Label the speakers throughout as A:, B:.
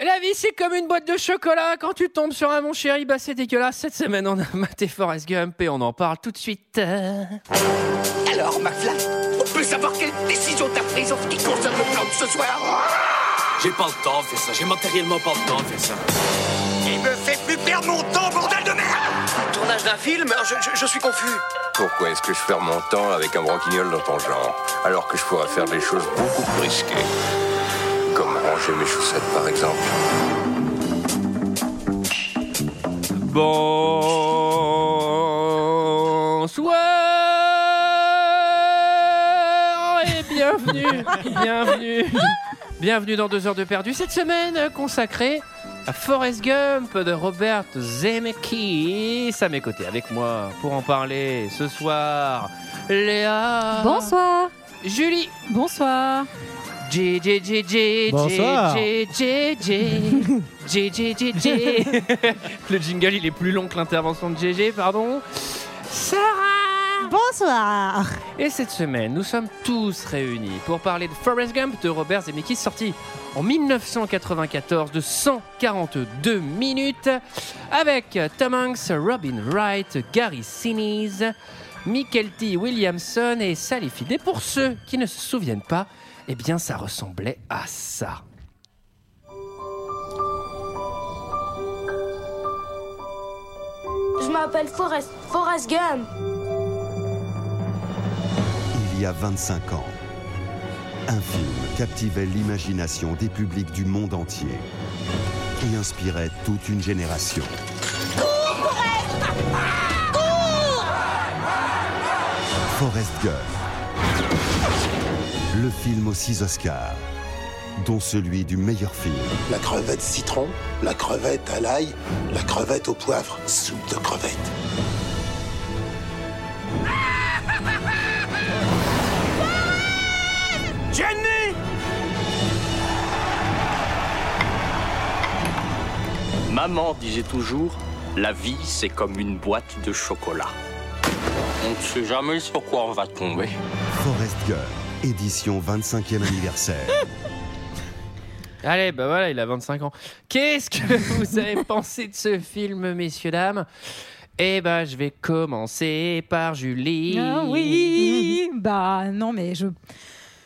A: la vie, c'est comme une boîte de chocolat. Quand tu tombes sur un mon chéri, bah c'est dégueulasse. Cette semaine, on a maté Forrest Gump et on en parle tout de suite. Euh,
B: Alors, McFly, on peut savoir quelle décision t'as prise en ce qui concerne le plan de ce soir
C: J'ai pas le temps de faire ça, j'ai matériellement pas le temps de faire ça.
B: Il me fait plus perdre mon temps, bordel de merde
C: Tournage d'un film je, suis confus.
D: Pourquoi est-ce que je perds mon temps avec un branquignol dans ton genre, alors que je pourrais faire des choses beaucoup plus risquées Comme ranger mes chaussettes, par exemple.
A: Bonsoir et bienvenue, bienvenue, bienvenue dans deux heures de perdu. Cette semaine euh, consacrée à Forrest Gump de Robert Zemeckis. À mes côtés, avec moi, pour en parler ce soir, Léa.
E: Bonsoir.
A: Julie.
E: Bonsoir.
A: J J J J
F: Bonsoir.
A: J J J J J J J Le jingle il est plus long que l'intervention de GG, pardon. Sarah
E: Bonsoir.
A: Et cette semaine, nous sommes tous réunis pour parler de Forrest Gump de Robert Zemeckis, sorti en 1994 de 142 minutes, avec Tom Hanks, Robin Wright, Gary Sinise, Michael T. Williamson et Sally Field. Et pour ceux qui ne se souviennent pas, eh bien, ça ressemblait à ça.
G: Je m'appelle Forrest, Forrest Gump.
H: Il y a 25 ans, un film captivait l'imagination des publics du monde entier et inspirait toute une génération. Forrest Gump, le film aux six Oscars, dont celui du meilleur film.
I: La crevette citron, la crevette à l'ail, la crevette au poivre, soupe de crevette.
B: Jenny
C: Maman disait toujours, la vie c'est comme une boîte de chocolat. On ne sait jamais sur quoi on va tomber.
H: Forrest Gump, édition 25e anniversaire.
A: Allez, bah voilà, il a 25 ans. Qu'est-ce que vous avez pensé de ce film, messieurs, dames Eh ben, je vais commencer par Julie.
E: Ah oui. Bah non, mais je.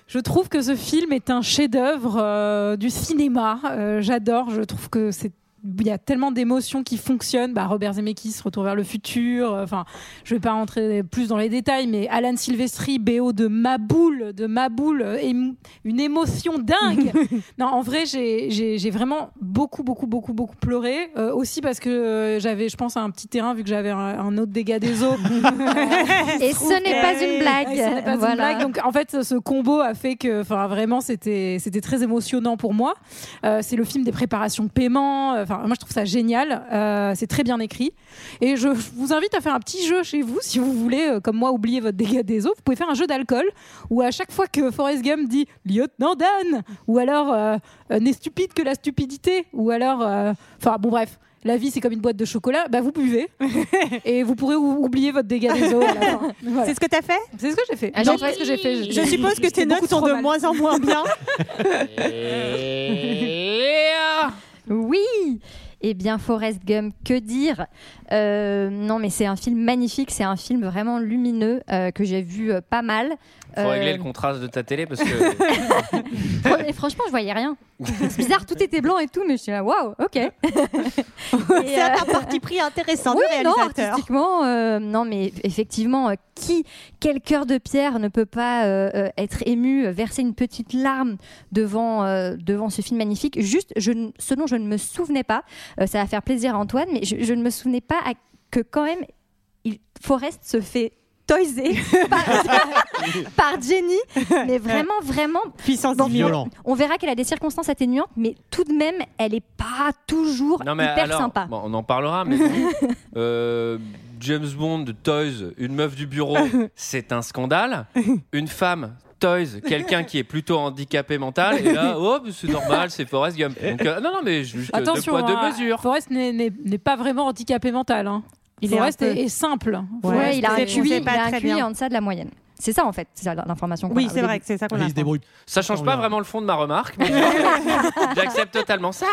E: Je trouve que ce film est un chef-d'œuvre euh, du cinéma. Euh, J'adore. Je trouve que c'est il y a tellement d'émotions qui fonctionnent. Bah, Robert Zemeckis, Retour vers le futur. euh, Enfin, je vais pas rentrer plus dans les détails, mais Alan Silvestri, BO de Maboule, de Maboule, euh, émo- une émotion dingue. non, en vrai, j'ai- j'ai j'ai vraiment beaucoup, beaucoup, beaucoup, beaucoup pleuré. Euh, aussi parce que euh, j'avais, je pense, un petit terrain vu que j'avais un, un autre dégât des eaux.
J: Et ce n'est pas une blague.
E: Ouais, ce n'est pas une
J: Voilà.
E: blague. Donc en fait, ce combo a fait que, enfin, vraiment, c'était c'était très émotionnant pour moi. Euh, c'est le film des préparations de paiement. Euh, Enfin, moi, je trouve ça génial. Euh, c'est très bien écrit. Et je vous invite à faire un petit jeu chez vous, si vous voulez, euh, comme moi, oublier votre dégât des eaux. Vous pouvez faire un jeu d'alcool où à chaque fois que Forrest Gump dit lieutenant Dan, ou alors euh, euh, n'est stupide que la stupidité, ou alors, euh, enfin, bon, bref. La vie, c'est comme une boîte de chocolat. Bah, vous buvez et vous pourrez ou- oublier votre dégât des eaux. à la fin. Voilà.
K: C'est ce que t'as fait
E: C'est ce que j'ai fait.
J: Ah,
E: Non,
J: j'ai
E: c'est ce que j'ai fait.
K: Je suppose que tes
E: J'étais beaucoup
K: notes sont
E: trop
K: de
E: mal.
K: moins en moins bien.
A: Eh. Léa
J: Oui Eh bien, Forrest Gump, que dire Euh, Non, mais c'est un film magnifique, c'est un film vraiment lumineux euh, que j'ai vu euh, pas mal.
A: Faut
J: Euh,
A: régler le contraste de ta télé parce que
J: fr- et franchement, je voyais rien. C'est bizarre, tout était blanc et tout, mais je suis là, waouh, ok. Et,
K: C'est
J: euh,
K: un parti pris intéressant
J: oui,
K: du
J: Non,
K: réalisateur.
J: artistiquement, euh, non, mais effectivement, euh, qui, quel cœur de pierre ne peut pas euh, euh, être ému, euh, verser une petite larme devant, euh, devant ce film magnifique Juste, je, ne- ce dont je ne me souvenais pas, euh, ça va faire plaisir à Antoine, mais je, je ne me souvenais pas à- que quand même, il, Forrest se fait toiser par, par Jenny, mais vraiment, vraiment,
K: Puissance
J: Bon,
K: divine.
F: Violent.
J: on verra qu'elle a des circonstances atténuantes, mais tout de même, elle est pas toujours
A: non mais
J: hyper
A: alors,
J: sympa.
A: bon, on en parlera. Mais bon. Euh, James Bond, Toys, une meuf du bureau, c'est un scandale. Une femme. Toys, quelqu'un qui est plutôt handicapé mental, et là, oh, c'est normal, c'est Forrest Gump. Donc, euh, non, non, mais juste euh, deux
E: Attention,
A: poids, deux
E: hein,
A: mesures.
E: Forrest n'est- n'est n'est pas vraiment handicapé mental. hein.
K: Il est un
E: Forrest
K: peu-
E: est, est simple.
J: Ouais,
K: Ouais,
J: il a un
K: c'est- on
J: QI,
K: sait
J: il
K: pas
J: a un
K: très
J: QI
K: bien.
J: en deçà de la moyenne. C'est ça en fait, c'est ça l'information. qu'on
K: Oui,
J: a au
K: c'est vrai
J: début.
K: que c'est ça qu'on
A: Mais
K: a.
A: il se débrouille. Ça change pas vraiment le fond de ma remarque, mais j'accepte totalement ça.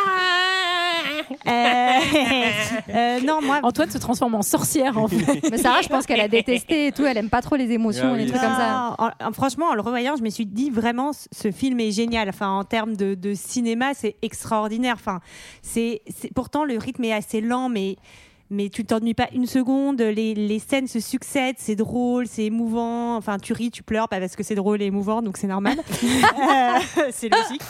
K: Euh,
E: non, moi... Antoine se transforme en sorcière en fait.
J: Mais Sarah, je pense qu'elle a détesté et tout, elle aime pas trop les émotions,
A: Ah oui.
J: les trucs comme ça.
K: Non, en- en- franchement, en le revoyant, je me suis dit vraiment, ce- ce film est génial. Enfin, en termes de, de cinéma, c'est extraordinaire. Enfin, c'est c'est- pourtant le rythme est assez lent, mais mais tu t'ennuies pas une seconde. Les, les scènes se succèdent, c'est drôle, c'est émouvant. Enfin, tu ris, tu pleures, pas parce que c'est drôle et émouvant, donc c'est normal. Euh, c'est logique.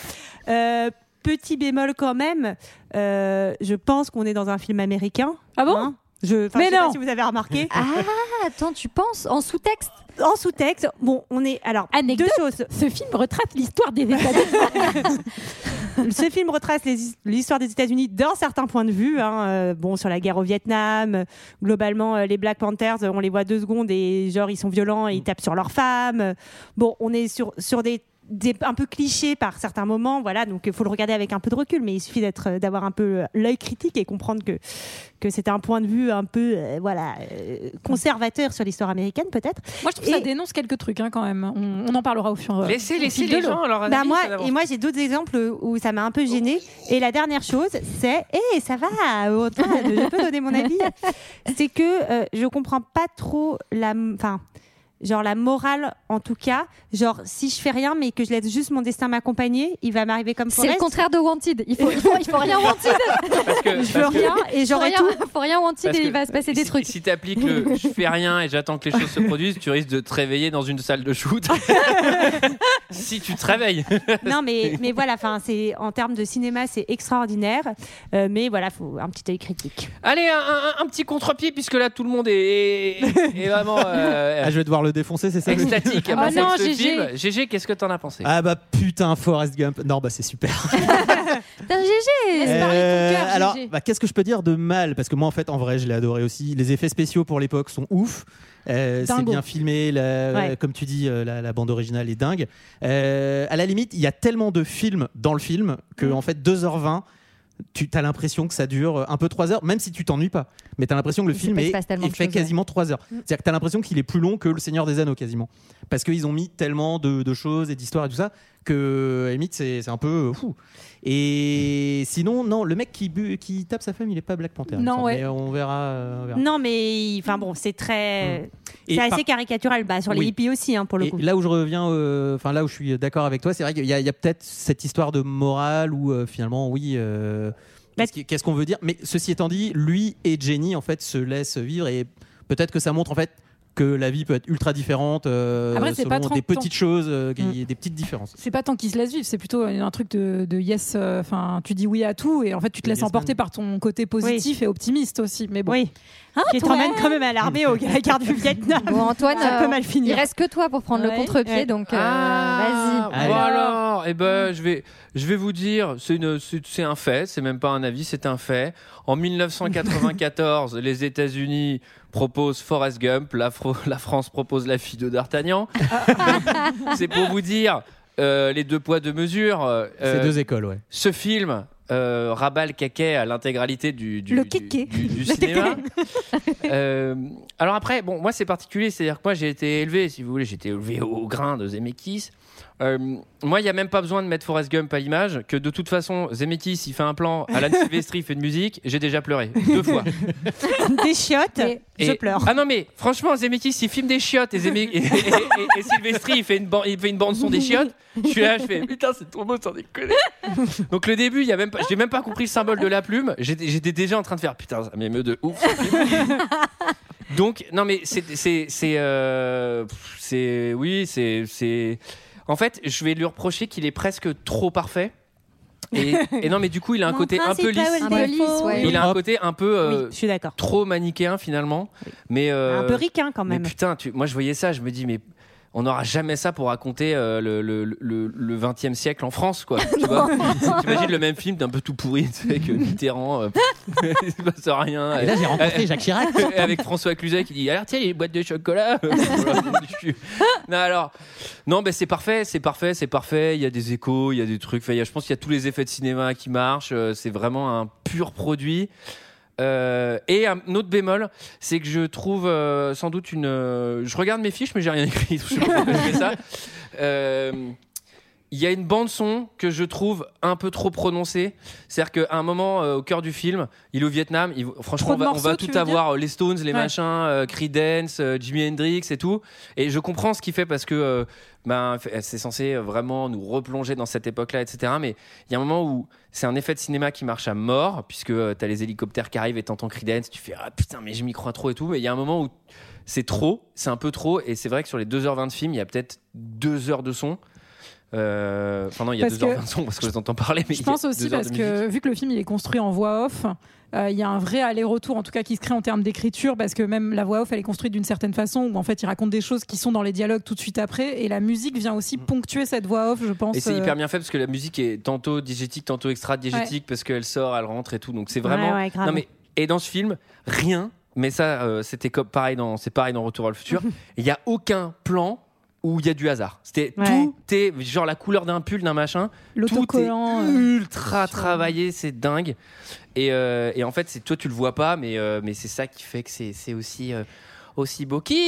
K: Euh, petit bémol quand même, euh, je pense qu'on est dans un film américain.
E: Ah bon
K: Hein je, enfin,
E: Mais
K: je sais
E: non.
K: pas si vous avez remarqué.
J: Ah, attends, tu penses en sous-texte
K: En sous-texte, bon, on est alors
E: Anecdote,
K: deux choses.
E: ce film retrace l'histoire des États-Unis.
K: Ce film retrace les his- l'histoire des États-Unis d'un certain point de vue. hein, euh, bon, sur la guerre au Vietnam, euh, globalement, euh, les Black Panthers, euh, on les voit deux secondes et genre ils sont violents et ils tapent sur leurs femmes. Euh, Bon, on est sur sur des des- un peu clichés par certains moments, voilà, donc il faut le regarder avec un peu de recul, mais il suffit d'être, euh, d'avoir un peu euh, l'œil critique et comprendre que, que c'est un point de vue un peu, euh, voilà, euh, conservateur sur l'histoire américaine peut-être.
E: Moi, je trouve que ça
K: Et-
E: dénonce quelques trucs hein, quand même. On, on en parlera au fur et
A: Laissez,
E: au
A: laissez
E: fil de
A: les
E: l'eau.
A: gens alors.
K: Bah, moi, et moi j'ai d'autres exemples où ça m'a un peu gênée. Et la dernière chose, c'est Eh, ça va, Antoine, je peux donner mon avis. C'est que euh, je comprends pas trop la. Enfin, genre la morale en tout cas. Genre, si je fais rien, mais que je laisse juste mon destin m'accompagner, il va m'arriver comme
J: C'est le
K: Forrest.
J: contraire de Wanted. Il faut, il faut, il faut rien Wanted.
A: parce que,
K: Je veux
A: parce que-
K: rien et
J: Faut
K: j'aurai
J: rien-
K: tout.
J: Faut rien Wanted
A: parce
J: et
A: que
J: il va se passer des
A: si-
J: trucs.
A: Si t'appliques le je fais rien et j'attends que les choses se produisent, tu risques de te réveiller dans une salle de shoot. si tu te réveilles.
K: Non, mais, mais voilà, enfin, c'est en termes de cinéma, c'est extraordinaire. Euh, mais voilà, faut un petit œil critique.
A: Allez, un, un- un petit contre-pied puisque là tout le monde est, est- est vraiment euh,
F: Ah, je vais devoir le défoncer, c'est ça le-
A: extatique.
E: Oh
A: Ah,
E: non,
A: ce
E: GG.
A: film. GG, qu'est-ce que t'en as pensé
F: Ah bah putain, Forrest Gump. Non, bah c'est super.
J: Putain, GG
E: Laisse
A: Euh,
E: parler ton cœur,
F: alors,
E: GG.
F: bah, qu'est-ce que je peux dire de mal Parce que moi, en fait, en vrai, je l'ai adoré aussi. Les effets spéciaux pour l'époque sont ouf. Euh, c'est
E: Dingo.
F: bien filmé, la-
K: Ouais.
F: comme tu dis, euh, la, la bande originale est dingue. Euh, à la limite, il y a tellement de films dans le film que, en fait, 2h20, tu as l'impression que ça dure euh, un peu 3 heures, même si tu t'ennuies pas. Mais tu as l'impression que le
J: Il se
F: film
J: passe-
F: est-
J: passe tellement
F: il
J: de
F: fait
J: choses, hein.
F: quasiment 3 heures.
K: Mm.
F: C'est-à-dire que tu as l'impression qu'il est plus long que Le Seigneur des Anneaux, quasiment. Parce qu'ils ont mis tellement de, de choses et d'histoires et tout ça que, à la limite, c'est c'est un peu euh, fou. Et sinon, non, le mec qui, bu- qui tape sa femme, il est pas Black Panther. il me
E: Non,
F: semble.
E: ouais.
F: Mais on verra. euh, on verra. Mm.
K: Non, mais enfin bon, c'est très.
F: Et
K: C'est assez
F: par-
K: caricatural. Bah, sur les
F: Oui.
K: hippies aussi, hein, pour le
F: Et
K: coup.
F: là où je reviens, euh, enfin là où je suis d'accord avec toi, c'est vrai qu'il y a, il y a peut-être cette histoire de morale où euh, finalement, oui, euh,
K: Bah,
F: qu'est-ce qui- qu'est-ce qu'on veut dire Mais ceci étant dit, lui et Jenny en fait se laissent vivre et peut-être que ça montre en fait que la vie peut être ultra différente euh,
E: Après, c'est
F: selon
E: pas 30
F: des petites choses, euh, qu'il
E: Mm.
F: y ait des petites différences.
E: C'est pas tant qu'ils se laissent vivre, c'est plutôt un truc de, de yes. euh, Enfin, tu dis oui à tout et en fait, tu te
F: Le
E: laisses
F: yes
E: emporter
F: man.
E: par ton côté positif et optimiste aussi. Mais bon, Ah,
K: Oui. qui t'emmène quand même à l'armée au
F: Mm.
K: la guerre du Vietnam.
J: Bon, Antoine,
K: ça
J: euh,
K: peut mal
J: il
K: finir.
J: reste que toi pour prendre
E: Ouais.
J: le contre-pied,
K: Ouais.
J: donc euh,
A: Ah,
J: vas-y.
F: Allez.
A: Voilà. Eh ben, je vais, je vais vous dire, c'est une, c'est c'est un fait. C'est même pas un avis, c'est un fait. En 1994, les États-Unis proposent Forrest Gump. La, Fro- la France propose La fille de D'Artagnan. c'est pour vous dire euh, les deux poids deux mesures. euh,
F: C'est deux écoles, ouais.
A: ce film euh, rabat le caquet à l'intégralité du, du,
K: Le
A: du-
K: kéké.
A: du- du
K: Le
A: cinéma. Euh, alors après, bon, moi c'est particulier, c'est-à-dire que moi j'ai été élevé, si vous voulez, j'ai été élevé au, au grain de Zemeckis. Euh, moi, il n'y a même pas besoin de mettre Forrest Gump à l'image, que de toute façon, Zemeckis, il fait un plan, Alan Silvestri il fait une musique, j'ai déjà pleuré, deux fois.
K: Des chiottes, je
A: Et-
K: pleure.
A: Ah non, mais franchement, Zemeckis, il filme des chiottes et, Zeme- et, et- et- et Silvestri, il fait une, ban- il fait une bande-son des chiottes. Je suis là, je fais putain, c'est trop beau, sans déconner. Donc le début, il y a même pas, j'ai même pas compris le symbole de la plume. J'étais j'étais déjà en train de faire putain, ça m'émeut de ouf. ce film. Donc, non, mais c'est. C'est. c'est, euh, pff, c'est- oui, c'est. c'est- En fait, je vais lui reprocher qu'il est presque trop parfait. Et, et non, mais du coup, il a un
K: Mon
A: côté un
K: prince
A: peu
K: est pas
A: lisse.
J: Un
K: Des
J: peu lisse,
K: faux.
J: ouais.
A: Il a un côté un peu. euh,
K: Oui, je suis d'accord.
A: trop manichéen finalement. Mais euh,
K: Un peu ricain quand
A: mais
K: même.
A: putain, tu- moi je voyais ça, je me dis mais on n'aura jamais ça pour raconter euh, le, le, le, le 20e siècle en France quoi. Tu vois T'imagines le même film d'un peu tout pourri tu sais, avec Mitterrand, euh, il se passe
K: Ah,
A: rien.
F: Et là, j'ai
A: rencontré
F: rencontré Jacques Chirac.
A: Et avec François Cluzet qui dit alors tiens les boîtes de chocolat Voilà, je suis- non alors non ben c'est parfait c'est parfait c'est parfait il y a des échos il y a des trucs Enfin, il y a- je pense qu'il y a tous les effets de cinéma qui marchent euh, c'est vraiment un pur produit Euh, et un autre bémol, c'est que je trouve euh, sans doute une. euh, je regarde mes fiches, mais j'ai rien écrit. Je sais pas pourquoi je fais ça. Euh, Il y a une bande son que je trouve un peu trop prononcée. C'est-à-dire qu'à un moment, euh, au cœur du film, il est au Vietnam. il- franchement, on
F: Trop de
A: va, on
F: morceaux,
A: va
F: tu
A: tout
F: veux
A: avoir
F: dire
A: euh, les Stones, les
F: Ouais.
A: machins, euh, Creedence, euh, Jimi Hendrix et tout. Et je comprends ce qu'il fait parce que euh, ben, f- c'est censé euh, vraiment nous replonger dans cette époque-là, etc. Mais il y a un moment où c'est un effet de cinéma qui marche à mort, puisque tu t'as les hélicoptères qui arrivent et t'entends Creedence, tu fais ah putain, mais je m'y crois trop et tout. Mais il y a un moment où c'est trop, c'est un peu trop. Et c'est vrai que sur les 2h20 de film, il y a peut-être 2 heures de son. Euh, Enfin, non, il y a
E: Parce
A: 2h20
E: que-
A: de son parce que je t'entends parler. Mais
E: Je
A: il y a
E: pense aussi
A: deux heures de
E: parce
A: musique.
E: que vu que le film il est construit en voix off, euh, il y a un vrai aller-retour en tout cas qui se crée en termes d'écriture parce que même la voix off elle est construite d'une certaine façon où en fait il raconte des choses qui sont dans les dialogues tout de suite après et la musique vient aussi ponctuer cette voix off je pense.
A: Mm. Et c'est
E: euh,
A: hyper bien fait parce que la musique est tantôt diégétique, tantôt extra-diégétique parce qu'elle sort, elle rentre et tout. Donc c'est
E: Ouais,
A: vraiment.
E: ouais, grave.
A: non, mais, et dans ce film, rien, mais ça, euh, c'était comme- pareil dans, c'est pareil dans Retour à le futur. Il n'y a aucun plan où il y a du hasard. C'était tout est genre la couleur d'un pull, d'un machin. Tout est
E: L'autocollant, euh,
A: ultra travaillé, c'est dingue. Et, euh, et en fait, c'est toi, tu le vois pas, mais, euh, mais c'est ça qui fait que c'est c'est aussi. euh, aussi beau qui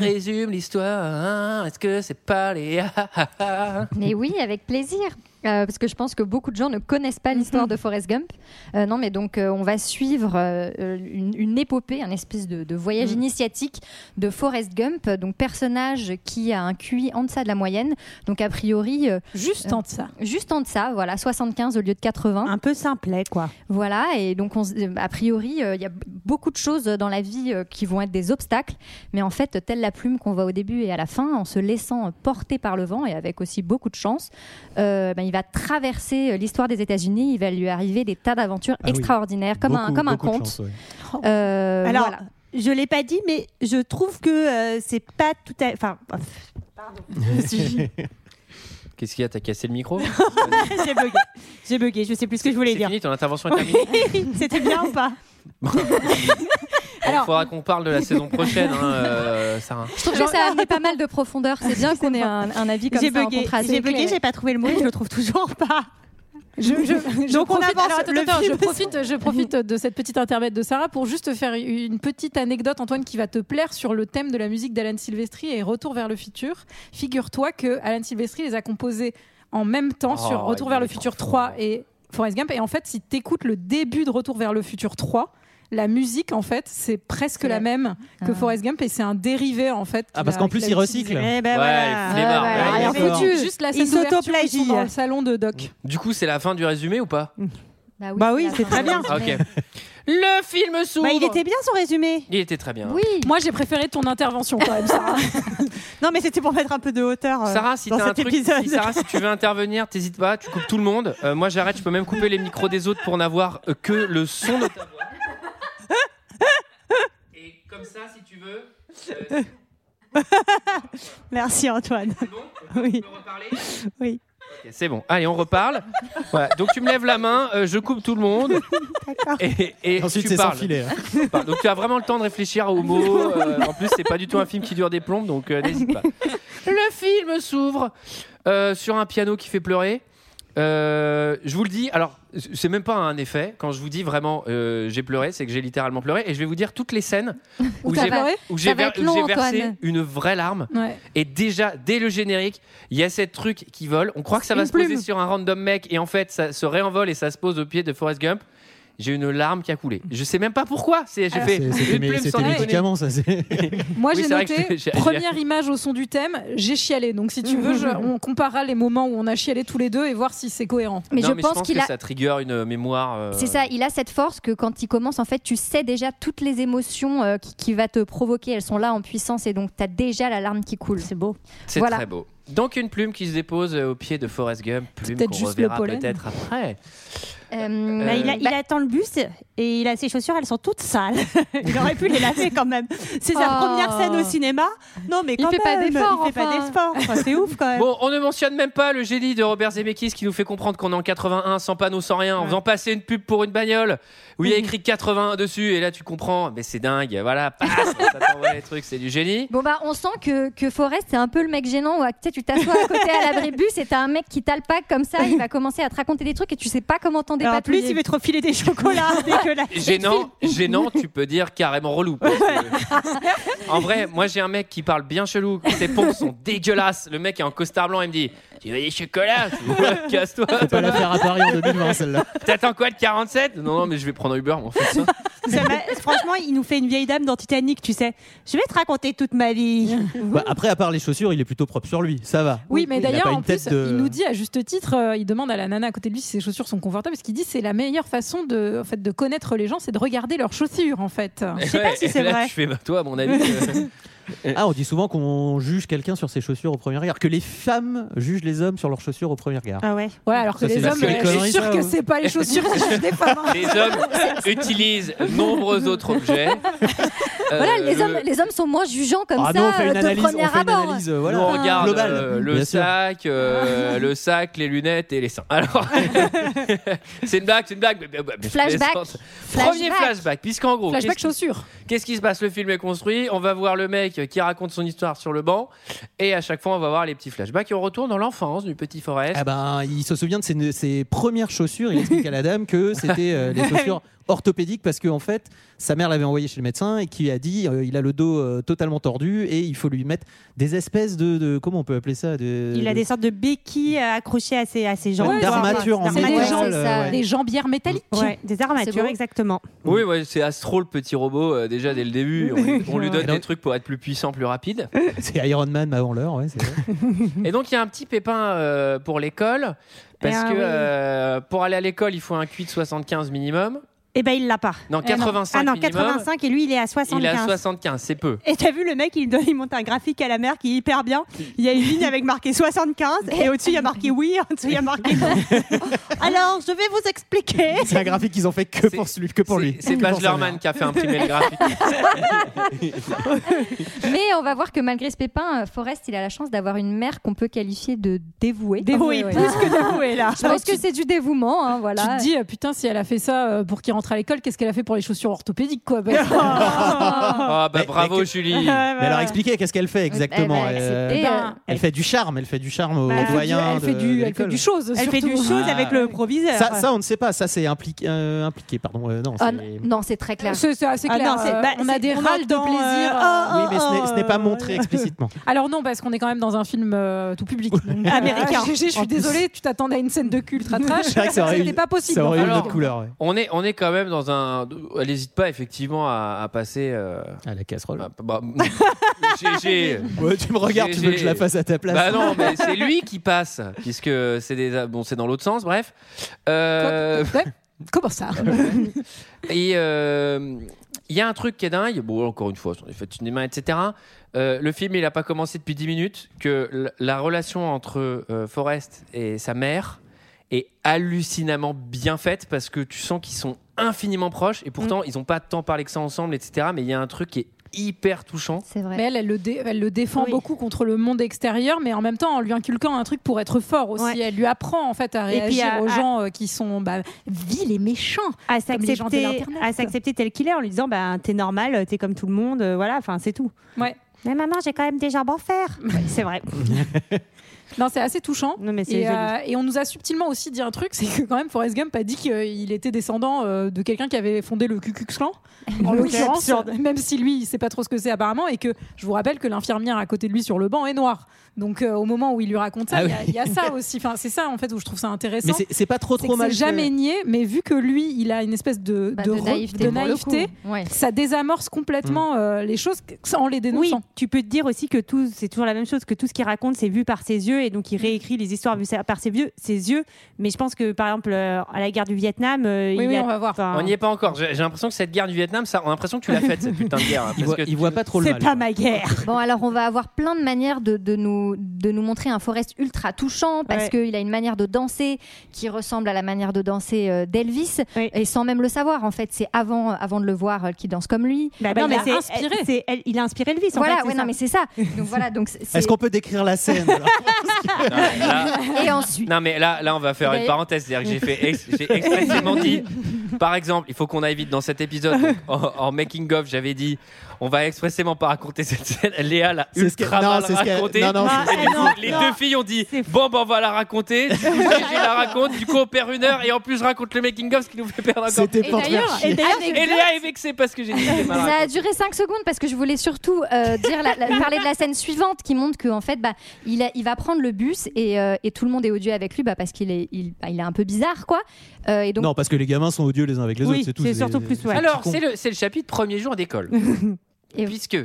A: résume l'histoire. Est-ce que c'est pas les
J: Mais oui, avec plaisir. Euh, parce que je pense que beaucoup de gens ne connaissent pas l'histoire
E: Mhm.
J: de Forrest Gump. Euh, non, mais donc euh, on va suivre euh, une, une épopée, un espèce de, de voyage
E: Mhm.
J: initiatique de Forrest Gump, donc personnage qui a un QI en deçà de la moyenne. Donc a priori. euh,
E: juste en deçà.
J: Juste en deçà, voilà, 75 au lieu de 80.
K: Un peu simplet, quoi.
J: Voilà, et donc on, se- euh, a priori, euh, il y a b- beaucoup de choses dans la vie euh, qui vont être des obstacles, mais en fait, telle la plume qu'on voit au début et à la fin, en se laissant euh, porter par le vent et avec aussi beaucoup de chance, euh, ben, il va traverser euh, l'histoire des États-Unis, il va lui arriver des tas d'aventures
K: Ah oui.
J: extraordinaires, comme un,
K: Beaucoup,
J: comme un
K: beaucoup de
J: conte.
K: chance, ouais.
J: Euh,
K: Alors,
J: voilà.
K: je l'ai pas dit, mais je trouve que euh, c'est pas tout à. Enfin, pardon.
A: Qu'est-ce qu'il y a T'as cassé le micro
K: J'ai bugué. J'ai bugué. Je sais plus ce que je voulais
A: C'est
K: dire.
A: fini, ton intervention est terminée.
K: C'était bien ou pas
A: Il faudra qu'on parle de la saison prochaine, hein, euh, Sarah.
J: Je trouve que ça a amené pas mal de profondeur. C'est bien qu'on ait un, un avis comme
K: J'ai
J: ça en
K: bugué.
J: contraste.
K: J'ai bugué, j'ai pas trouvé le mot et je le trouve toujours pas.
E: Je, je- je
K: Donc on
E: profite,
K: avance,
E: alors, attends,
K: le
E: attends,
K: film-
E: je profite, je profite de cette petite intermède de Sarah pour juste te faire une petite anecdote, Antoine, qui va te plaire sur le thème de la musique d'Alan Silvestri et Retour vers le futur. Figure-toi que Alan Silvestri les a composés en même temps
K: Oh,
E: sur Retour
K: il
E: vers le
K: est
E: futur 3 et Forrest Gump. Et en fait, si t'écoutes le début de Retour vers le futur 3, la musique, en fait, c'est presque la même
K: Ah.
E: que Forrest Gump et c'est un dérivé, en fait.
F: Ah, parce qu'en plus, il recycle.
E: Eh
A: Ouais,
E: ben
A: il flemmard, ouais, il est fort.
E: Juste la
K: ben, Il
E: scène d'ouverture où ils sont
K: s'autoplagie.
E: dans le salon de Doc.
A: Du coup, c'est la fin du résumé ou pas
J: Bah
K: oui, c'est très bien.
A: Ah, Ok. Le film s'ouvre.
K: Bah, il était bien son résumé.
A: Il était très bien.
E: Moi, j'ai préféré ton intervention quand même, Sarah.
K: non, mais c'était pour mettre un peu de hauteur euh,
A: Sarah, si
K: dans
A: t'as un
K: cet
A: truc,
K: épisode.
A: si, Sarah, si tu veux intervenir, t'hésites pas, tu coupes tout le monde. Euh, moi, j'arrête, je peux même couper les micros des autres pour n'avoir euh, que le son de ta voix. Et comme ça, si tu veux. euh,
K: Merci Antoine. oui. Oui.
A: Ok, C'est bon, allez, on reparle. Voilà. Donc tu me lèves la main, euh, je coupe tout le monde. Et, et
F: Ensuite,
A: tu
F: c'est sans
A: parles.
F: filet, hein.
A: Tu parles. Donc tu as vraiment le temps de réfléchir aux mots. euh, en plus, c'est pas du tout un film qui dure des plombes, donc euh, n'hésite pas. Le film s'ouvre euh, sur un piano qui fait pleurer. Euh, je vous le dis, alors c'est même pas un effet. Quand je vous dis vraiment euh, j'ai pleuré, c'est que j'ai littéralement pleuré. Et je vais vous dire toutes les scènes
E: Où
A: où
E: t'as
A: j'ai
E: pleuré
A: où
E: Ça
A: j'ai
E: va
A: ver-
E: être
A: où
E: long,
A: j'ai versé
E: Antoine.
A: une vraie larme.
E: Ouais.
A: Et déjà, dès le générique, il y a cette truc qui vole. On croit que ça
E: Une
A: va se
E: plume.
A: poser sur un random mec et en fait, ça se réenvole et ça se pose au pied de Forrest Gump. J'ai une larme qui a coulé. Je sais même pas pourquoi. C'est, j'ai
F: C'est-
A: fait
F: C'était
A: une
F: mes
A: plume sans
F: c'était mes
A: déconner.
F: médicaments, ça. c'est-
E: Moi,
A: Oui,
E: j'ai
A: c'est vrai que
E: noté,
A: j'ai- j'ai-
E: première image au son du thème, j'ai chialé. Donc, si tu veux, je- on comparera les moments où on a chialé tous les deux et voir si c'est cohérent.
J: Mais
A: Non,
J: je pense
A: pense
J: qu'il
A: que
J: a-
A: ça trigger une mémoire. euh,
J: C'est ça, il a cette force que quand il commence, en fait, tu sais déjà toutes les émotions euh, qui, qui va te provoquer, elles sont là en puissance et donc tu as déjà la larme qui coule.
K: C'est beau.
A: C'est très beau. Donc une plume qui se dépose euh, au pied de Forrest Gump. Plume
J: peut-être
A: qu'on
J: juste
A: reverra
J: le pollen.
A: peut-être après.
E: Euh,
K: Bah, il, a- il
J: bah-
K: attend le bus et il a ses chaussures, elles sont toutes sales. il aurait pu les laver quand même. C'est sa
E: Ah.
J: Oh.
K: première scène au cinéma. Non, mais
J: Il
K: quand
J: fait pas
K: même,
J: d'effort,
K: il fait
J: enfin.
K: pas d'effort. Enfin, C'est ouf quand même.
A: Bon, on ne mentionne même pas le génie de Robert Zemeckis qui nous fait comprendre qu'on est en 81 sans panneau, sans rien, en faisant passer une pub pour une bagnole où il y a écrit 81 dessus et là tu comprends, mais c'est dingue, voilà, passe, ça t'envoie les trucs, c'est du génie.
J: Bon bah on sent que, que Forrest c'est un peu le mec gênant où tu sais, tu t'assois à côté à l'abri bus et t'as un mec qui t'alpaque comme ça, il va commencer à te raconter des trucs et tu sais pas comment t'en des
K: Alors, en
J: patrouilleurs.
K: plus, il veut te refiler des chocolats
E: Bah,
K: dégueulasses.
A: Gênant, gênant, tu peux dire carrément relou. parce que- en vrai, moi j'ai un mec qui parle bien chelou, ses pompes sont dégueulasses. Le mec est en costard blanc, il me dit Tu veux des chocolats Ouais, Casse-toi.
F: On va la faire à Paris en 2020, celle-là.
A: T'attends quoi de 47 Non, non, mais je vais prendre un Uber, mon fils.
K: Ça m'a- Franchement, il nous fait une vieille dame dans Titanic, tu sais. Je vais te raconter toute ma vie.
F: Bah, après, à part les chaussures, il est plutôt propre sur lui. Ça va.
E: Oui, mais
F: Il a
E: d'ailleurs,
F: pas une
E: en
F: tête
E: plus,
F: de-
E: il nous dit à juste titre, euh, il demande à la nana à côté de lui si ses chaussures sont confortables, parce qu'il dit c'est la meilleure façon de, en fait, de connaître les gens, c'est de regarder leurs chaussures, en fait.
A: Ouais, et là, Je fais, bah, toi, à mon avis. euh,
F: Ah, on dit souvent qu'on juge quelqu'un sur ses chaussures au premier regard, que les femmes jugent les hommes sur leurs chaussures au premier regard.
K: Ah ouais.
E: Ouais, alors que
F: Ça, c'est
E: les
F: parce
E: hommes,
F: que les
E: euh, je
F: conneries,
E: suis sûre
F: ça,
E: que
F: ouais.
E: c'est pas les chaussures qui jugent les femmes. hein.
A: Les hommes utilisent nombreux autres objets.
J: Voilà,
A: Euh,
J: les
A: le-
J: hommes, les hommes sont moins jugeants comme
F: Ah
J: ça
F: non, on fait
J: euh,
F: une
J: de
F: analyse, on
J: premier
F: fait une
J: abord.
F: analyse euh, voilà,
A: Nous, on regarde
F: globale.
A: euh, le
F: Bien sûr.
A: sac,
J: Ah.
A: euh, le sac, les lunettes et les seins. Alors, c'est une blague, c'est une blague. mais- mais- mais-
J: Flashback.
A: plaisante.
J: Flashback.
A: Premier flashback, puisqu'en gros,
E: Flashback
A: qu'est-ce qui-
E: chaussures.
A: qu'est-ce qui se passe Le film est construit. On va voir le mec qui raconte son histoire sur le banc, et à chaque fois, on va voir les petits flashbacks. Et on retourne dans l'enfance du petit Forest.
F: Ah ben, il se souvient de ses, ses premières chaussures. Il explique à la dame que c'était euh,
E: Ah
F: les chaussures orthopédiques parce que en fait, sa mère l'avait envoyé chez le médecin et qui a dit euh, il a le dos euh, totalement tordu et il faut lui mettre des espèces de, de- comment on peut appeler ça de,
K: Il a
F: de-
K: des sortes de béquilles euh, accrochées à ses, à ses jambes.
F: Ouais, d'armature en
E: C'est des,
F: métal,
E: gens-
F: euh, ouais.
E: des jambières métalliques.
K: Ouais, des
J: C'est
K: armatures,
J: beau.
K: exactement.
A: Oui, ouais, c'est Astro le petit robot euh, déjà dès le début. On, on lui donne des trucs pour être plus puissant, plus rapide.
F: C'est Iron Man avant l'heure, ouais, c'est vrai.
A: Et donc il y a un petit pépin euh, pour l'école parce
K: Ah
A: que
K: oui.
A: euh, pour aller à l'école, il faut un QI de 75 minimum.
K: Et ben, il l'a pas.
A: Non,
K: Eh non.
A: 85
K: Ah non,
A: minimum.
K: 85 et lui, il est à 75.
A: Il est à 75, c'est peu.
K: Et t'as vu le mec, il, donne, il monte un graphique à la mère qui est hyper bien. Il y a une ligne avec marqué 75 et au-dessus il y a marqué oui, en dessous il y a marqué non. Alors je vais vous expliquer.
F: C'est un graphique qu'ils ont fait que pour lui, que pour
A: C'est-
F: lui.
A: C'est
F: Que pour sa mère.
A: Bachelorman qui a fait imprimer le graphique.
J: Mais on va voir que malgré ce pépin, euh, Forrest, il a la chance d'avoir une mère qu'on peut qualifier de dévouée.
K: oui, plus
F: Ah,
K: que vous est là.
J: Je pense que c'est du dévouement, hein,
E: Tu
J: voilà.
E: te dis, euh, putain, si elle a fait ça euh, pour qu'il rentre à l'école, qu'est-ce qu'elle a fait pour les chaussures orthopédiques, quoi bah. parce que-
K: Oh.
A: Ah bah
F: Mais-
A: bravo
F: mais que-
A: Julie.
F: Mais alors expliquez qu'est-ce qu'elle fait exactement.
J: Eh ben,
F: euh,
J: c'était, euh,
E: putain.
F: elle fait du charme, elle fait du charme au
K: Bah, elle fait du-
F: doyen.
E: elle fait
F: de-
E: du,
F: de
E: elle fait
F: l'école.
E: du chose.
K: Elle fait du
E: surtout.
K: chose
F: Ah.
K: avec le proviseur.
F: Ça, ça, on ne sait pas. Ça, c'est impliqué, euh, impliqué. Pardon. euh, non.
J: Ah,
F: c'est-
J: n- non, c'est très clair.
E: C'est c'est assez
K: Ah
E: clair.
K: non, c'est-
E: euh,
K: bah,
E: on a
K: c'est-
E: des
K: on
E: râles de
K: entend, euh,
E: plaisir.
K: ah,
F: Oui, mais ce n'est- ce n'est pas
K: Oh,
F: montré explicitement.
E: Alors non, parce qu'on est quand même dans un film euh, tout public. Donc, euh,
K: Américain.
E: GG, je
K: En
E: suis
K: plus.
E: désolée, tu t'attendais à une scène de cul ultra trash.
F: C'est vrai que ça aurait
E: C'était
F: eu-
E: pas possible.
F: Ça aurait eu une
A: Alors-
F: autre couleur. ouais.
A: On est, on est quand même dans un. Elle n'hésite pas effectivement à, à passer. euh,
F: Ah, la casserole.
A: à- bah, GG.
F: Ouais, tu me regardes, tu veux que je la fasse à ta place.
A: Bah non, mais c'est lui qui passe, puisque c'est des bon, c'est dans l'autre sens. Bref, Euh,
E: Ouais, Comment ça
A: et euh, il y a un truc qui est dingue. Bon, encore une fois, on est fait une main, etc. Euh, le film, il n'a pas commencé depuis 10 minutes. Que l- la relation entre euh, Forrest et sa mère est hallucinamment bien faite parce que tu sens qu'ils sont infiniment proches et pourtant ils n'ont pas tant parlé que ça ensemble, etc. Mais il y a un truc qui est hyper touchant.
J: C'est vrai.
E: Mais elle, elle le, dé- elle le défend
K: Oui.
E: beaucoup contre le monde extérieur, mais en même temps en lui inculquant un truc pour être fort aussi.
K: Ouais.
E: Elle lui apprend en fait à
K: Et puis
E: réagir
K: à-
E: aux
K: à-
E: gens euh, qui sont bah, vils et méchants.
K: à
E: Comme les gens de
K: s'accepter,
E: l'Internet.
K: à s'accepter tel qu'il est en lui disant bah t'es normal, t'es comme tout le monde, euh, voilà, enfin c'est tout.
E: Ouais.
K: Mais maman, j'ai quand même des jambes en fer. Ouais, c'est vrai.
E: Non, c'est assez touchant.
K: Non mais c'est
E: Et,
K: joli.
E: euh, et on nous a subtilement aussi dit un truc, c'est que quand même Forrest Gump a dit qu'il était descendant euh, de quelqu'un qui avait fondé le Ku Klux Klan, en
K: Oui,
E: l'occurrence,
K: c'est absurde.
E: même si lui il sait pas trop ce que c'est apparemment, et que je vous rappelle que l'infirmière à côté de lui sur le banc est noire. Donc euh, au moment où il lui raconte ça,
F: Ah
E: il y a-
F: oui.
E: il y, a ça aussi. Enfin, c'est ça en fait où je trouve ça intéressant.
F: Mais c'est- c'est pas trop
E: C'est
F: trop
E: que
F: mal.
E: c'est jamais nié, mais vu que lui, il a une espèce de,
J: Bah,
E: de re- de
J: pour le coup.
E: naïveté,
J: Ouais.
E: ça désamorce complètement euh, les choses en les
K: Oui,
E: dénonçant.
K: tu peux te dire aussi que tout, c'est toujours la même chose, que tout ce qu'il raconte, c'est vu par ses yeux, et donc il
E: Mm.
K: réécrit les histoires vues sa- par ses, vieux, ses yeux. Mais je pense que, par exemple, euh, à la guerre du Vietnam, euh,
E: Oui,
K: il
E: oui,
K: y a-
E: on va voir.
K: enfin,
A: On n'y est pas encore. J'ai j'ai l'impression que cette guerre du Vietnam, ça, on a l'impression que tu l'as faite cette putain de guerre. hein,
F: Il
A: parce
F: voit,
A: que
F: il voit pas trop le
K: c'est
F: mal.
K: pas ma guerre.
J: Bon, alors on va avoir plein de manières de, de nous, de nous montrer un Forest ultra touchant parce
K: Ouais.
J: qu'il a une manière de danser qui ressemble à la manière de danser euh, d'Elvis
K: Oui.
J: et sans même le savoir en fait. C'est avant, avant de le voir euh, qu'il danse comme lui.
E: bah, il a
K: c'est
E: inspiré.
K: elle- c'est elle- il a inspiré Elvis. en
J: voilà,
K: fait, c'est
J: ouais,
K: ça.
J: non mais c'est ça. Donc voilà, donc c'est-
F: Est-ce qu'on peut décrire la scène alors
A: Non, là-
J: et ensuite.
A: Non mais là, là on va faire une
J: Mais-
A: parenthèse, c'est-à-dire que j'ai fait ex- j'ai expressément dit Par exemple, il faut qu'on aille vite dans cet épisode. Donc, en, en making of, j'avais dit, on va expressément pas raconter cette scène. Léa l'a
F: C'est ce qu'elle-
A: ultra
F: non,
A: mal
F: c'est ce qu'elle-
A: racontée.
F: non, non,
K: Ah,
A: Et
F: c'est-
A: du coup,
F: non,
A: les
F: non.
A: deux filles ont dit, bon, ben on va la raconter. Du coup, Gégé la raconte. Du coup, on perd une heure et en plus raconte le making of, ce qui nous fait perdre encore.
K: Ah,
F: C'était
J: Et porte d'ailleurs- vers chier.
A: et
J: et d'ailleurs,
A: et Léa est vexée parce que j'ai dit. que c'était mal
J: Ça a
A: raconté.
J: duré 5 secondes parce que je voulais surtout euh, dire la- la- parler de la scène suivante qui montre qu'en fait, bah, il, a- il va prendre le bus et, euh, et tout le monde est odieux avec lui bah, parce qu'il est, il, bah, il est un peu bizarre. quoi. Euh, et donc,
F: Non, parce que les gamins sont odieux les uns avec les autres, c'est tout.
A: Alors, c'est le, c'est le chapitre premier jour d'école. Puisque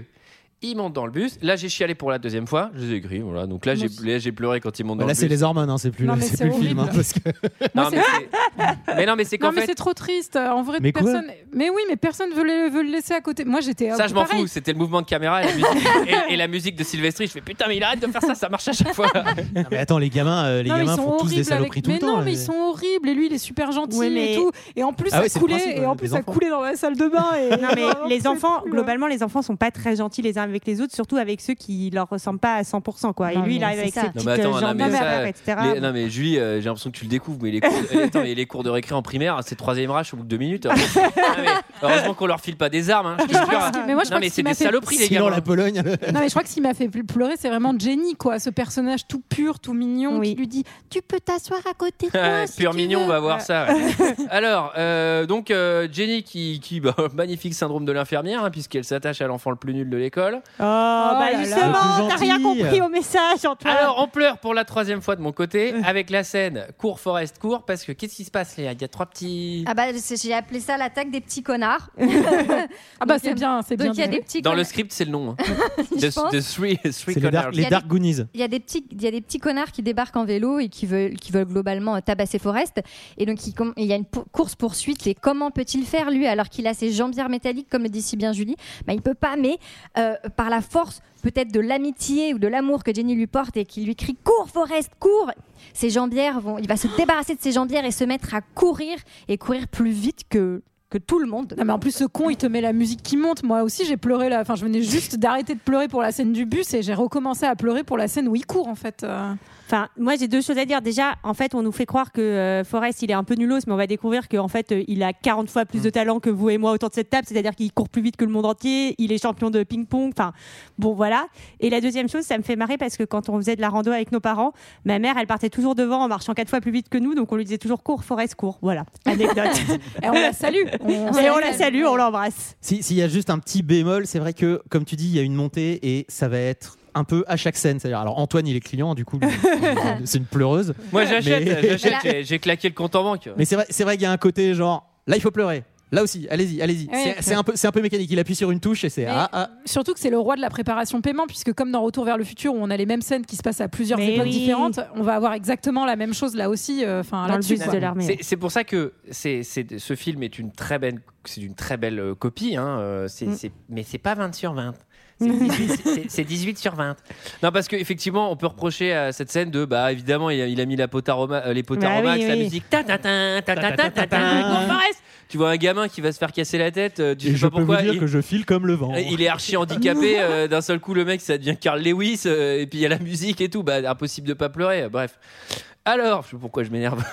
A: il monte dans le bus. Là, j'ai chialé pour la deuxième fois. Je les ai gris, voilà. Donc là, j'ai là, j'ai pleuré quand il monte dans
F: Là,
A: le
F: c'est
A: bus.
F: les hormones, hein, c'est plus,
A: Non, mais
F: c'est
A: c'est
F: plus le film. hein,
A: horrible.
F: parce que...
A: Non, mais c'est- mais non, mais c'est
E: Non
A: qu'en
E: mais c'est
A: fait.
E: trop triste. euh, En vrai,
A: Mais quoi
E: personne. Mais oui, mais personne veut le, veut le laisser à côté. Moi, j'étais. euh,
A: Ça, je m'en
E: pareil.
A: fous. C'était le mouvement de caméra et la musique, et- et la musique de Sylvestri. Je fais putain, mais il arrête de faire ça, ça marche à chaque fois.
F: Non, mais attends, les gamins, euh, les
E: Non, mais
F: gamins
E: ils sont
F: font tous des
E: horribles avec-
F: saloperies tout
E: mais
F: le temps.
E: non,
F: là.
E: mais ils sont horribles et lui il est super gentil
K: Ouais,
E: et
K: mais-
E: tout. Et en plus
F: Ah ouais,
E: ça
F: c'est le
E: coulait
F: principe,
E: et en
F: des
E: plus ça
F: enfants.
E: coulait dans la salle de bain. Et...
K: Non mais les enfants,
E: plus, ouais.
K: globalement, les enfants sont pas très gentils les uns avec les autres, surtout avec ceux qui leur ressemblent pas à 100%. Quoi. Et
J: Non,
K: lui, il
J: mais
K: arrive
J: c'est
K: avec
J: ça.
K: ses
J: Non,
K: petites
A: mais
K: euh,
A: attends, non,
K: jambes
A: mais
K: de
A: ça,
K: verre, etc.
A: les- non, mais Julie, euh, j'ai l'impression que tu le découvres, mais les cours, eh, attends, mais les cours de récré en primaire, c'est troisième rage au bout de deux minutes. Ah, mais heureusement qu'on leur file pas des armes. hein, je te jure.
E: mais moi, je
A: non,
E: crois que
A: mais c'est
E: ce qui
A: des
E: m'a fait-
A: saloperies, les
F: Sinon,
A: gars.
F: la Pologne.
E: Non mais je crois que ce qui m'a fait plus pleurer c'est vraiment Jenny quoi, ce personnage tout pur, tout mignon qui lui dit tu peux t'asseoir à côté
A: Ah,
E: de moi. Ah, si
A: Pur
E: tu
A: mignon,
E: veux.
A: on va voir ça. ouais. Alors, euh, donc euh, Jenny qui, qui bah, magnifique syndrome de l'infirmière, hein, puisqu'elle s'attache à l'enfant le plus nul de l'école.
K: Oh, bah
E: là là.
K: justement,
A: Le
K: t'as
A: plus
K: rien
A: gentil.
K: compris au message, Antoine.
A: Alors, on pleure pour la troisième fois de mon côté avec la scène court Forest court parce que qu'est-ce qui se passe, Léa Il y a trois petits.
J: ah bah, c'est- j'ai appelé ça l'attaque des petits connards.
E: Ah bah
J: Donc,
E: c'est
J: euh,
E: bien, c'est Eh bien.
J: donc, il y a des petits
A: Dans le
J: connards.
A: script, c'est le nom. hein.
J: Je pense.
A: The, the Three, three
F: C'est les Dark,
A: Conners.
F: les Dark Goonies.
J: Il y, a des petits, il y a des petits connards qui débarquent en vélo et qui veulent, qui veulent globalement euh, tabasser Forrest. Et donc, il, com- il y a une course poursuite. Et comment peut-il faire, lui, alors qu'il a ses jambières métalliques, comme le dit si bien Julie bah, Il peut pas, mais euh, par la force peut-être de l'amitié ou de l'amour que Jenny lui porte et qui lui crie Cours, Forrest, cours Ses jambières vont. Il va se débarrasser de ses jambières et se mettre à courir et courir plus vite que, que tout le monde.
E: Non mais en plus ce con il te met la musique qui monte. Moi aussi j'ai pleuré là. Enfin je venais juste d'arrêter de pleurer pour la scène du bus et j'ai recommencé à pleurer pour la scène où il court en fait. euh.
K: Enfin, moi j'ai deux choses à dire. Déjà, en fait, on nous fait croire que euh, Forrest il est un peu nulos, mais on va découvrir qu'en fait euh, il a 40 fois plus de
E: Hum.
K: talent que vous et moi autour de cette table, c'est-à-dire qu'il court plus vite que le monde entier, il est champion de ping-pong. Enfin, bon voilà. Et la deuxième chose, ça me fait marrer parce que quand on faisait de la rando avec nos parents, ma mère elle partait toujours devant en marchant quatre fois plus vite que nous, donc on lui disait toujours cours, Forrest, cours. Voilà, anecdote.
E: Et on la salue. On-
K: et on la salue, on l'embrasse.
F: Si- S'il y a juste un petit bémol, c'est vrai que, comme tu dis, il y a une montée et ça va être un peu à chaque scène. C'est-à-dire, alors Antoine, il est client, du coup, lui, c'est une pleureuse.
A: Moi, j'achète,
F: Mais-
A: j'achète, j'ai- j'ai claqué le compte en banque.
F: Mais c'est vrai, c'est vrai qu'il y a un côté genre, là, il faut pleurer. Là aussi, allez-y, allez-y.
E: Ouais,
F: C'est-
E: ouais.
F: c'est un peu, c'est un peu mécanique. Il appuie sur une touche et c'est
E: Mais
F: ah ah.
E: Surtout que c'est le roi de la préparation paiement, puisque comme dans Retour vers le futur, où on a les mêmes scènes qui se passent à plusieurs
K: Mais
E: époques
K: oui.
E: différentes, on va avoir exactement la même chose là aussi. euh, Enfin,
K: Dans le
E: là-dessus,
K: bus
E: quoi.
K: de l'armée.
A: C'est- C'est pour ça que c'est- c'est- ce film est une très belle, c'est une très belle euh, copie. Hein, euh, c'est-
K: Mm.
A: c'est- mais c'est pas 20 sur 20. C'est 18, c'est- c'est 18 sur 20. Non, parce qu'effectivement, on peut reprocher à cette scène de, bah évidemment, il a, il a mis la potaroma, euh, les potaromax,
K: Bah oui,
A: la
K: oui.
A: musique. ta, ta, ta, ta, ta, ta, ta, ta, qu'on fasse. Tu vois un gamin qui va se faire casser la tête, euh, tu
F: Et
A: sais
F: je
A: pas
F: peux vous
A: pourquoi.
F: dire
A: il- Euh,
F: que je file comme le vent.
A: il est archi handicapé, euh, d'un seul coup le mec ça devient Carl Lewis euh, et puis il y a la musique et tout, bah impossible de pas pleurer, bref. Alors, je sais pourquoi je m'énerve.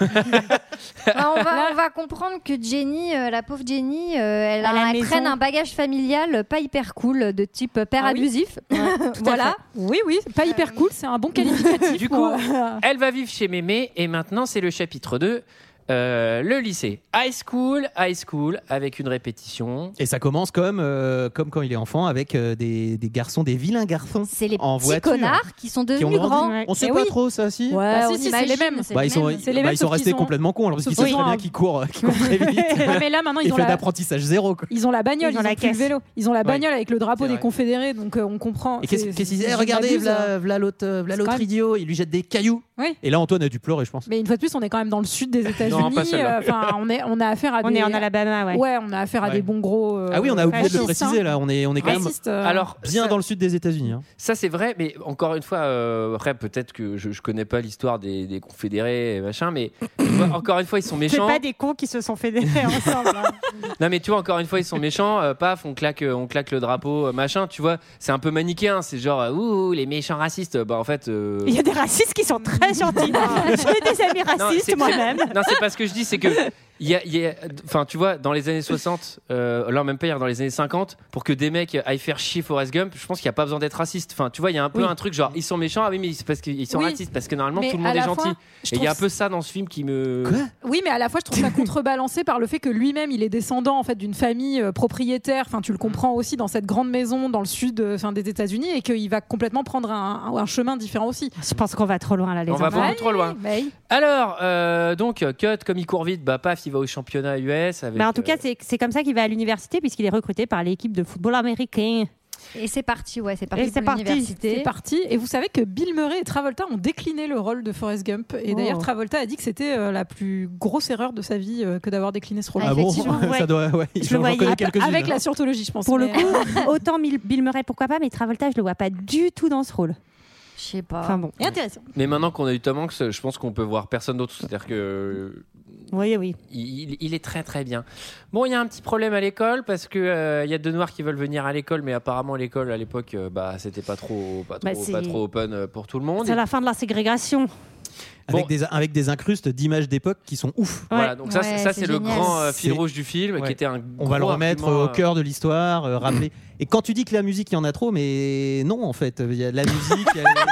J: Bah, on, va, on va comprendre que Jenny, euh, la pauvre Jenny, euh, elle,
K: À la
J: a- elle
K: maison.
J: traîne un bagage familial pas hyper cool de type euh, père
E: Ah oui.
J: abusif. voilà.
E: Oui, oui, c'est pas
K: Euh,
E: hyper cool, c'est un bon qualificatif.
A: Du
E: pour,
A: coup,
E: euh,
A: elle va vivre chez Mémé et maintenant c'est le chapitre 2, euh, le lycée. High school, high school, avec une répétition.
F: Et ça commence comme, euh, comme quand il est enfant avec euh, des, des garçons, des vilains garçons
J: C'est les
F: en
J: petits
F: voiture.
J: connards qui sont
F: ont
J: devenus
F: grandi.
J: grands.
F: On sait
J: Eh
F: pas
J: oui.
F: trop ça, si.
J: Ouais,
E: bah,
J: on
E: si, si,
J: imagine,
E: c'est les mêmes.
J: c'est
F: Bah,
J: les
F: ils sont,
J: mêmes.
E: C'est les
F: bah,
E: mêmes,
F: ils sont
E: sauf
F: restés
E: qu'ils ont-
F: complètement cons alors parce
E: sauf
F: qu'ils savent
E: qu'ils
F: très
E: ont
F: bien
E: un-
F: qu'ils courent, qu'ils courent très vite.
E: Ouais, mais là maintenant ils
F: Ils
E: ont
F: fait
E: la
F: d'apprentissage zéro. quoi.
E: ils ont la bagnole,
K: Ils
E: ils
K: ont
E: ont,
K: la
E: plus le
K: caisse.
E: vélo, ils ont la
F: Ouais.
E: bagnole avec le drapeau
F: C'est
E: des
F: vrai.
E: confédérés, donc euh, on comprend.
F: Et qu'est-ce
E: C'est-
F: qu'est-ce qu'il dit
E: c'est-
F: Eh,
E: je
F: Regardez,
E: m'abuse,
F: v'là
E: hein.
F: v'là l'autre euh, v'là
E: C'est quand
F: l'autre
E: même-
F: idiot, il lui jette des cailloux.
E: Oui.
F: Et là, Antoine a dû pleurer, je pense.
E: Mais une fois de plus, on est quand même dans le sud des
A: Non,
E: États-Unis.
A: pas celle-là.
E: euh, Enfin, on est, on a affaire à
K: On
E: des.
K: est en Alabama, ouais.
E: Ouais, on a affaire à
F: Ouais.
E: des bons gros. euh,
F: Ah oui, on a oublié de le
E: fascistes,
F: préciser
E: hein.
F: là. On est, on est quand même
E: Racistes, euh.
A: Alors,
F: bien
A: ça-
F: dans le sud des États-Unis. hein.
A: Ça c'est vrai, mais encore une fois, euh, après peut-être que je, je connais pas l'histoire des, des confédérés et machin, mais tu vois, encore une fois ils sont
K: C'est
A: méchants.
K: pas des cons qui se sont fédérés ensemble. hein.
A: Non mais tu vois encore une fois ils sont méchants, euh, paf on claque euh, on claque le drapeau euh, machin, tu vois c'est un peu manichéen, c'est genre euh, ouh les méchants racistes, bah en fait euh,
K: Il y a des racistes qui sont très gentils. J'ai des amis
A: Non,
K: racistes
A: c'est-
K: moi-même.
A: c'est- Non, c'est pas ce que je dis, c'est que il y a- il y a- Enfin, tu vois, dans les années 60, euh, alors même pas hier, dans les années 50, pour que des mecs aillent faire chier Forrest Gump, je pense qu'il n'y a pas besoin d'être raciste. Enfin, tu vois, il y a un peu
E: Oui.
A: un truc genre, ils sont méchants, ah oui, mais c'est parce qu'ils sont
E: Oui.
A: racistes, parce que normalement
E: Mais
A: tout le
E: à
A: monde est
E: la
A: gentil.
E: fois, je
A: Et il y a un
E: trouve-
A: peu ça dans ce film qui me.
E: Oui, mais à la fois, je trouve ça contrebalancé par le fait que lui-même, il est descendant en fait d'une famille euh, propriétaire. Enfin, tu le comprends aussi dans cette grande maison dans le sud euh, enfin, des États-Unis et qu'il va complètement prendre un, un- un chemin différent aussi.
K: Je pense qu'on va trop loin là, les
A: On va
K: enfants.
A: beaucoup trop loin. Alors, euh, donc, Cut, comme il court vite, bah paf, il va au championnat US. Avec,
K: Mais Bah,
E: Bah,
K: en tout
A: euh,
K: cas, c'est c'est comme ça qu'il va à l'université puisqu'il est recruté par l'équipe de football américain.
J: Et c'est parti, ouais, c'est
K: Et
J: parti
K: c'est
J: pour
K: parti,
J: l'université.
E: C'est parti. Et vous savez que Bill Murray et Travolta ont décliné le rôle de Forrest Gump. Et
K: Oh.
E: d'ailleurs, Travolta a dit que c'était euh, la plus grosse erreur de sa vie euh, que d'avoir décliné ce rôle.
F: Ah bon Ça doit. Ouais,
K: Je
F: j'en
K: le voyais.
F: reconnais
K: Avec-
F: quelques-unes. hein.
E: Avec la surtologie, je pense.
K: Pour le
E: mais-
K: coup, autant Mil- Bill Murray, pourquoi pas, mais Travolta, je le vois pas du tout dans ce rôle.
J: Je sais pas.
K: Enfin bon.
E: Et intéressant.
A: Mais maintenant qu'on a eu Tom Hanks, je pense qu'on peut voir personne d'autre. C'est-à-dire que.
K: Oui, oui.
A: Il, il est très très bien. Bon, il y a un petit problème à l'école parce que euh, il y a deux noirs qui veulent venir à l'école, mais apparemment l'école à l'époque, euh, bah c'était pas trop, pas
K: Bah,
A: trop,
K: c'est-
A: pas trop open euh, pour tout le monde.
K: C'est la fin de la ségrégation.
F: Avec, des, avec des incrustes d'images d'époque qui sont ouf.
A: Voilà, donc ça, c'est- ça c'est le grand euh, fil
F: C'est-
A: rouge du film
F: Ouais.
A: qui était un.
F: On va le
A: gros
F: remettre
A: argument,
F: au
A: euh,
F: cœur de l'histoire, euh, rappeler. Et quand tu dis que la musique, il y en a trop, mais non, en fait. Il y a de la musique. il y a-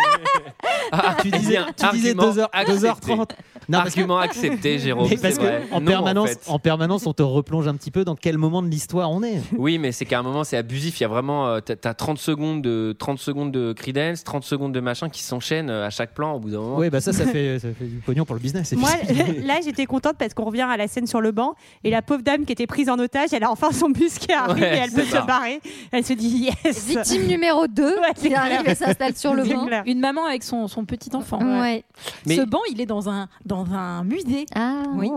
A: Ah,
F: tu disais,
A: bien,
F: tu disais
A: argument
F: 2h,
A: accepté.
F: 2h30.
A: Argument accepté, Jérôme,
F: Mais parce
A: c'est
F: que
A: vrai.
F: En,
A: Non, en
F: permanence, en,
A: fait.
F: permanence, on te replonge un petit peu dans quel moment de l'histoire on est.
A: Oui, mais c'est qu'à un moment, c'est abusif. Il y a vraiment. euh, T'as t'as 30 secondes de 30 secondes de Creedence, 30 secondes de machin qui s'enchaînent euh, à chaque plan au bout d'un moment.
F: Oui, bah ça, ça fait, ça fait du pognon pour le business.
K: Moi,
F: effectivement.
K: là, j'étais contente parce qu'on revient à la scène sur le banc et la pauvre dame qui était prise en otage, elle a enfin son bus qui arrive
J: Ouais,
K: et Ah, elle
J: c'est
K: peut
J: ça.
K: se barrer. Elle se dit yes.
J: Victime numéro 2 qui arrive et s'installe sur le banc.
E: Une maman avec son, son petit enfant.
J: Ouais.
A: Mais-
E: Ce banc, il est dans un, dans un musée.
J: Ah.
E: Oui.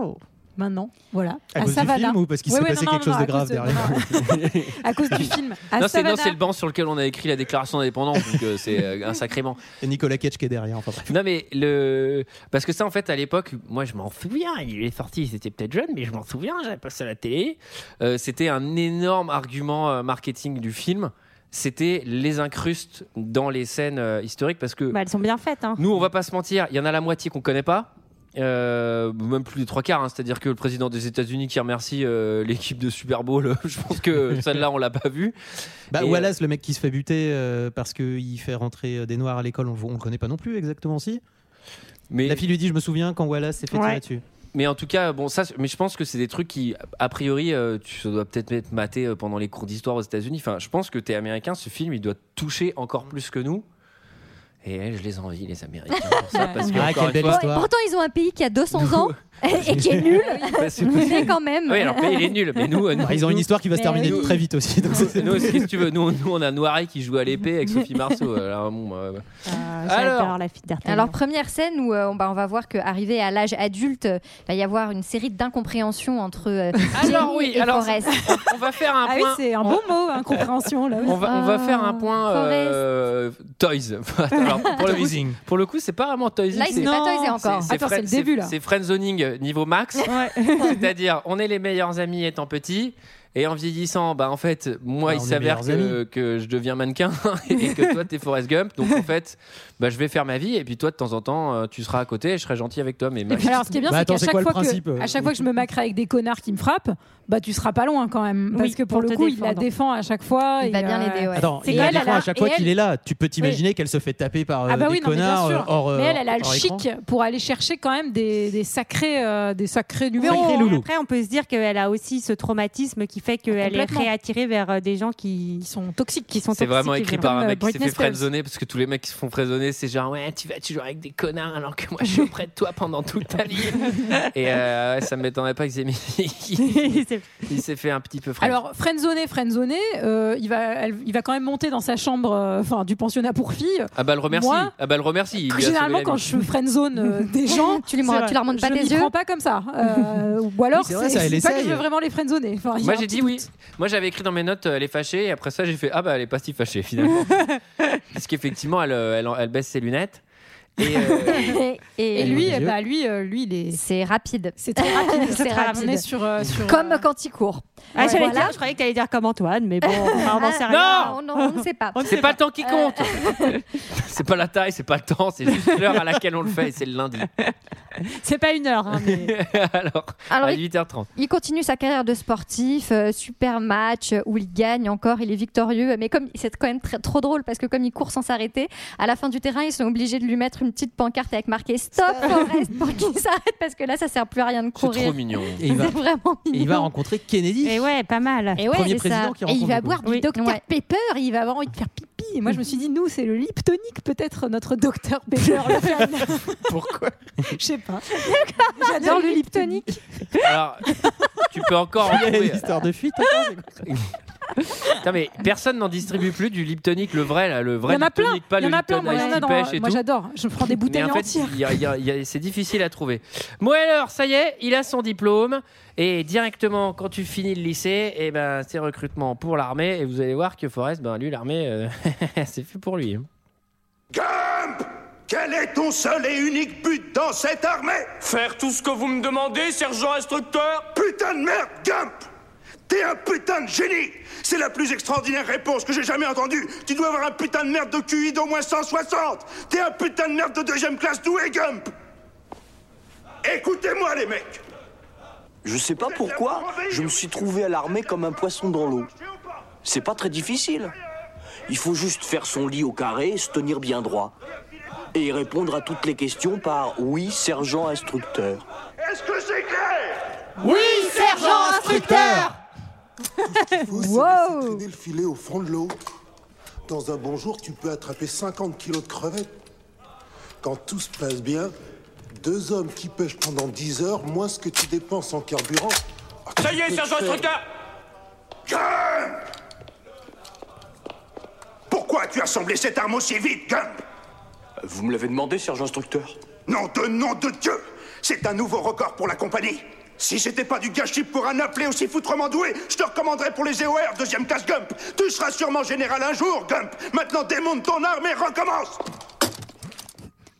E: Maintenant, voilà.
F: À cause du
E: Savannah.
F: film ou parce qu'il
E: Ouais,
F: s'est
E: ouais,
F: passé
E: non, non,
F: quelque chose
E: non,
F: de
E: à
F: grave
E: cause
F: derrière
E: À cause du film. À
A: Non, c'est non,
E: Savannah.
A: c'est le banc sur lequel on a écrit la déclaration d'indépendance, donc euh, c'est euh, un sacrément.
F: Et Nicolas Cage qui est derrière. Enfin, bref.
A: Non, mais le. Parce que ça, en fait, à l'époque, moi, je m'en souviens. Il est sorti, c'était peut-être jeune, mais je m'en souviens. J'avais passé à la télé. Euh, c'était un énorme argument euh, marketing du film. C'était les incrustes dans les scènes euh, historiques parce que.
K: Bah, elles sont bien faites. Hein.
A: Nous, on va pas se mentir, il y en a la moitié qu'on connaît pas. Euh, même plus des trois quarts, hein. c'est-à-dire que le président des États-Unis qui remercie euh, l'équipe de Super Bowl, je pense que celle-là on l'a pas vue.
F: Bah,
A: Et, euh,
F: Wallace, le mec qui se fait buter euh, parce qu'il fait rentrer euh, des noirs à l'école, on, le- on le connaît pas non plus exactement si.
A: Mais-
F: La fille lui dit Je me souviens quand Wallace s'est fait
A: Ouais.
F: tirer dessus.
A: Mais en tout cas, bon, ça, mais je pense que c'est des trucs qui, a priori, euh, tu ça doit peut-être être maté euh, pendant les cours d'histoire aux États-Unis. Enfin, je pense que t'es américain, ce film, il doit te toucher encore plus que nous. Et eh, je les envie, les Américains, pour ça, parce que
F: Ah,
A: encore
F: quelle
A: une
F: belle
A: fois-
F: histoire.
J: Pourtant, ils ont un pays qui a 200 ans et qui est nul, mais quand même.
A: Oui, alors il est nul, mais nous, euh, nous-
F: Bah, ils ont une histoire qui va se
J: Mais
F: terminer
J: oui.
F: très vite aussi. donc c'est-
A: Nous, qu'est-ce que tu veux nous, nous, on a Noiret qui joue à l'épée avec Sophie Marceau. Alors, bon, euh,
K: Alors, Ah, la fille d'Artagnan.
J: Alors première scène où euh, on, bah, on va voir qu'arrivé à l'âge adulte, euh, il va y avoir une série d'incompréhensions entre euh,
A: Alors
J: Jamie
A: oui,
J: et
A: alors
J: Forrest.
A: on va faire un
E: Ah oui,
A: point.
E: c'est un bon mot, incompréhension. Là, oui.
A: On va, on va faire un point euh, Toys. Alors, pour, le
F: Toysing.
A: coup, pour le coup, c'est pas vraiment Toys.
J: Là, il s'est pas toisé encore.
E: Attends,
A: friend-
E: c'est le début, là.
A: C'est friendzoning euh, niveau max. C'est-à-dire, on est les meilleurs amis étant petits. Et en vieillissant, bah en fait, moi,
F: Ah,
A: il
F: on est
A: s'avère
F: meilleurs
A: que, que je deviens mannequin et que toi, t'es Forrest Gump. Donc en fait, bah, je vais faire ma vie. Et puis toi, de temps en temps, euh, tu seras à côté et je serai gentil avec toi. Mais
E: Et puis alors, ce qui est bien,
F: Bah
E: c'est
F: attends,
E: qu'à
F: c'est
E: chaque,
F: quoi le
E: fois
F: principe,
E: que,
F: euh
E: à chaque fois que je me macre avec des connards qui me frappent, bah tu seras pas loin quand même. Parce
K: Oui,
E: que pour,
K: pour
E: le
K: te
E: coup, il la
K: défendre.
E: défend à chaque fois.
J: Il
E: et,
J: va bien
E: euh,
J: l'aider, ouais.
F: Attends,
E: C'est
F: il la
E: elle, elle
F: défend
E: a-
F: à chaque
E: et
F: fois qu'il
E: elle-
F: est là. Tu peux t'imaginer qu'elle se fait taper par euh,
E: Ah bah
F: des
E: oui, non, mais bien
F: connards
E: sûr.
F: euh, hors. euh,
E: mais elle, elle a le
F: hors écran.
E: chic pour aller chercher quand même des, des sacrés, euh, des sacrés numéros.
K: Bon,
E: hein.
K: Après, on peut se dire qu'elle a aussi ce traumatisme qui fait qu'elle est
E: Ah, Complètement.
K: réattirée vers euh, des gens qui
E: Ils sont toxiques.
K: qui sont
A: C'est vraiment
K: toxiques,
A: écrit
K: évidemment.
A: par un mec qui s'est
E: Britney
A: fait
E: Spears.
A: friendzoner parce que tous les mecs qui se font friendzoner, c'est genre ouais, tu vas toujours avec des connards alors que moi je suis auprès de toi pendant toute ta vie. Et euh, ouais, ça ne m'étonnerait pas que Zémi il s'est fait un petit peu friend.
E: Alors, friendzoné, friendzoné, euh, il, va, elle- il va quand même monter dans sa chambre euh, enfin, du pensionnat pour filles.
A: ah bah le remercie.
E: moi,
A: ah bah le remercie. il lui a
E: Généralement,
A: sauvé la
E: quand
A: vie.
E: je friendzone euh, des gens,
J: Tu lui-
E: c'est vrai,
J: tu leur montres pas
E: je
J: tes
E: m'y
J: yeux
E: prends pas comme ça. Euh, ou alors,
F: c'est vrai,
E: c'est
F: ça, elle
E: c'est pas que
F: essaye.
E: je veux vraiment les friendzoner. Enfin, il y a
A: Moi
E: un
A: j'ai
E: petit
A: dit
E: doute.
A: oui. Moi j'avais écrit dans mes notes euh, elle est fâchée et après ça j'ai fait ah bah elle est pas si fâchée finalement. parce qu'effectivement elle, euh, elle, elle baisse ses lunettes. Et, euh,
J: et,
E: Et lui,
F: les
E: eh
F: yeux.
E: bah, lui, euh, lui, il est.
J: c'est rapide.
E: C'est très rapide.
J: C'est
E: c'est très rapide.
J: rapide.
E: On est sur, euh, sur,
J: Comme
E: euh,
J: quand il court.
K: Ah, j'allais
J: Voilà.
K: dire, je croyais que t'allais dire comme Antoine, mais bon, on n'en sait rien.
A: Non
J: Ah, on- on ne sait pas.
A: c'est pas le temps qui
E: Euh.
A: compte. c'est pas la taille, c'est pas le temps, c'est juste l'heure à laquelle on le fait et c'est le lundi.
K: C'est pas une heure. hein, mais-
A: Alors,
J: Alors,
A: à
J: il-
A: 8h30.
J: Il continue sa carrière de sportif, euh, super match euh, où il gagne encore, il est victorieux. Mais comme c'est quand même très- trop drôle parce que comme il court sans s'arrêter, à la fin du terrain ils sont obligés de lui mettre une petite pancarte avec marqué Stop Forest pour qu'il s'arrête parce que là ça sert plus à rien de
F: C'est
J: courir.
F: trop mignon. Et
J: C'est
F: il va-
J: vraiment
F: Et
J: mignon.
F: il va rencontrer Kennedy.
K: Et ouais, pas mal.
J: Et ouais,
F: Premier
J: c'est
F: président
J: ça.
F: qui
J: Et il
F: rencontre
J: va
F: le
J: boire
E: Oui.
J: du Dr
E: Ouais.
J: Pepper.
E: il va avoir envie de faire pipi. Et moi, je me suis dit, nous, c'est le liptonique, peut-être notre docteur Baker le fan.
A: Pourquoi
E: Je sais pas. J'adore le liptonique.
A: Alors, tu peux encore en trouver.
F: Histoire de fuite.
A: Putain, mais personne n'en distribue plus du Liptonic, le vrai, là, le
E: Il y
A: vrai
E: en a plein.
A: Liptonic, pas
E: il y en
A: le
E: a plein.
A: Lipton
E: Moi, il y en
A: Ice
E: a
A: qui
E: dans-
A: pêche et
E: moi,
A: tout.
E: j'adore. Je prends des
A: Mais
E: bouteilles
A: en fait,
E: entières.
A: il y a- il y a- il y a- c'est difficile à trouver. Moi alors, ça y est, il a son diplôme et directement quand tu finis le lycée, et ben c'est recrutement pour l'armée et vous allez voir que Forrest, ben lui l'armée, euh, c'est fait pour lui. hein.
L: Gump Quel est ton seul et unique but dans cette armée Faire tout ce que vous me demandez, sergent instructeur Putain de merde, Gump T'es un putain de génie C'est la plus extraordinaire réponse que j'ai jamais entendue Tu dois avoir un putain de merde de QI d'au moins 160 T'es un putain de merde de deuxième classe doué, Gump Écoutez-moi, les mecs
M: Je sais pas pourquoi, je me suis trouvé à l'armée comme un poisson dans l'eau. C'est pas très difficile. Il faut juste faire son lit au carré, se tenir bien droit. Et répondre à toutes les questions par oui, sergent instructeur.
L: Est-ce que c'est clair
M: Oui, sergent instructeur
I: wow traîner le filet au fond de l'eau. Dans un bon jour, tu peux attraper 50 kilos de crevettes. Quand tout se passe bien, deux hommes qui pêchent pendant 10 heures, moins ce que tu dépenses en carburant.
L: Ça y est, sergent instructeur Gump Pourquoi tu as semblé cette arme aussi vite, Gump
M: Vous me l'avez demandé, sergent instructeur
L: Non de nom de Dieu C'est un nouveau record pour la compagnie Si c'était pas du gâchis pour un appelé aussi foutrement doué, je te recommanderais pour les EOR, deuxième classe Gump Tu seras sûrement général un jour, Gump Maintenant démonte ton arme et recommence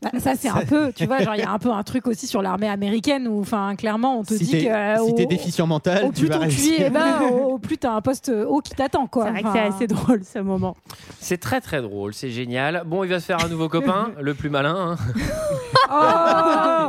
E: Bah, ça, c'est un peu, tu vois, genre, il y a un peu un truc aussi sur l'armée américaine où, enfin, clairement, on te
F: Si
E: dit
F: t'es
E: que. euh,
F: si t'es
E: au-
F: déficient mental,
E: au
F: tu
E: plus
F: vas
E: ton
F: réussir.
E: QI est bas, au, au plus t'as un poste haut qui t'attend, quoi.
K: C'est vrai que c'est assez
E: drôle ce moment.
A: C'est très très drôle, c'est génial. Bon, il va se faire un nouveau copain, le plus malin. hein.
J: Oh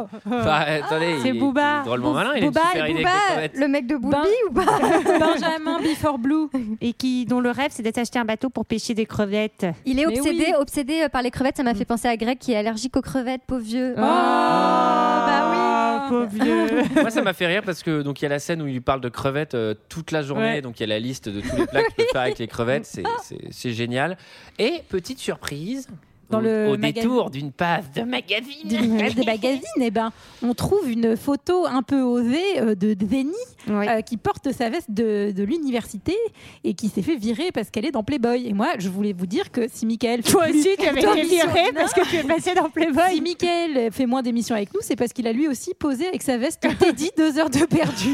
A: Enfin, attendez,
J: C'est
A: il est-
J: Booba.
A: il est drôlement
J: Booba-
A: malin, il a une
J: Booba-
A: super idée
J: Booba,
A: avec les crevettes.
J: le mec de Booby ou pas
K: Benjamin Before Blue et qui dont le rêve c'est d'être acheté un bateau pour pêcher des crevettes.
J: Il est obsédé, obsédé euh, par les crevettes. Ça m'a fait penser à Greg qui est allergique aux crevettes, pauvre vieux. Ah. bah oui.
A: Moi, ça m'a fait rire parce que donc il y a la scène où il lui parle de crevettes euh, toute la journée.
J: Ouais.
A: Donc il y a la liste de tous les plats qu'il peut faire avec les crevettes. C'est- C'est c'est génial. Et petite surprise.
E: Dans
A: au,
E: le
A: au
E: magasin.
A: détour d'une page de magazine.
E: Des magazines, eh ben, on trouve une photo un peu osée euh, de Zeny euh, qui porte sa veste de, de l'université et qui s'est fait virer parce qu'elle est dans Playboy. Et moi, je voulais vous dire que si Michael. fait
K: Toi
E: plus
K: aussi, tu avais été
E: d'émissions-
K: viré
E: Non.
K: parce que tu es passé dans Playboy.
E: Si Michael fait moins d'émissions avec nous, c'est parce qu'il a lui aussi posé avec sa veste Teddy deux heures de perdu.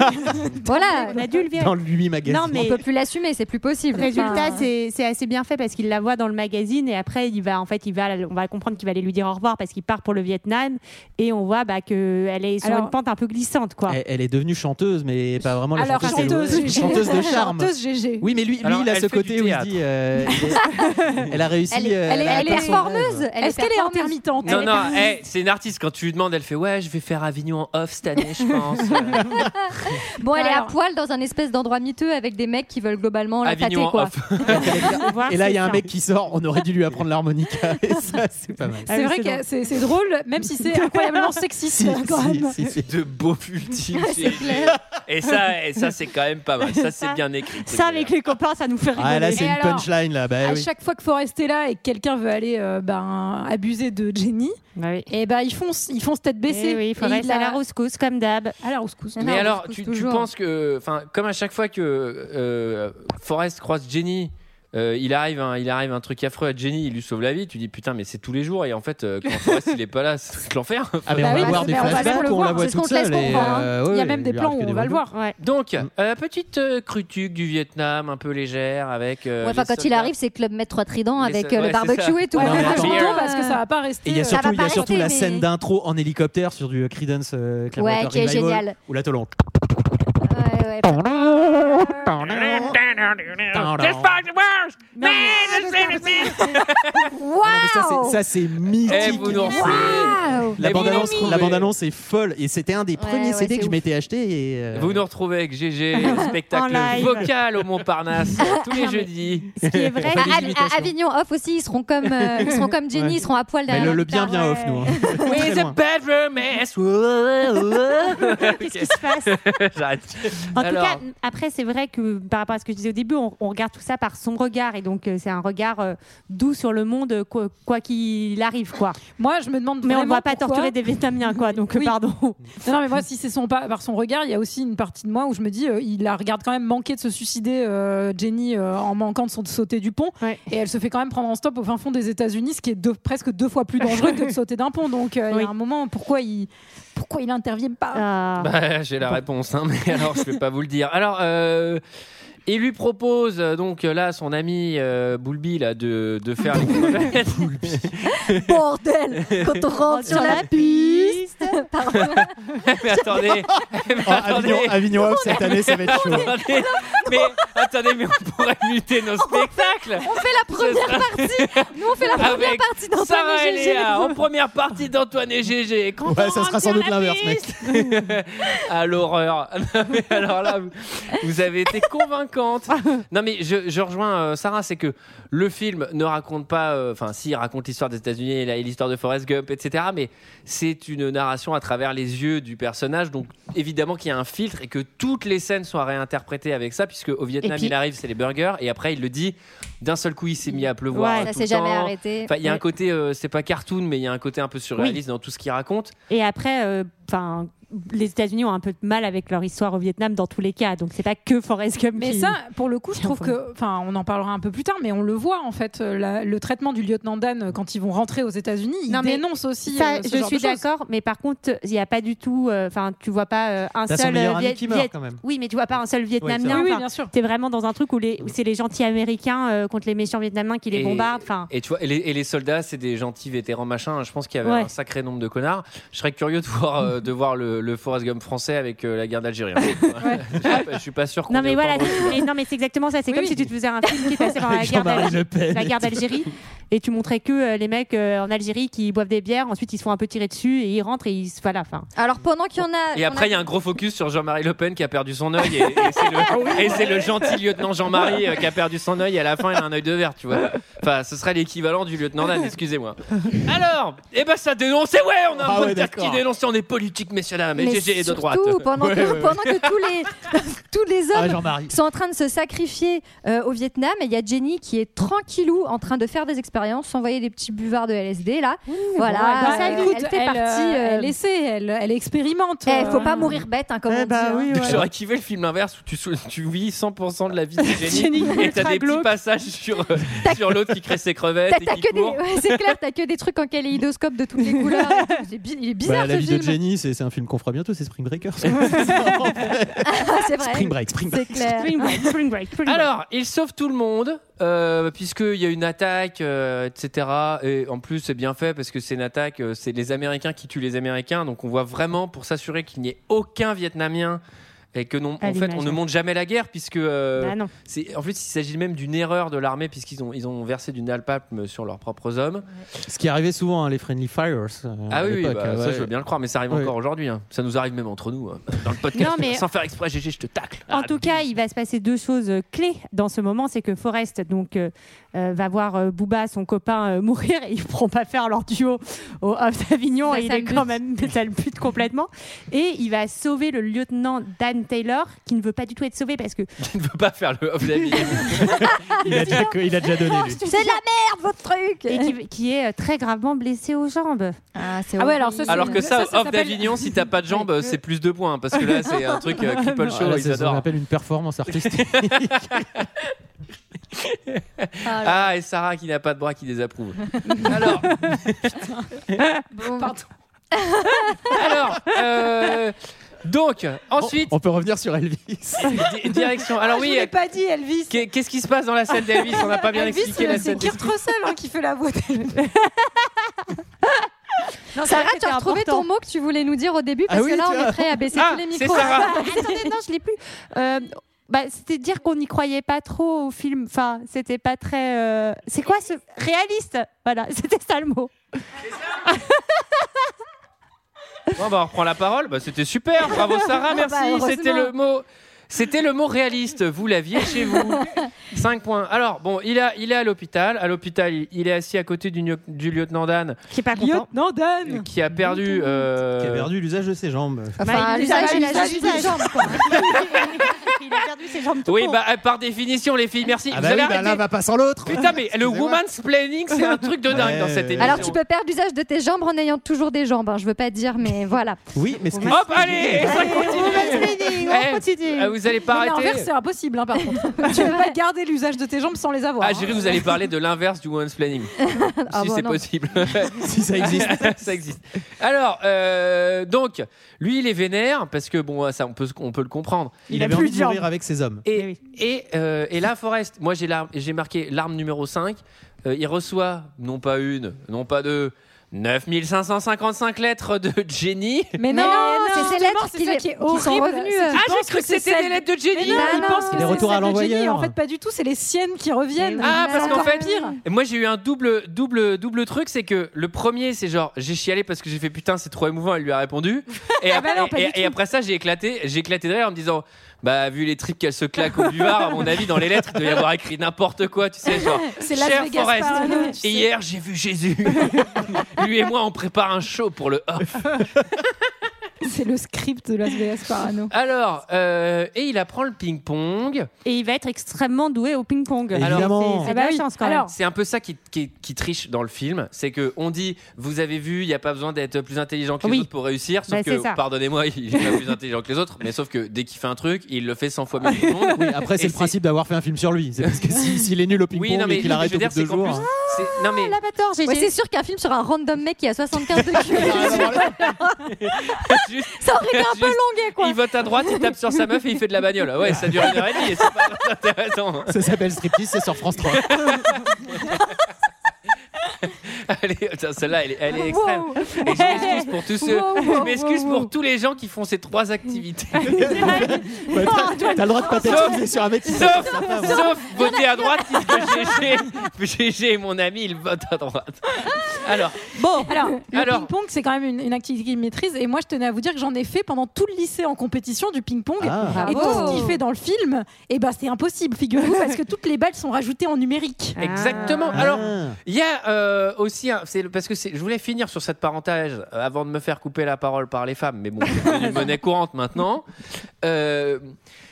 J: Voilà,
K: on a dû le virer.
F: Dans le lui magazine.
K: Non, mais-
J: On peut plus l'assumer, c'est plus possible.
K: Résultat,
E: hein.
J: Enfin,
K: c'est c'est assez bien fait parce qu'il la voit dans le magazine et après il va en fait il va on va comprendre qu'il va aller lui dire au revoir parce qu'il part pour le Vietnam et on voit bah, que elle est sur
E: Alors-
K: une pente un peu glissante quoi.
F: Elle, elle est devenue chanteuse, mais pas vraiment la
E: Alors,
F: chanteuse. elle-
E: chanteuse, GG.
F: chanteuse de charme.
E: Chanteuse, GG.
F: Oui, mais lui, lui,
A: Alors,
F: il a
A: elle
F: ce
A: fait du
F: côté où il se
A: théâtre.
F: dit, euh, il est- elle a réussi.
J: Elle est,
F: euh,
J: elle est-
F: à
J: elle est
F: atteindre son rêve.
J: performeuse. elle
E: Est-ce qu'elle est
J: performeuse.
E: intermittente
A: Non,
J: Elle
A: non,
J: est performeuse.
A: hey, c'est une artiste. Quand tu lui demandes, elle fait Ouais, je vais faire Avignon en off cette année, je pense.
J: Bon, elle est à
E: Alors-
J: poil dans un espèce d'endroit miteux avec des mecs qui veulent globalement la
A: Avignon
J: tâter,
A: en
J: quoi.
A: off.
F: Et là, il y a un mec qui sort. On aurait dû lui apprendre l'harmonica. Et ça, c'est pas mal.
E: C'est vrai que c'est c'est drôle, même si c'est incroyablement sexiste quand même.
A: De beau ultime.
E: Ouais, c'est
A: c'est-
E: clair.
A: Et ça, et ça c'est quand même pas mal. Ça, c'est bien écrit.
K: Ça avec les copains, ça nous fait rigoler.
F: Ah là, c'est
E: Et
F: une
E: alors,
F: punchline là.
K: Ah
F: Bah,
E: à
F: oui.
E: chaque fois que Forrest est là et que quelqu'un veut aller euh, ben, abuser de Jenny, et ben ils font ils font tête
K: Bah
E: baissée.
K: Eh oui,
E: Et
K: Forrest
E: il
K: à la rouscousse comme d'hab.
E: À la rouscousse.
A: Mais alors, tu, tu penses que, enfin, comme à chaque fois que euh, Forrest croise Jenny, euh, il arrive, un, il arrive un truc affreux à Jenny, il lui sauve la vie. Tu dis putain, mais c'est tous les jours. Et en fait, euh, quand Forrest il est pas là, c'est l'enfer.
F: Ah, mais on
E: bah,
F: va voir des flashbacks, on la voit toute seule. et, euh,
E: hein. Il y a
F: ouais,
E: même des
F: lui
E: plans
F: arrive
E: où
F: que des
E: on va le
F: bonnes
E: voir.
A: Donc, euh, petite euh, crutuque du Vietnam, un peu légère avec. euh,
J: Ouais, enfin,
A: les
J: quand il
A: soldats.
J: arrive, c'est Club Maître Trident
A: Les
J: avec
A: so-
J: euh,
A: ouais,
J: le
A: c'est
J: barbecue
A: ça.
J: et tout.
A: Ouais,
J: Enfin,
A: mais
J: franchement,
A: attends.
E: Non, parce que ça va pas rester.
F: Et il y a
E: euh,
F: surtout,
J: va
F: il y a
J: pas
F: surtout
J: rester,
F: la
J: mais-
F: scène d'intro en hélicoptère sur du Creedence euh, Clearwater
J: Ouais, qui est
F: Revival,
J: géniale.
F: Ou la Tolonque.
J: Ouais, ouais.
F: Ça, c'est- Ça, c'est mythique.
A: Eh, vous nous refilez. Waouh.
F: La
A: Et vous nous
F: bande-annonce
A: retrouvez.
F: la bande-annonce est folle. Et c'était un des
A: Ouais,
F: premiers
A: ouais,
F: CD
A: c'est
F: que je
A: ouf.
F: m'étais acheté. Et, euh,
A: Vous nous retrouvez avec GG, le spectacle
F: En live.
A: vocal au Montparnasse tous les jeudis.
J: Ce qui est vrai, à, à- à Avignon Off aussi, ils seront comme, euh, ils seront comme Jenny,
A: Ouais.
J: ils seront à poil
A: Mais
J: derrière.
A: le-
J: leur
A: le bien,
J: guitare.
A: bien off, nous, hein. With a bedroom ass.
K: Qu'est-ce qui se passe
A: J'arrête.
K: En
A: Alors,
K: tout cas, après, c'est vrai que par rapport à ce que je disais au début, on, on regarde tout ça par son regard. Et donc, euh, c'est un regard euh, doux sur le monde, euh, quoi quoi qu'il arrive. quoi.
E: Moi, je me demande.
K: Mais on ne
E: vraiment
K: va pas
E: pourquoi.
K: torturer des Vietnamiens, quoi. Donc, euh, pardon.
E: Non, non, mais moi, si c'est son pas par son regard, il y a aussi une partie de moi où je me dis, euh, il la regarde quand même manquer de se suicider, euh, Jenny, euh, en manquant de, sa- de sauter du pont, et elle se fait quand même prendre en stop au fin fond des États-Unis, ce qui est deux- presque deux fois plus dangereux que de sauter d'un pont. Donc, euh, il y a un moment, pourquoi il, pourquoi il intervient pas
A: bah, j'ai la réponse, hein, mais alors je vais pas vous le dire. Alors, euh, il lui propose euh, donc euh, là son ami euh, Boulby là de, de faire les crevettes.
J: Bordel Quand on rentre sur la piste Pardon.
A: mais attendez, mais attendez.
F: Avignon- Avignon Off, cette année, ça va être chaud.
A: Attendez, mais attendez, mais on pourrait muter nos spectacles. Ah,
J: On fait la première partie Nous, on fait la première
A: Avec
J: partie d'Antoine
A: Sarah
J: et
A: et
J: Gégé.
A: Léa, hein. en première partie d'Antoine et Gégé. Quand
F: Ouais,
A: on
F: ça sera
A: rentre
F: sans
A: sur
F: doute
A: la
F: l'inverse, mec.
A: piste. à l'horreur. Non, mais alors là, vous- vous avez été convaincante. Non, mais je, je rejoins euh, Sarah, c'est que le film ne raconte pas, euh, enfin, si, il raconte l'histoire des États-Unis et la- et l'histoire de Forrest Gump, etc. Mais c'est une narration à travers les yeux du personnage. Donc, évidemment qu'il y a un filtre et que toutes les scènes sont réinterprétées avec ça, puisque au Vietnam,
J: Et puis-
A: il arrive, c'est les burgers, et après, il le dit. D'un seul coup, il s'est mis à pleuvoir.
J: Ouais, ça
A: tout
J: s'est
A: le
J: jamais
A: temps.
J: arrêté.
A: Enfin, il y a un
J: Ouais.
A: côté, euh, c'est pas cartoon, mais il y a un côté un peu surréaliste dans tout ce qu'il raconte.
K: Et après, enfin. les États-Unis ont un peu de mal avec leur histoire au Vietnam dans tous les cas, donc c'est pas que Forrest Gump.
E: Mais
K: qui-
E: ça, pour le coup, je
K: Tiens,
E: trouve
K: enfin.
E: que, enfin, on en parlera un peu plus tard, mais on le voit en fait, euh, la- le traitement du lieutenant Dan euh, quand ils vont rentrer aux États-Unis, il
K: Non, mais
E: dénonce aussi.
K: ça,
E: euh, ce
K: je
E: genre
K: suis
E: de choses.
K: d'accord, mais par contre, il n'y a pas du tout. Enfin, tu vois pas euh, un
E: T'as son
K: seul.
E: meilleur
K: euh,
E: ami
K: Viet-
E: qui meurt,
K: Viet-
E: quand même.
K: Oui, mais tu vois pas un seul
A: Oui,
K: Vietnamien.
A: oui,
K: enfin,
A: bien
K: T'es vraiment dans un truc où, les, où c'est les gentils Américains euh, contre les méchants Vietnamiens qui les
A: Et-
K: bombardent. Enfin,
A: Et tu vois, et les, et les soldats, c'est des gentils vétérans machin. Je pense qu'il y avait
K: Ouais.
A: un sacré nombre de connards. Je serais curieux de voir, euh, de voir le, le Forrest Gump français avec euh, la guerre d'Algérie. hein. je, suis pas- je suis pas sûr qu'on
K: non
A: ait
K: mais
A: autant
K: voilà,
A: de-
K: mais non mais c'est exactement ça. C'est comme si tu te faisais un film qui passait par la
A: Avec
K: guerre
A: Jean-Marie
K: d'Al-
A: Le Pen.
K: la guerre d'Algérie et tu montrais que euh, les mecs euh, en Algérie qui boivent des bières, ensuite ils se font un peu tirer dessus et ils rentrent et ils se voilà. Enfin,
J: Alors, pendant qu'il y en a.
A: Et après, il y a un gros focus sur Jean-Marie Le Pen qui a perdu son œil. Et, et c'est
K: Ah
A: le, et c'est le gentil lieutenant Jean-Marie euh, qui a perdu son œil. Et à la fin, il a un œil de verre, tu vois. Enfin, ce serait l'équivalent du lieutenant Dan, excusez-moi. Alors, eh ben ça dénonce. Et ouais, on a un
F: Ah ouais,
A: podcast
F: d'accord.
A: qui dénonce. On est politique, messieurs dames. Et
J: Mais
A: GG est de
J: surtout,
A: droite.
J: Pendant, que, pendant que tous les, tous les
A: Ah,
J: hommes
A: Jean-Marie.
J: sont en train de se sacrifier euh, au Vietnam, et il y a Jenny qui est tranquillou en train de faire des expériences, s'envoyer des petits buvards de LSD là. voilà,
E: bon, bah,
J: euh,
E: écoute,
J: elle fait
E: elle,
J: partie.
E: euh, elle essaie, elle, expérimente.
J: Il
E: euh.
J: faut pas mourir bête, hein,
F: Eh
J: comme on
F: bah
J: dit. hein.
A: J'aurais kiffé le film inverse où tu, sou- tu vis 100% de la vie de Jenny,
J: Jenny,
A: et t'as
J: ultra
A: des petits
J: glauque.
A: passages sur, euh, sur l'autre qui crée ses crevettes
J: T'as-
A: et
J: t'as
A: qui
J: que des-
A: court.
J: ouais, c'est clair, t'as que des trucs en kaléidoscope de toutes les couleurs. C'est bi- Il est
F: bah,
J: bizarre
F: la
J: ce
F: vie
J: film.
F: de Jenny, c'est c'est un film qu'on fera bientôt, c'est Spring Breakers.
J: Ah, c'est vrai.
F: Spring Break, Spring Break.
J: C'est clair.
K: Spring Break, Spring Break, Spring Break.
A: Alors, il sauve tout le monde, euh, puisqu'il y a une attaque, euh, etc. Et en plus, c'est bien fait parce que c'est une attaque, euh, c'est les Américains qui tuent les Américains. Donc, on voit vraiment pour s'assurer qu'il n'y ait aucun Vietnamien. Et que non,
K: À
A: en fait,
K: l'image,
A: on ne
K: ouais.
A: montre jamais la guerre, puisque. euh,
K: Bah non.
A: c'est- en plus, il s'agit même d'une erreur de l'armée, puisqu'ils ont, ils ont versé du napalm sur leurs propres hommes.
F: Ce qui arrivait souvent, hein, les Friendly Fires. euh,
A: Ah
F: à
A: oui, oui,
F: l'époque,
A: bah,
F: euh,
A: ça
F: ouais.
A: je veux bien le croire, mais ça arrive
F: Ouais.
A: encore aujourd'hui. hein. Ça nous arrive même entre nous, hein, dans le podcast.
K: Non, mais-
A: Sans faire exprès, GG, je te tacle.
K: En
A: Ah,
K: tout cas, il va se passer deux choses euh, clés dans ce moment. C'est que Forrest donc, euh, euh, va voir euh, Booba, son copain, euh, mourir. Et ils ne pourront pas faire leur duo au Off d'Avignon.
J: Bah,
K: et il
J: ça
K: est
J: le
K: quand même, ça le bute complètement. Et il va sauver le lieutenant Dan Taylor, qui ne veut pas du tout être sauvé parce que.
A: Je ne veux pas faire le off d'avis.
F: Il a déjà- il a déjà donné, lui.
J: C'est de la merde, votre truc
K: Et qui, qui est euh, très gravement blessé aux jambes.
J: Ah, c'est
E: Ah ouais, alors ça, c'est-
A: Alors que ça,
E: ça
A: off
E: s'appelle-
A: d'Avignon, si t'as pas de jambes, c'est plus de points. Parce que là, c'est un truc euh,
F: Ah,
A: People
F: là,
A: Show, ils
F: c'est ce qu'on
A: adorent.
F: appelle une performance artistique.
A: Ah, et Sarah qui n'a pas de bras qui désapprouve.
E: Pardon.
A: Alors, euh, donc, ensuite.
F: On peut revenir sur Elvis.
A: di- Direction. Alors,
E: Ah,
A: oui.
E: je l'ai pas dit Elvis.
A: Qu'est- Qu'est-ce qui se passe dans la scène d'Elvis On n'a pas bien
E: Elvis,
A: expliqué la
E: c'est
A: scène
E: Kurt Russell hein, qui fait la voix d'Elvis.
J: Non,
K: c'est vrai
J: Sarah,
K: que
J: tu as
K: c'était
J: retrouvé
K: important.
J: ton mot que tu voulais nous dire au début
K: Ah
J: parce
K: oui,
J: que là,
K: tu
J: on
K: vois.
J: est prêt à baisser
K: Ah,
J: tous les
K: c'est
J: micros.
K: Sarah. Attendez, non, je l'ai plus. Euh, bah, c'était dire qu'on n'y croyait pas trop au film. Enfin, c'était pas très. euh, C'est quoi ce réaliste Voilà, c'était ça le mot.
A: Bon, bah, on reprend la parole. Bah, c'était super. Bravo Sarah, merci.
K: Bah, heureusement.
A: c'était le mot. C'était le mot réaliste. Vous l'aviez chez vous. 5 points. Alors bon, il a, il est à l'hôpital. À l'hôpital, il, il est assis à côté du, nio- du lieutenant Dan.
K: Qui est pas
A: content. Qui a perdu. euh,
F: Qui a perdu l'usage de ses jambes.
A: Enfin,
K: il
J: l'usage,
K: a-
J: il a
K: l'usage,
J: juste
K: l'usage.
J: des jambes, quoi.
K: Il a perdu ses jambes tout
A: Oui,
K: court.
A: bah euh, par définition, les filles, merci.
F: Ah
A: Vous
F: bah
A: avez
F: oui, bah
A: arrêté.
F: l'un va pas sans l'autre.
A: Putain, mais le woman's planning, c'est un truc de dingue
F: Ouais,
A: dans cette
F: ouais,
A: émission.
J: Alors tu peux perdre l'usage de tes jambes en ayant toujours des jambes, hein, je veux pas dire, mais voilà.
F: Oui, mais ce que-
A: Hop, allez, ça
J: Allez,
A: continue. Eh, ah, Vous allez pas
E: Mais
A: arrêter.
E: L'inverse, c'est impossible, hein, par contre. tu peux pas garder l'usage de tes jambes sans les avoir. hein.
A: Ah, j'ai cru que vous allez parler de l'inverse du woman's planning.
E: Ah
A: si
E: bon,
A: c'est
E: non.
A: possible.
F: si ça existe.
A: ça existe. Alors, euh, donc, lui, il est vénère parce que, bon, ça, on peut, on peut le comprendre.
F: Il, avait envie de mourir avec ses hommes.
A: Et, et, euh, et là, Forrest, moi j'ai l'arme- j'ai marqué l'arme numéro 5. Euh, il reçoit, non pas une, non pas deux, 9555 lettres de Jenny.
E: Mais non,
J: c'est ces
E: justement,
J: lettres
E: c'est
J: qu'il-
E: ça
J: qui
E: qui est
J: sont
E: horrible.
J: revenues.
K: euh.
E: C'est
J: Ah,
E: qu'il
A: j'ai
E: pense
A: cru que
E: c'est
A: c'était
E: celles-
A: les lettres de Jenny.
E: Mais non,
A: Bah
E: il
A: non,
E: pense que
A: les
E: c'est
F: retours à
E: celles de Jenny.
F: l'envoyeur.
E: En fait, pas du tout. C'est les siennes qui reviennent.
A: Ah, parce
E: C'est
A: qu'en
E: encore
A: fait,
E: pire.
A: moi j'ai eu un double, double, double truc, c'est que le premier, c'est genre, j'ai chialé parce que j'ai fait putain, c'est trop émouvant, elle lui a répondu. Et,
E: Ah bah non, pas
A: et-
E: du
A: et
E: tout.
A: après ça, j'ai éclaté, j'ai éclaté derrière en me disant, bah vu les tripes qu'elle se claque au buvard, à mon avis, dans les lettres, il doit y avoir écrit n'importe quoi, tu sais, genre,
E: C'est Las
A: cher
E: Vegas
A: Forest,
E: parano, tu sais.
A: hier j'ai vu Jésus. lui et moi, on prépare un show pour le off.
E: Ah, C'est le script de Las Vegas Parano.
A: Alors, euh, et il apprend le ping-pong.
K: Et il va être extrêmement doué au ping-pong.
A: Alors, Évidemment.
E: Eh
K: C'est- C'est
A: Ah bah
E: ben
K: de la
A: oui.
K: chance quand même.
A: C'est un peu ça qui, qui- qui triche dans le film, c'est que on dit vous avez vu, il n'y a pas besoin d'être plus intelligent que les
K: Oui.
A: autres pour réussir, sauf
K: Bah, c'est
A: que
K: ça.
A: pardonnez-moi, il est pas plus intelligent que les autres, mais sauf que dès qu'il fait un truc, il le fait 100 fois mieux que tout le monde.
F: Oui, après, c'est
A: Et
F: le principe d'avoir fait un film sur lui. C'est parce que si- s'il est nul au
A: Oui,
F: ping-pong
A: non mais
F: et qu'il
A: non, mais
F: arrête
A: je veux
F: au
A: dire
F: bout
A: c'est
F: de deux
A: qu'en
F: jours. hein.
A: plus, c'est- non mais
J: Ah,
K: pas tort,
J: Ouais, c'est sûr qu'un film sur un random mec qui a 75 de cul. ça aurait été un peu
A: Juste-
J: longué, quoi.
A: il vote à droite, il tape sur sa meuf et il fait de la bagnole. Ouais, ça dure une heure et demie et c'est pas très intéressant.
F: Ça s'appelle striptease, c'est sur France 3.
A: Allez, putain, celle-là, elle est, elle est extrême.
K: Wow.
A: Et je m'excuse pour tous ceux,
K: Wow,
A: je
K: wow,
A: m'excuse
K: wow,
A: pour tous les gens qui font ces trois activités.
F: Ouais, T'as t'as le droit de pas t'excuser sur un mec qui
A: Sauf, sauf voter à droite, puisque GG, GG, mon ami, il vote à droite. Alors,
K: Bon,
E: alors, le
A: Alors.
E: ping-pong, c'est quand même une, une activité qu'il maîtrise. Et moi, je tenais à vous dire que j'en ai fait pendant tout le lycée en compétition du ping-pong.
F: Ah.
E: Et tout
J: Bravo.
E: ce qu'il fait dans le film, eh ben, c'est impossible, figurez-vous, parce que toutes les balles sont rajoutées en numérique.
A: exactement.
F: Ah.
A: Alors, il y a euh, aussi un. c'est le- Parce que c'est- je voulais finir sur cette parenthèse euh, avant de me faire couper la parole par les femmes, mais bon, c'est une monnaie courante maintenant. Euh,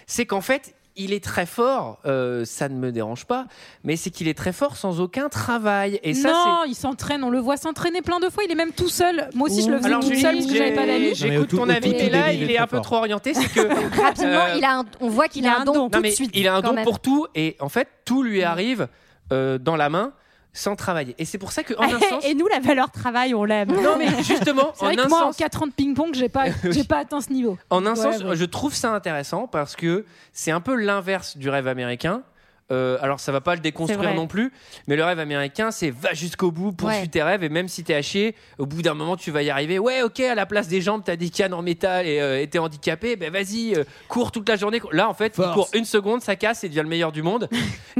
A: c'est qu'en fait. Il est très fort, euh, ça ne me dérange pas, mais c'est qu'il est très fort sans aucun travail. Et ça, c'est
E: non, il s'entraîne, on le voit s'entraîner plein de fois. Il est même tout seul. Moi aussi, je le faisais
A: Alors,
E: tout
A: Julie,
E: seul parce que
A: j'ai-
E: j'avais pas d'amis.
F: Non, mais au
A: J'écoute
F: tout-
A: ton
F: au
A: avis,
F: tout
A: mais là,
F: début,
A: il
F: il
A: est
F: est
A: un
F: très
A: peu
F: fort.
A: trop orienté. C'est que.
J: Rapidement,
A: euh,
J: il a un- on voit qu'il a un don, tout
A: Non,
J: de
A: mais
J: suite.
A: il a un
J: quand
A: don
J: même.
A: pour tout, et en fait, tout lui arrive euh, dans la main sans travailler. Et c'est pour ça que, en un sens.
K: Et nous, la valeur travail, on l'aime.
A: Non, mais justement,
E: C'est
A: en
E: vrai que
A: un
E: moi, en
A: sens.
E: 4 ans de ping-pong, j'ai pas, j'ai pas atteint ce niveau.
A: En un
E: Ouais,
A: sens,
E: ouais.
A: je trouve ça intéressant parce que c'est un peu l'inverse du rêve américain. Euh, alors ça va pas le
K: C'est
A: déconstruire
K: vrai.
A: non plus, mais le rêve américain c'est va jusqu'au bout, poursuis
J: Ouais.
A: tes rêves et même si t'es haché, au bout d'un moment tu vas y arriver. Ouais ok, à la place des jambes t'as des cannes en métal et euh, et t'es handicapé, ben vas-y, euh, cours toute la journée. Là en fait, il
F: Force.
A: court une seconde, ça casse et devient le meilleur du monde.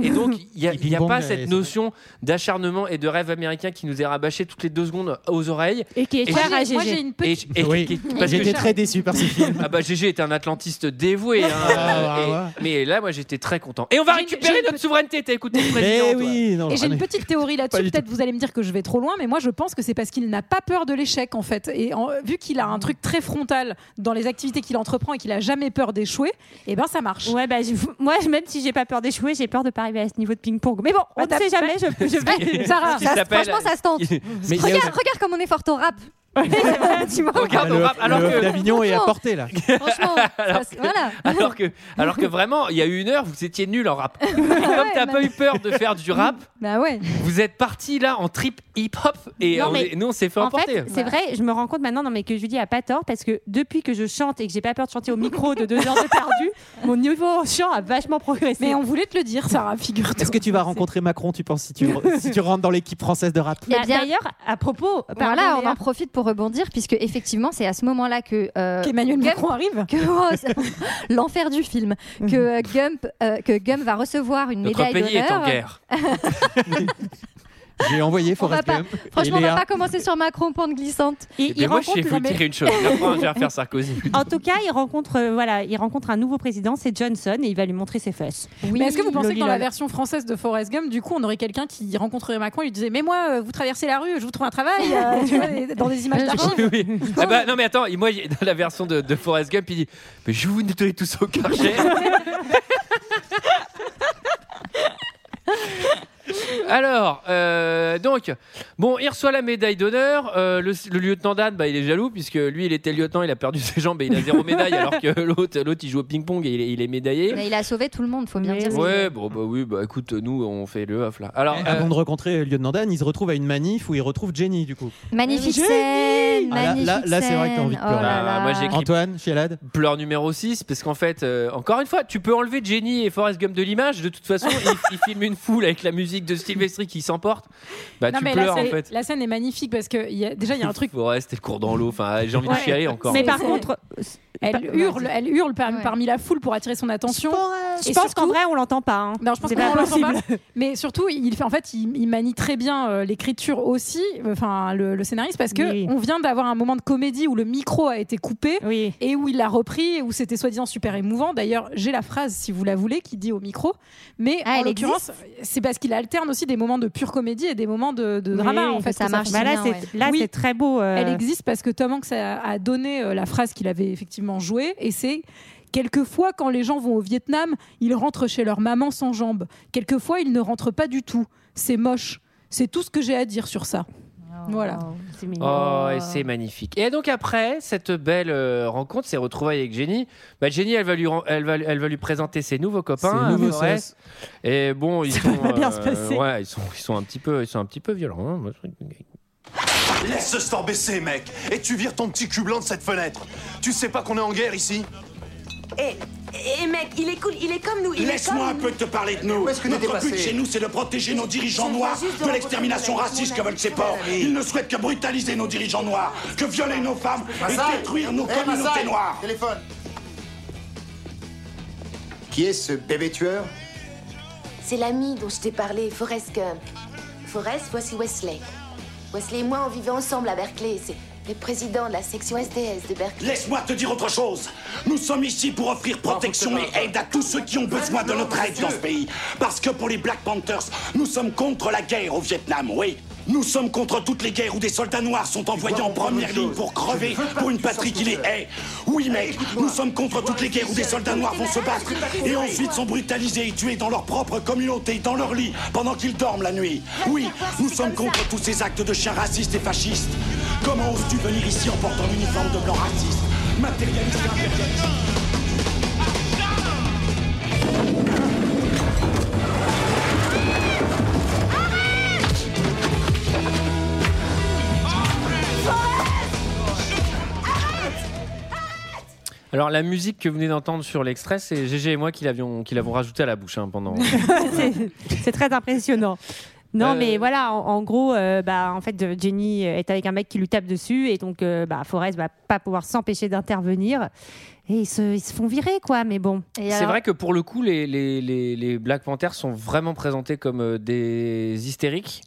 A: et donc il n'y a,
F: Il
A: il y a
F: bang,
A: pas
F: euh, et
A: cette
F: c'est
A: notion d'acharnement et de rêve américain qui nous est rabâché toutes les deux secondes aux oreilles.
K: Et qui est
A: Et
K: cher
A: j'ai-
K: à
E: Moi, Ah, j'ai
K: GG.
E: une
A: Et,
E: petite.
A: et-
F: Oui,
A: qui- parce que
F: j'étais très déçu par ce film.
A: ah bah GG était un atlantiste dévoué. hein.
F: Ah,
A: Et-
F: ouais, ouais.
A: Mais là, moi, j'étais très content. Et on va
E: J'ai une-
A: récupérer
E: j'ai une
A: notre souveraineté. T'as écouté le président
F: Mais
A: toi.
F: Eh oui, non,
E: Et j'ai
F: j'en ai-
E: une petite théorie
F: Pas
E: là-dessus.
F: du
E: Peut-être vous allez me dire que je vais trop loin, mais moi je pense que c'est parce qu'il n'a pas peur de l'échec en fait. Et en- vu qu'il a un truc très frontal dans les activités qu'il entreprend et qu'il a jamais peur d'échouer, et ben ça marche.
K: Ouais, bah, j'ai- moi, même si j'ai pas peur d'échouer, j'ai peur de pas arriver à ce niveau de ping-pong. Mais bon, on
E: Bah,
K: ne sait
E: t'as-
K: jamais. Je, je
F: Ben,
K: vais.
E: Sarah,
A: Qui
J: Ça se-
A: s'appelle-
J: franchement, ça se tente.
F: Mais il y a
J: euh, regarde,
F: aussi-
J: regarde comme on est fort au rap. tu vois,
F: Ah,
A: Regarde,
F: le-
A: on rappe, alors
F: le-
A: que-
F: L'Avignon est à
J: Franchement.
F: portée là.
J: franchement. ça se- voilà.
A: Alors que, alors que vraiment, il y a eu une heure, vous étiez nul en rap. Et comme t'as
J: mais-
A: pas eu peur de faire du rap,
J: Bah ouais.
A: vous êtes parti là en trip hip-hop et
K: Non,
A: on
K: mais
A: est- nous, on s'est fait
K: En
A: emporter.
K: fait, c'est vrai, je me rends compte maintenant, non, mais que Julie a pas tort parce que depuis que je chante et que j'ai pas peur de chanter au micro de deux heures de perdu, mon niveau chant a vachement progressé.
E: Mais on voulait te le dire, Sarah, figure-toi.
F: Est-ce que tu vas rencontrer Macron, tu penses, si tu, si tu rentres dans l'équipe française de rap
J: Eh bien-
K: D'ailleurs, à propos, pardon,
J: Voilà, on
K: Léa,
J: en profite pour rebondir, puisque effectivement, c'est à ce moment-là que. euh,
E: Qu'Emmanuel
J: Gump-
E: Macron arrive.
J: que- oh, ça- L'enfer du film. Que, euh, Gump, euh, que Gump va recevoir une
F: Notre
J: médaille d'honneur.
F: pays est en guerre. J'ai envoyé
J: On va
F: Forrest
J: pas-
F: Gump. et
J: franchement, on
F: Léa.
J: va pas commencer sur Macron, pente glissante.
A: Eh bien, moi, je sais vous dire une chose. Il apprend à faire Sarkozy.
K: En tout cas, il rencontre, euh, voilà, il rencontre un nouveau président, c'est Johnson, et il va lui montrer ses fesses.
E: Mais est-ce que vous pensez que dans la
K: Lolilol.
E: version française de Forrest Gump, du coup, on aurait quelqu'un qui rencontrerait Macron et lui disait Mais moi, euh, vous traversez la rue, je vous trouve un travail euh, tu vois, les- dans des images d'archives
A: Oui. Ah bah, non mais attends, il- moi il- dans la version de, de Forrest Gump, il dit mais je vais vous nettoyer tous au carchet. Alors, euh, donc, bon, il reçoit la médaille d'honneur. Euh, le, le lieutenant Dan, bah, il est jaloux puisque lui, il était lieutenant, il a perdu ses jambes et il a zéro médaille, alors que l'autre, l'autre, il joue au ping-pong et il est, il est médaillé.
J: Mais il a sauvé tout le monde, faut bien dire.
A: Ouais, bon, bah oui, bah écoute, nous, on fait le off là. Alors, euh,
F: Avant de rencontrer le lieutenant Dan, il se retrouve à une manif où il retrouve Jenny du coup.
J: Magnifique scène,
F: Ah, là-
J: magnifique
F: là, là, c'est vrai que t'as
J: scène.
F: envie de
J: Oh
F: pleurer. Bah,
J: là là.
A: moi, j'ai écrit
F: Antoine, Chialade
A: Pleur numéro 6, parce qu'en fait, euh, encore une fois, tu peux enlever Jenny et Forrest Gump de l'image. De toute façon, ils, ils filment une foule avec la musique de Sylvester qui s'emporte. Bah,
E: Non,
A: tu
E: mais
A: pleures
E: la,
A: en
E: scène,
A: fait.
E: la scène est magnifique parce que il y a- déjà, il y a un truc.
A: Forrest, t'es court dans l'eau. Enfin, ah, j'ai envie de
E: Ouais.
A: chialer encore.
E: C'est-
K: par
E: c'est-
K: contre, Bah,
E: elle hurle, elle hurle par- parmi la foule pour attirer son attention.
K: Je pense qu'en vrai, on l'entend pas. hein.
E: Non, je pense
K: C'est
E: qu'on
K: pas
E: l'entend pas.
K: possible.
E: Mais surtout, il fait en fait, il, il manie très bien euh, l'écriture aussi, enfin le, le scénariste, parce que
K: Oui.
E: on vient d'avoir un moment de comédie où le micro a été coupé et où il l'a repris et où c'était soi-disant super émouvant. D'ailleurs, j'ai la phrase si vous la voulez qui dit au micro, mais
K: Ah,
E: en
J: elle
E: l'occurrence, c'est parce qu'il alterne aussi des moments de pure comédie et des moments de, de drama
K: Oui,
E: en fait.
J: ça
E: que
J: marche
K: Bah, là,
J: bien,
K: c'est
J: ouais.
K: là,
E: Oui.
K: c'est très beau. euh.
E: elle existe parce que Tom Hanks a, a donné euh, la phrase qu'il avait effectivement jouée et c'est quelquefois quand les gens vont au Vietnam, ils rentrent chez leur maman sans jambes. Quelquefois, ils ne rentrent pas du tout. C'est moche. C'est tout ce que j'ai à dire sur ça. voilà.
A: Oh, et c'est magnifique. Et donc après cette belle euh, rencontre, ces retrouvailles avec Jenny, bah Jenny, elle va lui, ren- elle va, elle va lui présenter ses nouveaux copains.
F: Ses nouveaux
A: euh, Forrest. Et bon, ils sont, euh,
F: pas bien se passer.
A: ouais, ils sont, ils sont un petit peu, ils sont un petit peu violents. hein. Moi, je-
N: Laisse ce store baisser, mec. Et tu vires ton petit cul blanc de cette fenêtre. Tu sais pas qu'on est en guerre ici
O: Eh, eh, mec, il est cool, il est comme nous. il est
L: Laisse-moi
O: comme
L: un
O: nous.
L: peu te parler de nous.
O: Où est-ce que t'es
L: Notre
O: dépassé
L: but chez nous, c'est de protéger nos dirigeants
O: Je viens
L: noirs
O: juste de
L: de l'extermination
O: rencontrer
L: raciste
O: mon
L: que
O: ami. Eh
L: veulent ces porcs. Ils ne souhaitent que brutaliser nos dirigeants noirs, que violer nos femmes
O: Eh,
L: et détruire nos communautés noires.
P: Téléphone. Qui est ce bébé tueur
G: C'est l'ami dont je t'ai parlé, Forrest Gump. Forrest, voici Wesley. Wesley et moi, on vivait ensemble à Berkeley. C'est le président de la section SDS de Berkeley.
L: Laisse-moi te dire autre chose. Nous sommes ici pour offrir protection et aide à tous ceux qui ont besoin de notre aide dans ce pays. Parce que pour les Black Panthers, nous sommes contre la guerre au Vietnam, oui. Nous sommes contre toutes les guerres où des soldats noirs sont envoyés en première ligne pour crever pour une patrie qui les hait. Oui, mec, nous sommes contre toutes les guerres où des soldats noirs vont se battre et ensuite sont brutalisés et tués dans leur propre communauté, dans leur lit, pendant qu'ils dorment la nuit. Oui, nous sommes contre tous ces actes de chiens racistes et fascistes. Comment oses-tu venir ici en portant l'uniforme de blanc raciste, matérialiste et impérialiste
A: Alors la musique que vous venez d'entendre sur l'extrait, c'est Gégé et moi qui l'avions, qui l'avons rajouté à la bouche hein, pendant.
K: C'est- c'est très impressionnant. Non,
A: Euh,
K: mais voilà, en, en gros, euh, bah, en fait, euh, Jenny euh, est avec un mec qui lui tape dessus, et donc euh, bah, Forrest va pas pouvoir s'empêcher d'intervenir, et ils se, ils se font virer, quoi. Mais bon.
A: C'est vrai que pour le coup, les, les, les, les Black Panthers sont vraiment présentés comme euh, des hystériques.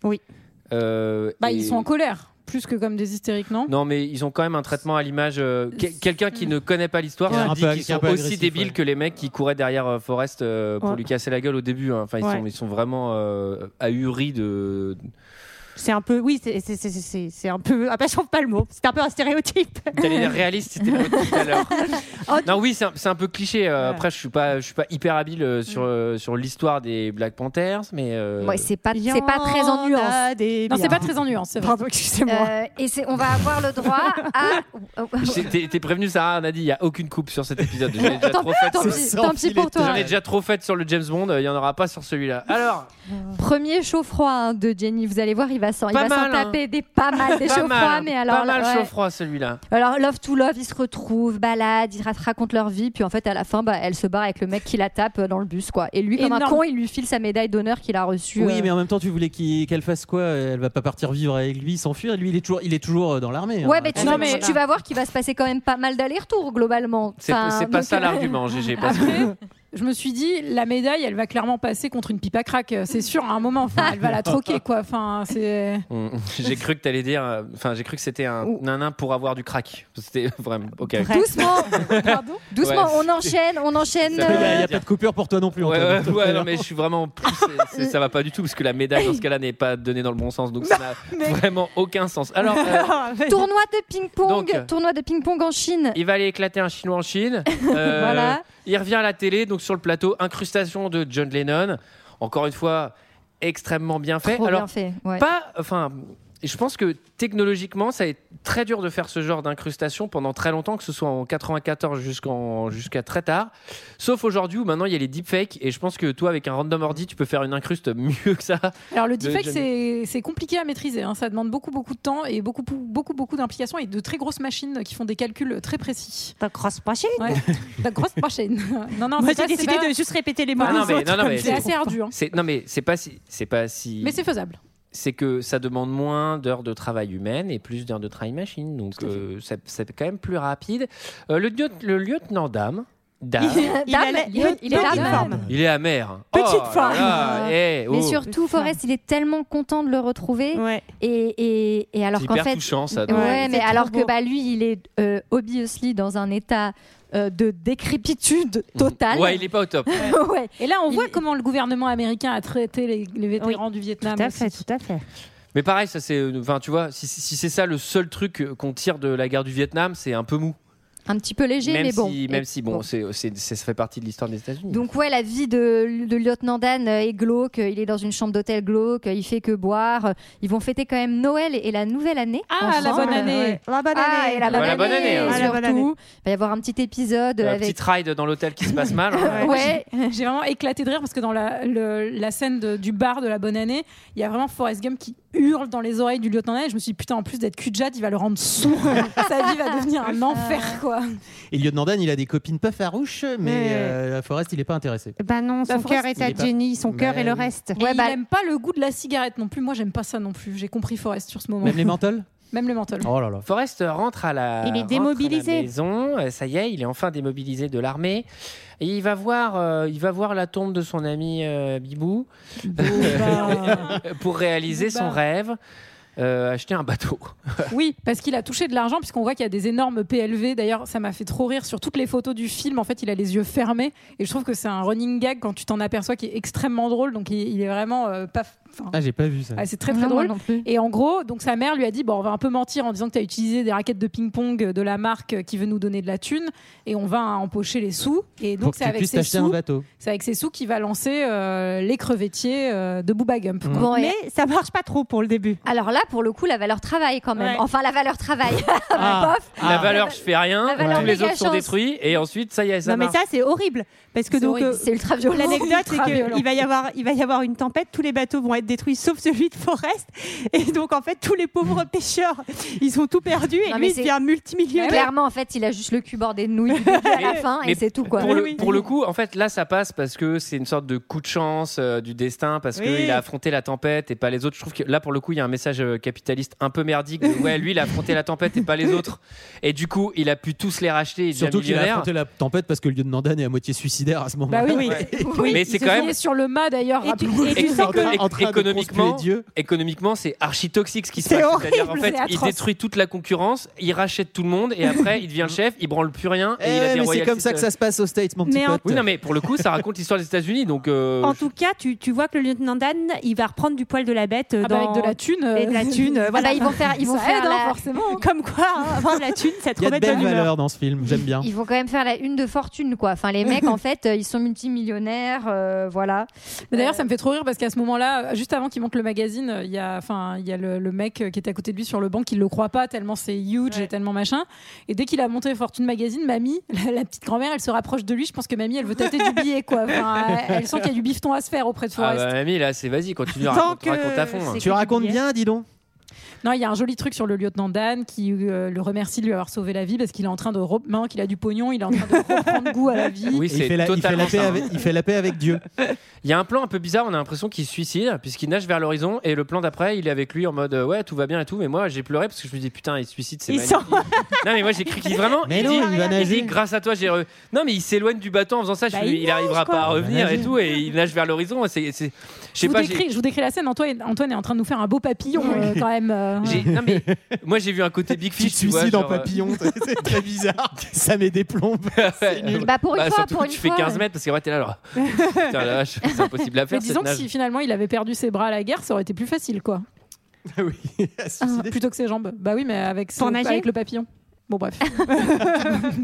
A: Euh,
K: Oui.
E: Bah, ils sont en colère plus que comme des hystériques, non
A: Non, mais ils ont quand même un traitement à l'image. euh, quel- Quelqu'un qui ne connaît pas l'histoire
F: Qui est un
A: se
F: peu-
A: dit qu'ils
F: qui est
A: sont
F: un peu
A: aussi
F: agressif,
A: débiles que les mecs qui couraient derrière euh, Forrest euh, pour
K: Ouais.
A: lui casser la gueule au début. hein. Enfin, ils,
K: Ouais.
A: sont, ils sont vraiment euh, ahuris de.
K: C'est un peu, oui, c'est- c'est- c'est c'est- c'est un peu. Ah, bah, je trouve pas le mot. C'est un peu un stéréotype.
A: T'allais l'air réaliste, c'était le mot tout à l'heure. Non, oui, c'est un, c'est un peu cliché. euh, Après, je suis pas, je suis pas hyper habile euh, sur euh, sur l'histoire des Black Panthers, mais. euh,
J: pas,
K: Il y
J: Mm. c'est pas très en
K: en a
J: nuance.
K: des
E: Non, c'est
K: biens.
E: pas très en nuance, c'est vrai.
K: Pardon, excusez-moi.
J: Euh, et c'est- on va avoir le droit à.
A: Je sais, T'es t'es prévenu, Sarah, on a dit, il n'y a aucune coupe sur cet épisode. J'en ai déjà
J: Tant-
A: trop faite
J: tant
A: sur-
J: pis- tant pis pour toi.
A: J'en ai déjà trop euh, faite sur le James Bond, il n'y en aura pas sur celui-là. Alors,
J: Premier chaud froid hein, de Jenny. Vous allez voir, il va s'en il
A: Pas
J: va s'en
A: mal, hein.
J: taper des pas mal des
A: Pas
J: chauds
A: mal,
J: froids, mais alors
A: Pas mal
J: ouais.
A: chaud froid celui-là.
J: Alors, Love to Love, ils se retrouvent, baladent, ils ra- racontent leur vie, puis en fait, à la fin, bah, elle se barre avec le mec qui la tape euh, dans le bus, quoi. Et lui, comme un
E: Énorme.
J: con, il lui file sa médaille d'honneur qu'il a reçue.
F: Oui,
J: euh,
F: mais en même temps, tu voulais qu'il- qu'elle fasse quoi Elle va pas partir vivre avec lui, s'enfuir. Et Lui, il est toujours, il est toujours dans l'armée.
J: Ouais,
F: hein.
J: mais tu, vas- tu vas voir qu'il va se passer quand même pas mal d'allers-retours, globalement.
F: C'est-
J: Enfin,
F: c'est pas
J: donc,
F: ça,
J: euh,
F: l'argument, GG, parce que-
E: Après, je me suis dit, la médaille, elle va clairement passer contre une pipe à crack, euh, c'est sûr, à un moment. Enfin, elle va la troquer, quoi. Enfin, c'est.
A: Mm. j'ai cru que t'allais dire. euh, Enfin, j'ai cru que c'était un nanin pour avoir du crack. C'était vraiment. Ok.
J: Doucement, doucement,
A: Ouais,
J: on enchaîne, on enchaîne.
A: Ça veut
F: Il
A: dire-
J: euh,
F: n'y a pas de coupure pour toi non plus.
A: Ouais,
F: Antoine. hein.
A: ouais, ouais, non, mais je suis vraiment. plus- c'est- c'est- ça va pas du tout, parce que la médaille, dans ce cas-là, n'est pas donnée dans le bon sens. Donc, ça n'a vraiment aucun sens. Alors, euh,
K: Ah,
J: tournoi de ping-pong,
A: Donc- euh,
J: tournoi de ping-pong en Chine.
A: il va aller éclater un Chinois en Chine. Euh,
J: Voilà.
A: Il revient à la télé, donc sur le plateau, incrustation de John Lennon. Encore une fois, extrêmement bien fait.
J: Trop
A: Alors,
J: bien fait, ouais.
A: pas. Enfin. Je pense que technologiquement, ça a été très dur de faire ce genre d'incrustation pendant très longtemps, que ce soit en 94 jusqu'en- jusqu'à très tard. Sauf aujourd'hui où maintenant il y a les deepfakes, et je pense que toi, avec un random ordi, tu peux faire une incruste mieux que ça.
E: Alors le
A: De
E: deepfake,
A: Johnny.
E: c'est- c'est compliqué à maîtriser. hein. Ça demande beaucoup, beaucoup de temps et beaucoup, pou- beaucoup, beaucoup d'implications et de très grosses machines qui font des calculs très précis.
K: De grosses machines
E: De grosses machines. Non, non,
K: Moi,
E: c'est
K: j'ai
E: pas- c'est
K: décidé
E: pas-
K: de juste répéter les mots.
A: Ah,
K: des
A: non, mais,
K: autres.
A: non, non, mais-
E: C'est assez ardu. hein.
A: C'est- Non, mais c'est pas si. C'est pas si.
E: Mais c'est faisable.
A: c'est que ça demande moins d'heures de travail humaine et plus d'heures de travail machine. Donc, euh, ça- c'est quand même plus rapide. Euh, le, lieu- le lieutenant dame. Dame.
J: Il a la- il est- il est
K: Petite
J: dame.
K: forme.
A: Il est amer. Oh
J: Petite
A: là
J: forme.
A: là, eh,
J: Mais
A: oh.
J: surtout, Forrest, il est tellement content de le retrouver. Et, et, et alors
A: C'est
J: qu'en
A: hyper
J: fait.
A: touchant, ça,
J: Ouais,
A: dans- Ouais,
J: mais
A: c'est
J: alors
A: trop
J: que
A: beau.
J: bah, lui, il est euh, obviously dans un état euh, de décrépitude totale.
A: Ouais, il est pas au top.
E: Et là, on voit comment le gouvernement américain a traité les, les vétérans du Vietnam. Tout à fait,
K: tout à fait.
A: Mais pareil, ça c'est. euh, Enfin, tu vois, si, si- si c'est ça le seul truc qu'on tire de la guerre du Vietnam, c'est un peu mou.
J: Un petit peu léger,
A: même
J: mais bon.
A: Si,
J: Et-
A: même si, bon, c'est c'est- ça fait partie de l'histoire des États-Unis.
J: Donc ouais, la vie de, de lieutenant Dan euh, est glauque. Il est dans une chambre d'hôtel glauque. Il fait que boire. Ils vont fêter quand même Noël et la nouvelle année.
E: Ah, la
J: ensemble.
E: bonne année.
J: Ouais.
K: La bonne
J: Ah,
K: année.
J: et la bonne
A: Ouais, la
J: année.
A: bonne année, hein.
J: surtout.
A: Ah, la
J: Il va y avoir un petit épisode
A: Euh,
J: avec.
A: Petite ride dans l'hôtel qui se passe mal. hein.
E: Ouais, j'ai vraiment éclaté de rire parce que dans la, le- la scène de- du bar de la bonne année, il y a vraiment Forrest Gump qui hurle dans les oreilles du lieutenant. Et je me suis dit, putain, en plus d'être cul-de-jatte, il va le rendre sourd. Sa vie va devenir un enfer, quoi.
F: Et Lieutenant Dan, il a des copines pas farouches, mais
K: Ouais.
F: euh, Forrest, il est pas intéressé.
K: Bah non, son
E: Bah,
K: cœur
E: Forrest,
K: est à
F: il est pas-
K: Jenny, son cœur
F: Mais-
K: et le reste.
E: Et
J: bah,
E: il aime pas le goût de la cigarette non plus. Moi, j'aime pas ça non plus. J'ai compris Forrest sur ce moment.
F: Même les menthols
E: Même le menthol.
F: Oh là là.
A: Forrest rentre à la,
E: Il est
A: rentre à la
E: démobilisé.
A: maison, Euh, ça y est, il est enfin démobilisé de l'armée. Et il va voir, euh, il va voir la tombe de son ami euh, Bibou
E: Bah,
A: pour réaliser
E: Booba.
A: son rêve, euh, acheter un bateau.
E: Oui, parce qu'il a touché de l'argent, puisqu'on voit qu'il y a des énormes PLV. D'ailleurs, ça m'a fait trop rire sur toutes les photos du film. En fait, il a les yeux fermés. Et je trouve que c'est un running gag quand tu t'en aperçois qui est extrêmement drôle. Donc, il, il est vraiment euh, pas. enfin,
F: Ah, j'ai pas vu ça.
E: ah, c'est très très
J: Non, moi
E: drôle.
J: non plus.
E: Et en gros, donc sa mère lui a dit bon, on va un peu mentir en disant que tu as utilisé des raquettes de ping-pong euh, de la marque euh, qui veut nous donner de la thune et on va empocher les sous. Et
F: Pour
E: donc
F: que
E: c'est
F: tu
E: avec
F: puisses
E: ses
F: t'acheter un
E: sous,
F: bateau.
E: c'est avec ses sous qu'il va lancer euh, les crevettiers euh, de Booba Gump.
F: Mm.
E: quoi.
F: Mmh.
J: Bon, et-
K: Mais ça marche pas trop pour le début.
J: Alors là, pour le coup, la valeur travail quand même.
K: Ouais.
J: Enfin, la valeur travail. Ah,
F: Ah,
J: Pof.
A: la valeur, je fais rien.
J: la valeur
A: Tous les
J: méga
A: autres sont
J: chance.
A: détruits. Et ensuite, ça y est, ça
K: non mais
A: marche.
K: ça c'est horrible parce que
J: C'est
K: donc
J: horrible,
K: euh,
J: c'est ultra violent.
K: L'anecdote c'est
F: Ah,
J: Ultra violent.
K: qu'il va y avoir il va y avoir une tempête, tous les bateaux vont être détruits sauf celui de Forest et donc en fait tous les pauvres pêcheurs ils ont tout perdu et
J: Non, mais
K: lui il
J: c'est-
K: devient multimillionnaire.
F: Bah
J: Clairement, en fait, il a juste le cul bordé de nouilles du début à la
A: Mais-
J: fin
A: mais
J: et c'est tout quoi.
A: Pour, le, pour le coup, en fait, là, ça passe parce que c'est une sorte de coup de chance euh, du destin, parce
K: Oui.
A: qu'il a affronté la tempête et pas les autres. Je trouve que là, pour le coup, il y a un message euh, capitaliste un peu merdique. de, ouais, lui, il a affronté la tempête et pas les autres. Et du coup, il a pu tous les racheter. Il
F: Surtout
A: devient
F: qu'il a
A: millionnaire.
F: affronté la tempête parce que le lieutenant Dan est à moitié suicidaire à ce moment-là.
E: Bah oui,
A: Ouais.
E: oui.
A: Mais
E: il
A: c'est
E: se
A: quand même-
E: finit sur le mât d'ailleurs. rappelons-le.
A: Et-
F: sens
A: éco-
F: que-
A: éco-
F: en train de
A: économiquement,
F: conspuer Dieu.
A: économiquement, c'est archi toxique ce qui se
E: C'est
A: passe.
E: horrible,
A: C'est-à-dire, en fait,
E: c'est
A: il
E: atroce.
A: détruit toute la concurrence, il rachète tout le monde, et après, il devient le chef, il branle plus rien. Et
F: Eh
A: il a
F: ouais,
A: des
F: mais c'est
A: royalties,
F: comme ça que
A: euh,
F: ça se passe aux States, mon petit
K: Mais en-
F: pote.
A: Oui, non, mais pour le coup, ça raconte l'histoire des États-Unis. Donc, euh,
K: En tout cas, tu, tu vois que le lieutenant Dan, il va reprendre du poil de la bête euh,
E: Ah bah,
K: dans-
E: avec de la thune, euh,
K: Et de la thune, euh,
E: Ah
K: voilà.
E: bah, ils vont faire-
J: ils vont
K: Ça
J: faire
K: aide, hein,
J: la-
K: forcément. Comme quoi, hein, avoir de la thune, ça te
F: Il y a de
K: remet de
F: belles
K: bonne humeur.
F: valeurs dans ce film, j'aime bien.
J: Ils vont quand même faire la une de fortune, quoi. Enfin, les mecs, en fait, euh, ils sont multimillionnaires, euh, voilà.
E: Mais d'ailleurs, ça me fait trop rire parce qu'à ce moment-là, juste avant qu'il monte le magazine, euh, il y a, enfin, il y a le, le mec euh, qui est à côté de lui sur le banc qui le croit pas tellement c'est huge et tellement machin. Et dès qu'il a monté Fortune Magazine, mamie, la, la petite grand-mère, elle se rapproche de lui. Je pense que mamie, elle veut tâter du billet quoi. Enfin, elle, elle sent qu'il y a du bifton à se faire auprès de
A: Ah
E: Forest.
A: bah, mamie, là, c'est vas-y, continue,
E: Tant
A: raconte,
E: que
A: raconte à fond. hein.
E: euh, c'est Tu que du racontes billet. bien,
F: dis donc.
E: Non, il y a un joli truc sur le lieutenant Dan qui euh, le remercie de lui avoir sauvé la vie parce qu'il est en train de re- maintenant qu'il a du pognon, il est en train de reprendre goût à la vie.
A: Oui,
F: Et il
A: c'est
F: fait la- il fait la
A: totalement
F: paix
A: ça.
F: avec- il fait la paix avec Dieu.
A: Il y a un plan un peu bizarre, on a l'impression qu'il se suicide, puisqu'il nage vers l'horizon, et le plan d'après, il est avec lui en mode euh, ouais, tout va bien et tout, mais moi j'ai pleuré parce que je me dis putain, il se suicide, c'est
K: Il
A: magnifique. Non, mais moi j'ai cru qu'il vraiment.
F: Mais
A: il
F: non,
A: dit,
F: il va
A: dit,
F: nager.
A: grâce à toi, j'ai. re- Non, mais il s'éloigne du bateau en faisant ça, je
E: Bah,
A: suis-
E: il
A: il arrivera
E: nage, quoi.
A: pas à
E: Il va
A: revenir et
E: nager.
A: tout, et il nage vers l'horizon, c'est. c'est- Je
E: Je
A: sais
E: vous,
A: pas, j'ai-
E: décris, je vous décris la scène. Antoine, Antoine est en train de nous faire un beau papillon euh, quand même. euh,
A: j'ai- non, mais moi j'ai vu un côté Big Fish, tu vois.
F: Suicide en
A: genre, euh,
F: papillon, c'est très bizarre. Ah Ça met des plombes.
A: ouais.
F: nul.
J: Bah, pour une fois,
A: euh, surtout
J: pour
A: que
J: une
A: tu fais
J: fois, euh,
A: 15
J: ouais.
A: mètres parce qu'après t'es là alors. Putain, la vache, c'est impossible à
E: Mais
A: faire.
E: disons
A: cette
E: que
A: nage.
E: si finalement il avait perdu ses bras à la guerre, ça aurait été plus facile, quoi.
F: bah
E: Ah, plutôt que ses jambes. Bah oui, mais avec, son,
K: Pour nager
E: avec le papillon. Bon, bref.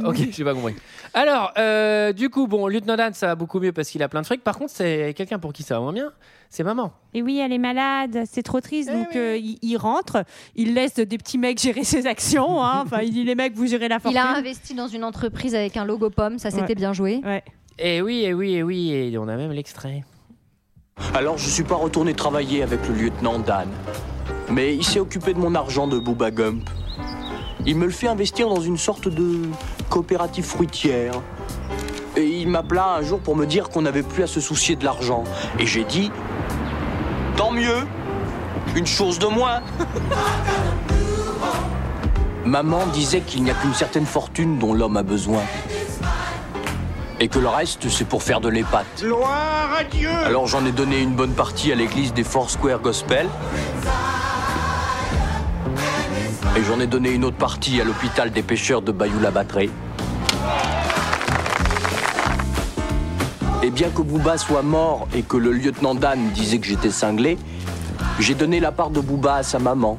A: Ok, j'ai pas compris. Alors, euh, du coup, bon, Lieutenant Dan, ça va beaucoup mieux parce qu'il a plein de trucs. Par contre, c'est quelqu'un pour qui ça va moins bien, c'est maman.
K: Et oui, elle est malade, c'est trop
F: Eh
K: triste. donc euh, il, il rentre, il laisse des petits mecs gérer ses actions. hein. Enfin, il dit les mecs, vous gérez la fortune.
J: Il a investi dans une entreprise avec un logo pomme, ça c'était
K: Ouais.
J: bien joué.
A: Et oui, et oui, et oui, et on a même l'extrait.
M: Alors je suis pas retourné travailler avec le lieutenant Dan. Mais il s'est occupé de mon argent de Booba Gump. Il me le fait investir dans une sorte de coopérative fruitière. Et il m'appela un jour pour me dire qu'on n'avait plus à se soucier de l'argent. Et j'ai dit Tant mieux Une chose de moins Maman disait qu'il n'y a qu'une certaine fortune dont l'homme a besoin. Et que le reste, c'est pour faire de l'épate.
L: Gloire à Dieu
M: Alors j'en ai donné une bonne partie à l'église des Foursquare Gospel. Et j'en ai donné une autre partie à l'hôpital des pêcheurs de Bayou-la-Batterie. Et bien que Booba soit mort et que le lieutenant Dan disait que j'étais cinglé, j'ai donné la part de Booba à sa maman.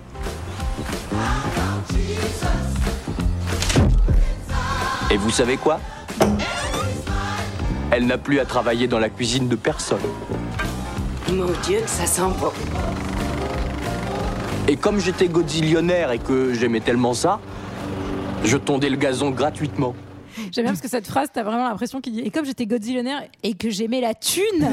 M: Et vous savez quoi Elle n'a plus à travailler dans la cuisine de personne.
O: Mon Dieu, que ça sent bon.
M: Et comme j'étais godzillionnaire et que j'aimais tellement ça, je tondais le gazon gratuitement.
E: J'aime bien parce que cette phrase, t'as vraiment l'impression qu'il dit Et comme j'étais godzillionnaire et que j'aimais la thune,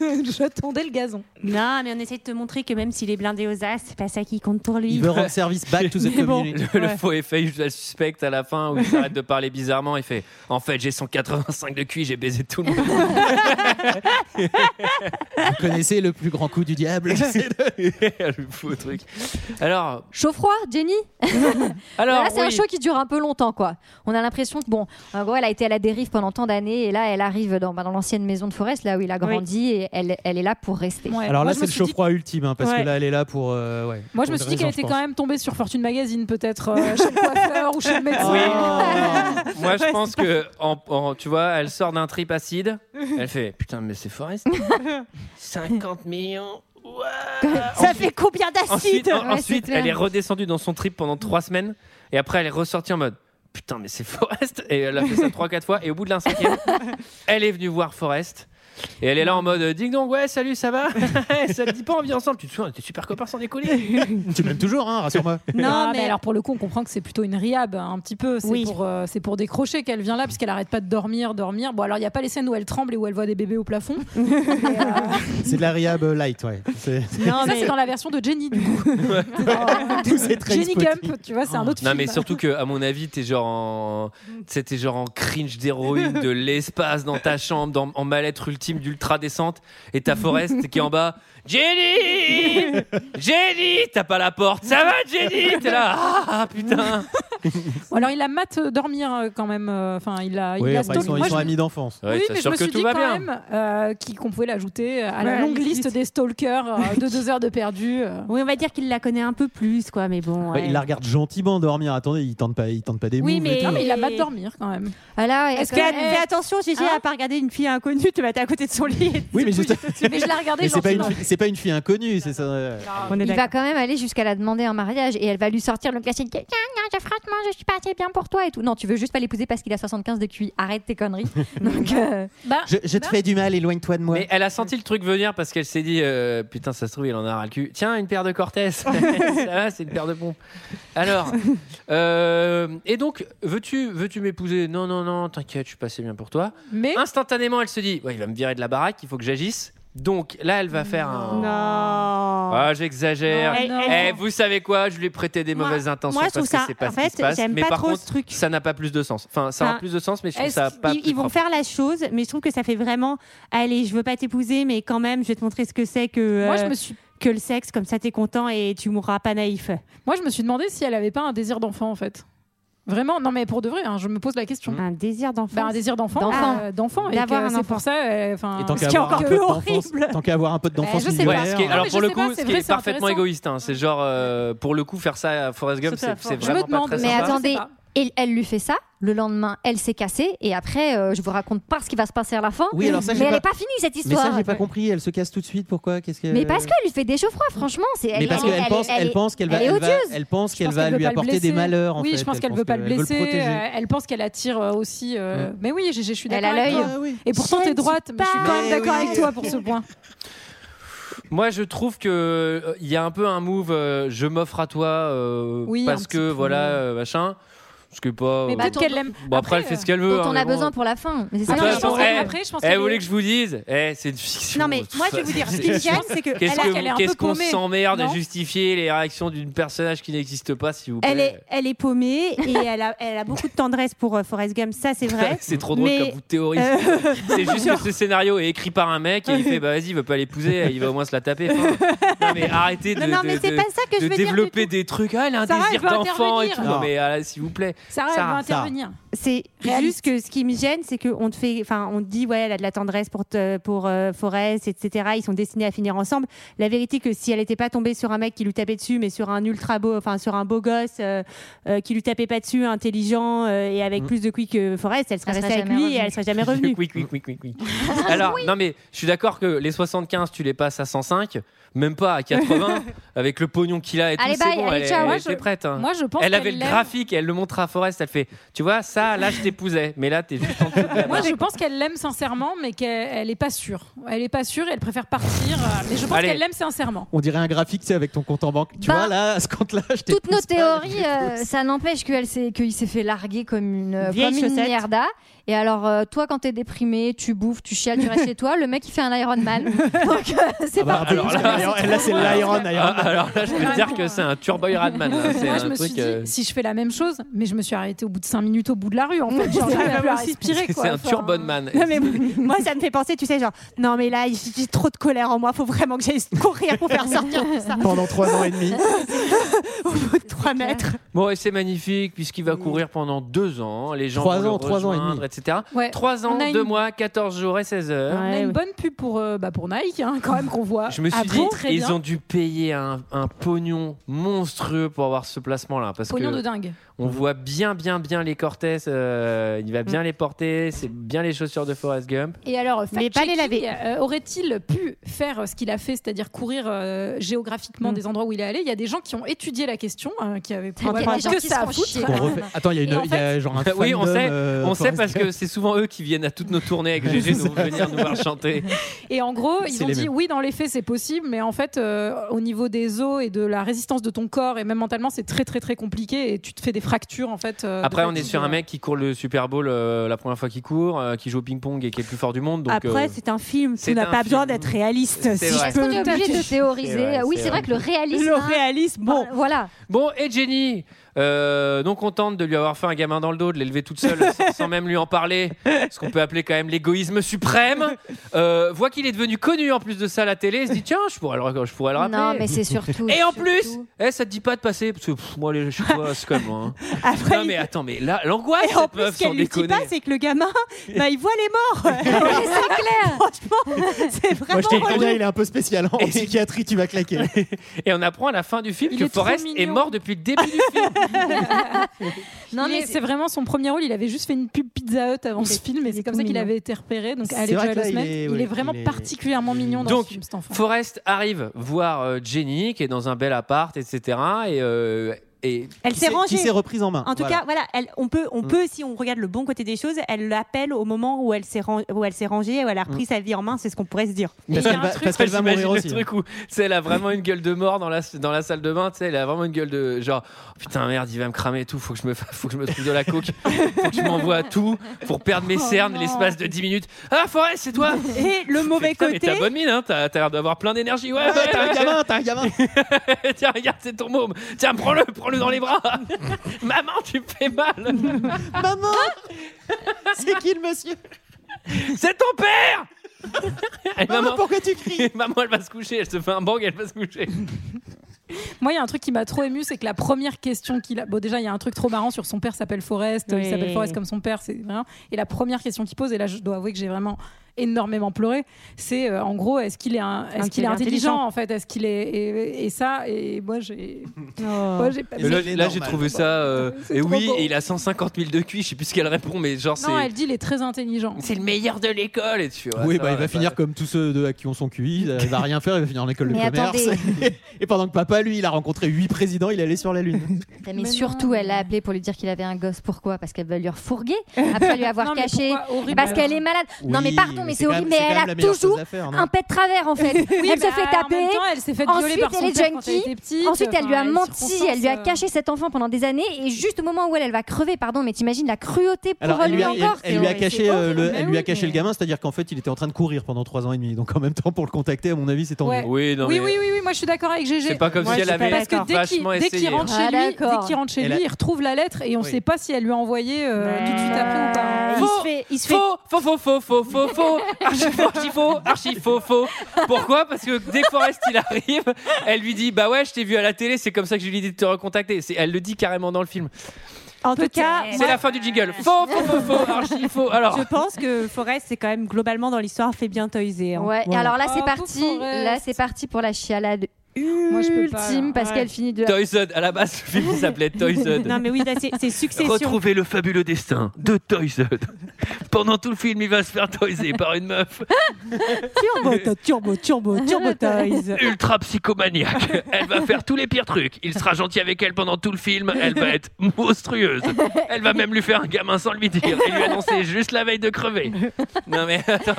E: je tondais le gazon.
K: Non, mais on essaie de te montrer que même s'il est blindé aux as, c'est pas ça qui compte pour lui.
F: Il veut rendre service back to the
K: Mais bon.
F: community.
A: Le, le faux effet, je la suspecte à la fin où il arrête de parler bizarrement. Il fait En fait, j'ai 185 de QI, j'ai baisé tout le monde.
F: Vous connaissez le plus grand coup du diable c'est de-
A: le faux truc. Alors,
J: Chaud-froid, Jenny
A: Alors,
J: Là, c'est un
A: oui.
J: show qui dure un peu longtemps, quoi. On a l'impression que, bon, en gros, elle a été à la dérive pendant tant d'années, et là, elle arrive dans, bah, dans l'ancienne maison de Forest, là où il a grandi, et elle, elle est là pour rester.
F: Alors là, c'est le chaud-froid ultime, hein, parce
E: Ouais.
F: que là, elle est là pour. euh, ouais,
E: Moi, je
F: pour des
E: me suis dit qu'elle
F: raisons,
E: était
F: je
E: quand même tombée sur Fortune Magazine, peut-être euh, chez le coiffeur ou chez le médecin.
A: moi, je pense que, en- en- tu vois, elle sort d'un trip acide. Elle fait Putain, mais c'est Forest. 50 millions.
K: Ça fait combien
A: Ensuite,
K: d'acides
A: en- ensuite, elle est redescendue dans son trip pendant trois semaines et après elle est ressortie en mode putain mais c'est Forest et elle a fait ça trois quatre fois et au bout de la cinquième, elle est venue voir Forest et elle est là en mode ding dong ouais salut ça va ça te dit pas on vit ensemble tu te souviens on était super copains sans décoller
F: pense. Tu m'aimes toujours, hein, rassure-moi.
E: Non,
K: Non,
E: mais...
K: mais-
E: alors pour le coup, on comprend que c'est plutôt une riab hein, un petit peu. C'est
K: Oui.
E: pour, euh, c'est pour décrocher qu'elle vient là, puisqu'elle arrête pas de dormir, dormir. Bon, alors il n'y a pas les scènes où elle tremble et où elle voit des bébés au plafond.
F: C'est de la Riab euh, light, ouais. C'est-
E: Non, ça, c'est dans la version de Jenny, du coup. euh,
F: Tout c'est très
E: Jenny
F: spotty.
E: Camp, tu vois, c'est un autre
A: Ah. non
E: film.
A: mais surtout que à mon avis t'es genre en c'était genre en cringe d'héroïne de l'espace dans ta chambre dans- en mal-être ultime d'ultra descente et ta Forest qui est en bas Jenny Jenny t'as pas la porte ça va Jenny t'es là ah putain
E: Bon, alors il la mate euh, dormir euh, quand même. euh, Enfin, il a. il
F: Oui,
E: la
F: enfin, ils
E: stalk.
F: sont,
E: Moi,
F: ils sont
E: je-
F: amis d'enfance.
A: Ouais,
E: oui,
A: ça
E: mais je
A: sûr
E: me
A: que
E: suis
A: tout
E: dit
A: va
E: quand
A: bien.
E: même euh, qu'il- qu'on pouvait l'ajouter à la
K: Ouais,
E: longue
K: liste.
E: liste des stalkers euh, de deux heures de perdu. euh.
K: Oui, on va dire qu'il la connaît un peu plus, quoi, mais bon.
F: Ouais, il la regarde gentiment dormir. Attendez, il tente pas, il tente pas des
K: Oui,
F: moves et
K: mais-
F: tout.
E: Non, mais il la mate dormir quand même.
K: Est-ce qu'elle fait attention, Gigi, à pas regarder une fille inconnue te mettre à côté de son lit
F: Oui, mais juste.
E: Mais je la regardais
F: Mais c'est pas une,
E: gentiment.
F: fille- c'est pas une fille inconnue, c'est ça.
K: On est
J: il
K: d'accord.
J: va quand même aller jusqu'à la demander en mariage et elle va lui sortir le classique Tiens, tiens, franchement, je suis pas assez bien pour toi et tout. Non, tu veux juste pas l'épouser parce qu'il a 75 de QI. Arrête tes conneries. Donc, euh,
F: Je, je te fais du mal, éloigne-toi de moi.
A: Mais elle a senti le truc venir parce qu'elle s'est dit euh, Putain, ça se trouve, il en a ras le cul. Tiens, une paire de Cortez. Ça va, c'est une paire de pompes. Alors, euh, et donc, veux-tu veux m'épouser Non, non, non, t'inquiète, je suis pas assez bien pour toi.
E: Mais
A: instantanément, elle se dit ouais, Il va me virer de la baraque, il faut que j'agisse. Donc là, elle va faire un.
K: Non.
A: Ah, j'exagère.
K: Non, non.
A: Eh, vous savez quoi Je lui ai prêté des
K: Moi-
A: mauvaises intentions
K: moi, je
A: parce
K: trouve
A: que
K: ça-
A: c'est pas
K: en
A: ce qui
K: fait,
A: se passe.
K: j'aime
A: Mais
K: pas
A: par
K: trop
A: contre,
K: ce truc.
A: ça n'a pas plus de sens. Enfin, ça
K: Enfin,
A: aura plus de sens, mais je trouve
K: est-ce
A: ça a pas.
K: qu'ils-
A: plus
K: ils vont
A: propre.
K: faire la chose, mais je trouve que ça fait vraiment. Allez, je veux pas t'épouser, mais quand même, je vais te montrer ce que c'est que.
E: Moi, je
K: euh,
E: me suis-
K: Que le sexe, comme ça, t'es content et tu mourras pas naïf.
E: Moi, je me suis demandé si elle avait pas un désir d'enfant en fait. Vraiment, non mais pour de vrai, hein, je me pose la question. Bah,
K: Un désir d'enfant.
E: un désir d'enfant.
K: D'enfant.
E: euh, d'enfant. et
K: D'avoir
E: que
K: un
E: c'est pour ça. euh, Enfin.
F: Et tant
E: ce
F: qu'à
E: qui est
F: avoir,
E: encore
F: un
E: plus
F: peu d'enfance-
E: horrible.
F: tant qu'à avoir un peu de d'enfance
E: je sais pas,
F: millionnaire,
A: Ce qui est- alors
E: mais
A: pour
E: je
A: le
E: sais
A: coup,
E: pas,
A: ce
E: c'est
A: qui
E: vrai,
A: est
E: c'est
A: parfaitement
E: intéressant.
A: égoïste, hein. c'est genre euh, pour le coup faire ça à Forrest Gump,
J: Surtout à
A: c'est c'est
J: Forrest.
A: vraiment pas très
J: mais
A: sympa.
J: attendez, elle, elle lui fait ça. Le lendemain, elle s'est cassée. Et après, euh, je vous raconte pas ce qui va se passer à la fin.
F: Oui, alors ça, j'ai
J: mais elle n'est pas finie cette histoire.
F: Mais ça, j'ai pas compris. Elle se casse tout de suite. Pourquoi Qu'est-ce que
J: Mais parce qu'elle lui fait des chevaux froids, franchement. C'est,
F: Mais parce qu'elle pense,
J: est-
F: elle pense qu'elle va,
J: elle est
F: elle va-
J: odieuse.
F: elle pense qu'elle
E: pense
F: va
E: qu'elle
F: lui
E: veut pas le
F: apporter des
E: blesser.
F: malheurs. en
E: Oui,
F: fait.
E: je pense
F: Elle
E: qu'elle veut pas le
F: qu'elle veut
E: blesser.
F: protéger.
E: euh, Elle pense qu'elle attire euh, aussi. euh, Mais oui, je, je suis
J: Elle
E: d'accord.
J: a
E: avec
J: l'œil.
E: toi.
J: Ah oui.
E: Et pourtant,
J: Je
E: t'es
J: ne
E: droite.
J: suis
E: Mais je suis
J: pas
E: quand même d'accord avec toi
J: d'accord.
E: pour ce point.
A: Moi, je trouve que euh, il y a un peu un move, euh, je m'offre à toi euh,
J: Oui, un
A: parce
J: petit
A: que
J: peu.
A: voilà euh, machin. Ce qui est pas.
J: Mais
A: euh,
J: peut-être qu'elle l'aime.
A: Bon, après, elle
K: euh,
A: fait ce qu'elle veut.
J: Dont on
A: hein,
J: a
A: mais bon.
J: besoin pour la fin. Mais c'est ça
A: De
J: que
A: toute
J: je
A: façon,
J: pense.
A: eh, eh, vous voulez que je vous dise Eh, c'est une fiction.
K: Non, mais moi, je vais vous dire, ce qui me gêne, c'est que
A: Qu'est-ce
K: elle a- elle est un peu
A: qu'est-ce qu'on
K: paumée,
A: s'emmerde à
K: non
A: justifier les réactions d'une personnage qui n'existe pas, s'il vous plaît
K: Elle est, elle est paumée et elle a, elle a beaucoup de tendresse pour euh, Forrest Gump, ça c'est vrai.
A: C'est trop drôle
K: Mais-
A: comme vous théorisez.
K: Euh,
A: C'est juste que ce scénario est écrit par un mec et il fait bah vas-y, il veut pas l'épouser, il va au moins se la taper. Enfin, non mais arrêtez de,
K: Non, non, mais
A: de-
K: c'est
A: de-
K: pas ça que
A: de
K: je veux dire du
A: développer des trucs. Ah, elle a un
K: Sarah,
A: désir
K: elle veut
A: d'enfant et tout.
K: intervenir.
A: Non,
K: Non.
A: mais ah, s'il vous plaît.
K: C'est juste que ce qui me gêne, c'est qu'on te fait, enfin, on te dit ouais, elle a de la tendresse pour te- pour euh, Forrest, etc. Ils sont destinés à finir ensemble. La vérité que si elle n'était pas tombée sur un mec qui lui tapait dessus, mais sur un ultra beau, enfin sur un beau gosse euh, euh, qui lui tapait pas dessus, intelligent euh, et avec plus de couilles que Forrest, elle serait hein,
A: Mm. Elle serait
K: restée avec lui
A: jamais
K: et elle
A: revenue.
K: serait jamais revenue.
A: Oui, oui, oui, oui, oui. Alors, non mais je suis d'accord que les 75, tu les passes à 105, même pas à 80, avec le pognon qu'il a et
E: Allez,
A: tout. c'est
E: bye,
A: bon,
E: allez,
A: elle,
E: ciao.
A: elle
E: Moi,
A: était
E: je-
A: prête. hein.
E: moi, je pense
A: elle avait
E: qu'elle
A: le
E: l'aime.
A: graphique, elle le montre à Forest, elle fait, tu vois, ça, là, je t'épousais, mais là, t'es juste en dessous. de la
E: Moi,
A: barre.
E: je pense qu'elle l'aime sincèrement, mais qu'elle elle est pas sûre. Elle est pas sûre. Elle préfère partir. euh, Mais je pense
F: Allez.
E: qu'elle l'aime sincèrement.
F: On dirait un graphique, tu sais, avec ton compte en banque. Tu
J: Bah,
F: vois là, à ce compte-là, je t'ai
J: Toutes nos théories, euh, ça n'empêche qu'elle s'est- qu'il s'est fait larguer comme une, euh,
K: Vieille
J: comme une
K: chaussette.
J: merda. Et alors, euh, toi, quand t'es déprimé, tu bouffes, tu chiales, tu restes chez toi. Le mec, il fait un Iron Man. Donc, euh, c'est
A: Ah bah,
J: pas.
A: alors là,
F: Iron- là, c'est l'Iron, Iron Man.
A: Ah, Alors là, je peux te dire que c'est un Turbo Iron Man. hein. C'est
E: Moi, je
A: un
E: me suis
A: truc.
E: dit,
A: euh,
E: si je fais la même chose, mais je me suis arrêtée au bout de 5 minutes au bout de la rue, en fait. Genre,
K: C'est
E: j'arrive
K: vraiment
E: plus à
K: inspiré,
E: respirer, quoi.
A: C'est un
E: Enfin,
A: Turbo Man.
K: Non, mais moi, ça me fait penser, tu sais, genre, non, mais là, j'ai j'ai trop de colère en moi, faut vraiment que j'aille courir pour faire sortir tout ça.
F: Pendant trois ans et demi.
K: Au bout de 3 mètres.
A: Bon, et c'est magnifique puisqu'il va courir pendant deux ans. Les gens
F: Trois
A: vont le
F: ans, trois ans et demi.
A: rejoindre, etc.
E: Ouais.
A: Trois ans,
E: On a
A: deux
E: une-
A: mois, 14 jours et 16 heures.
E: On a une bonne pub pour, euh, bah, pour Nike, hein, quand même, qu'on voit.
A: Ah, Je me suis
K: Ah
E: après,
A: dit,
E: très
A: ils
E: bien.
A: ont dû payer un, un pognon monstrueux pour avoir ce placement-là. Parce
E: Pognon
A: que
E: de dingue.
A: On voit bien, bien, bien les Cortez. euh, il va
K: Mm.
A: bien les porter. C'est bien les chaussures de Forrest Gump.
E: Et alors, fact
K: Mais pas les
E: checking,
K: laver.
E: euh, aurait-il pu faire euh, ce qu'il a fait, c'est-à-dire courir euh,
J: Mm.
E: géographiquement des endroits où il est allé Il y a des gens qui ont étudié la question, hein, qui avaient probablement
J: des gens
E: que
J: qui
E: ça
J: se
E: à
J: font
E: foutre.
J: chier.
F: Qu'on refait- Attends, il y a
E: Et
F: une,
E: en
F: il y a genre un.
A: oui, on
F: fandom,
A: sait,
F: euh,
A: on sait
F: Forrest
A: parce
F: Gump.
A: que c'est souvent eux qui viennent à toutes nos tournées avec GG nous venir nous voir chanter.
E: Et en gros,
A: C'est
E: ils ont
A: les
E: dit
A: mêmes.
E: oui, dans les faits, c'est possible, mais en fait, euh, au niveau des os et de la résistance de ton corps et même mentalement, c'est très très très compliqué et tu te fais des fractures en fait. euh, de
A: Après, on est
E: fatigue.
A: sur un mec qui court le Super Bowl euh, la première fois qu'il court, euh, qui joue au ping-pong et qui est le plus fort du monde. Donc,
K: Après,
A: euh,
K: c'est un film,
A: c'est
K: tu n'as
A: un
K: pas
A: film.
K: besoin d'être réaliste.
A: C'est
K: Si
A: vrai.
K: je
A: Est-ce qu'on
K: peux
J: On est obligé de théoriser.
A: C'est vrai,
J: oui,
A: c'est
J: c'est vrai
A: vrai.
J: que le réalisme.
K: Le
J: hein,
K: réalisme, bon.
A: Bah,
J: Voilà.
A: Bon, et Jenny, euh, non contente de lui avoir fait un gamin dans le dos, de l'élever toute seule sans, sans même lui en parler, ce qu'on peut appeler quand même l'égoïsme suprême, euh, voit qu'il est devenu connu en plus de ça à la télé, et se dit tiens, je pourrais le, je pourrais le rappeler.
J: Non, mais c'est surtout-
A: Et en
J: surtout-
A: plus, eh, ça te dit pas de passer, parce que pff, moi, les, je suis pas, c'est comme moi. hein. non, mais attends, mais là, l'angoisse,
K: Et en
A: cette
K: plus,
A: meuf,
K: ce qu'elle
A: sans
K: lui dit
A: déconner.
K: pas, c'est que le gamin, bah, il voit les morts. c'est clair. Franchement, c'est
F: Moi, je
K: vraiment.
F: t'ai dit, il est un peu spécial. En psychiatrie, tu vas claquer.
A: Et on apprend à la fin du film
E: Il
A: que
E: est trop
A: Forrest est
E: mignon.
A: mort depuis le début du film.
E: Non,
J: Il
E: mais
J: est-
E: c'est vraiment son premier rôle. Il avait juste fait une pub Pizza Hut avant ce film et c'est comme ça qu'il avait été repéré. Donc,
F: C'est
E: Alex
F: vrai que là,
E: Joel Osment,
F: il
E: il,
F: est-
E: est,
F: ouais,
E: vraiment
F: il est-
E: particulièrement mignon dans
A: Donc,
E: ce film, cet enfant.
A: Forrest arrive voir euh, Jenny qui est dans un bel appart, etc. Et euh, et
K: Elle s'est rangée.
F: reprise en main.
K: En tout cas, voilà, elle, on peut, on
F: Mm.
K: peut, si on regarde le bon côté des choses, elle l'appelle au moment où elle s'est ran- où elle s'est rangée, où elle a repris
A: Mm.
K: sa vie en main. C'est ce qu'on pourrait se dire.
A: Mais il y a un truc,
F: qu'elle va
A: j'imagine
F: mourir
A: le
F: aussi. hein.
A: truc où tu sais, elle a vraiment une gueule de mort dans la, dans la salle de bain, tu sais, elle a vraiment une gueule de genre oh, putain merde, il va me cramer et tout, faut que je me, fa- faut que je me trouve de la coke, faut que je m'envoie à tout pour perdre mes
K: Oh
A: cernes
K: non.
A: l'espace de 10 minutes. Ah Forest, c'est toi
K: Et le mauvais
A: Putain, mais
K: côté. Ah
A: t'as bonne mine, hein, t'as t'as l'air d'avoir plein d'énergie. Ouais,
F: Ouais,
A: ouais,
F: t'as un
A: ouais.
F: gamin, t'as un gamin.
A: Tiens, regarde, c'est ton môme. Tiens, prends-le, prends-le dans les bras. Maman, tu me fais mal.
F: Maman C'est qui le monsieur
A: C'est ton père Et
E: Maman,
F: pourquoi tu cries
A: Maman, elle va se coucher, elle se fait un bang, elle va se coucher.
E: Moi, il y a un truc qui m'a trop ému, c'est que la première question qu'il a. Bon, déjà, il y a un truc trop marrant sur son père s'appelle Forrest, euh,
K: Oui.
E: il s'appelle Forrest comme son père, c'est vraiment. Et la première question qu'il pose, et là, je dois avouer que j'ai vraiment énormément pleuré, c'est euh, en gros, est-ce qu'il est, un- est-ce qu'il est intelligent, en fait Est-ce qu'il est. Et, et ça, et moi, j'ai. Moi, j'ai pas-
A: Et Ah. là, là, j'ai trouvé ça. euh, et oui, et il a 150 000 de QI, je sais plus ce qu'elle répond, mais genre, c'est.
E: Non, elle dit, il est très intelligent.
A: C'est le meilleur de l'école, et tu vois,
F: Oui,
A: ça
F: bah, il va finir comme tous ceux de- à qui on son QI, il va rien faire, il va finir en école de
J: Mais
F: commerce.
J: attendez.
F: Et pendant que papa, lui, il a rencontré huit présidents, il est allé sur la Lune.
J: Mais, surtout, elle l'a appelé pour lui dire qu'il avait un gosse. Pourquoi Parce qu'elle va lui refourguer après lui avoir
E: Non, mais
J: caché.
E: pourquoi Horrible,
J: Parce
E: alors.
J: qu'elle est malade. non, mais
E: Oui,
J: pardon,
E: mais
J: mais
E: c'est
J: c'est
E: quand
J: horrible.
E: même- c'est
J: Mais
E: quand même
J: elle
E: la
J: a
E: meilleure
J: toujours
E: chose à faire, non
J: un pet de travers en fait.
E: Oui,
J: elle se
E: bah,
J: fait
E: en
J: taper.
E: même temps, elle s'est fait violer
J: ensuite,
E: par son
J: elle est
E: père quand elle
J: junkie.
E: était petite.
J: ensuite, elle lui a
E: Enfin, les
J: menti. Elle lui a
E: circonstances, euh,
J: caché cet enfant pendant des années. Et juste au moment où elle, elle va crever, pardon, mais t'imagines la cruauté pour
F: elle lui a,
J: encore.
F: elle- elle lui
J: c'est
F: a
J: horrible,
F: caché,
J: c'est
F: euh,
J: horrible.
F: le, elle lui a caché le gamin, c'est-à-dire qu'en fait, il était en train de courir pendant trois ans et demi. Donc en même temps, pour le contacter, à mon avis, c'est tendu.
E: euh, Ouais. oui, oui, oui, oui, moi je suis d'accord avec Gégé.
F: C'est pas comme
E: Moi,
F: si elle
E: je suis pas
F: avait
E: d'accord. Parce que dès
F: vachement
E: qu'il- dès qu'il
F: essayé,
E: rentre
J: hein.
E: chez
J: Ah,
E: lui, dès
J: d'accord.
E: qu'il rentre chez
J: Elle
E: lui,
J: a-
E: il retrouve la lettre et on ne
A: Oui.
E: sait pas si elle lui a envoyé euh, tout de suite après ou pas.
A: Faux, faux, faux, faux, faux, faux, faux, faux, archi faux, archi faux, archi faux, faux. Pourquoi Parce que dès que Forrest il arrive, elle lui dit Bah ouais, je t'ai vu à la télé, c'est comme ça que j'ai eu l'idée de te recontacter. C'est- Elle le dit carrément dans le film.
K: En tout cas,
A: c'est
K: moi-
A: la fin du jingle. Faux, faux, faux, faux, archi faux. Alors,
K: Je pense que Forest, c'est quand même globalement dans l'histoire fait bien toiser. hein.
J: Ouais, et
K: Voilà.
J: alors là, c'est parti. Là, c'est parti pour la chialade
K: Moi, je peux pas,
J: ultime
K: là.
J: parce
K: Ouais.
J: qu'elle finit de.
A: Toysod, à la base, le film s'appelait Toysod.
K: Non, mais oui, là, c'est c'est succession.
A: Retrouvez le fabuleux destin de Toysod. Pendant tout le film, il va se faire toiser par une meuf
K: turbo, to- turbo, turbo, turbo toys.
A: ultra psychomaniaque. Elle va faire tous les pires trucs. Il sera gentil avec elle pendant tout le film. Elle va être monstrueuse. Elle va même lui faire un gamin sans lui dire et lui annoncer juste la veille de crever. Non mais attends.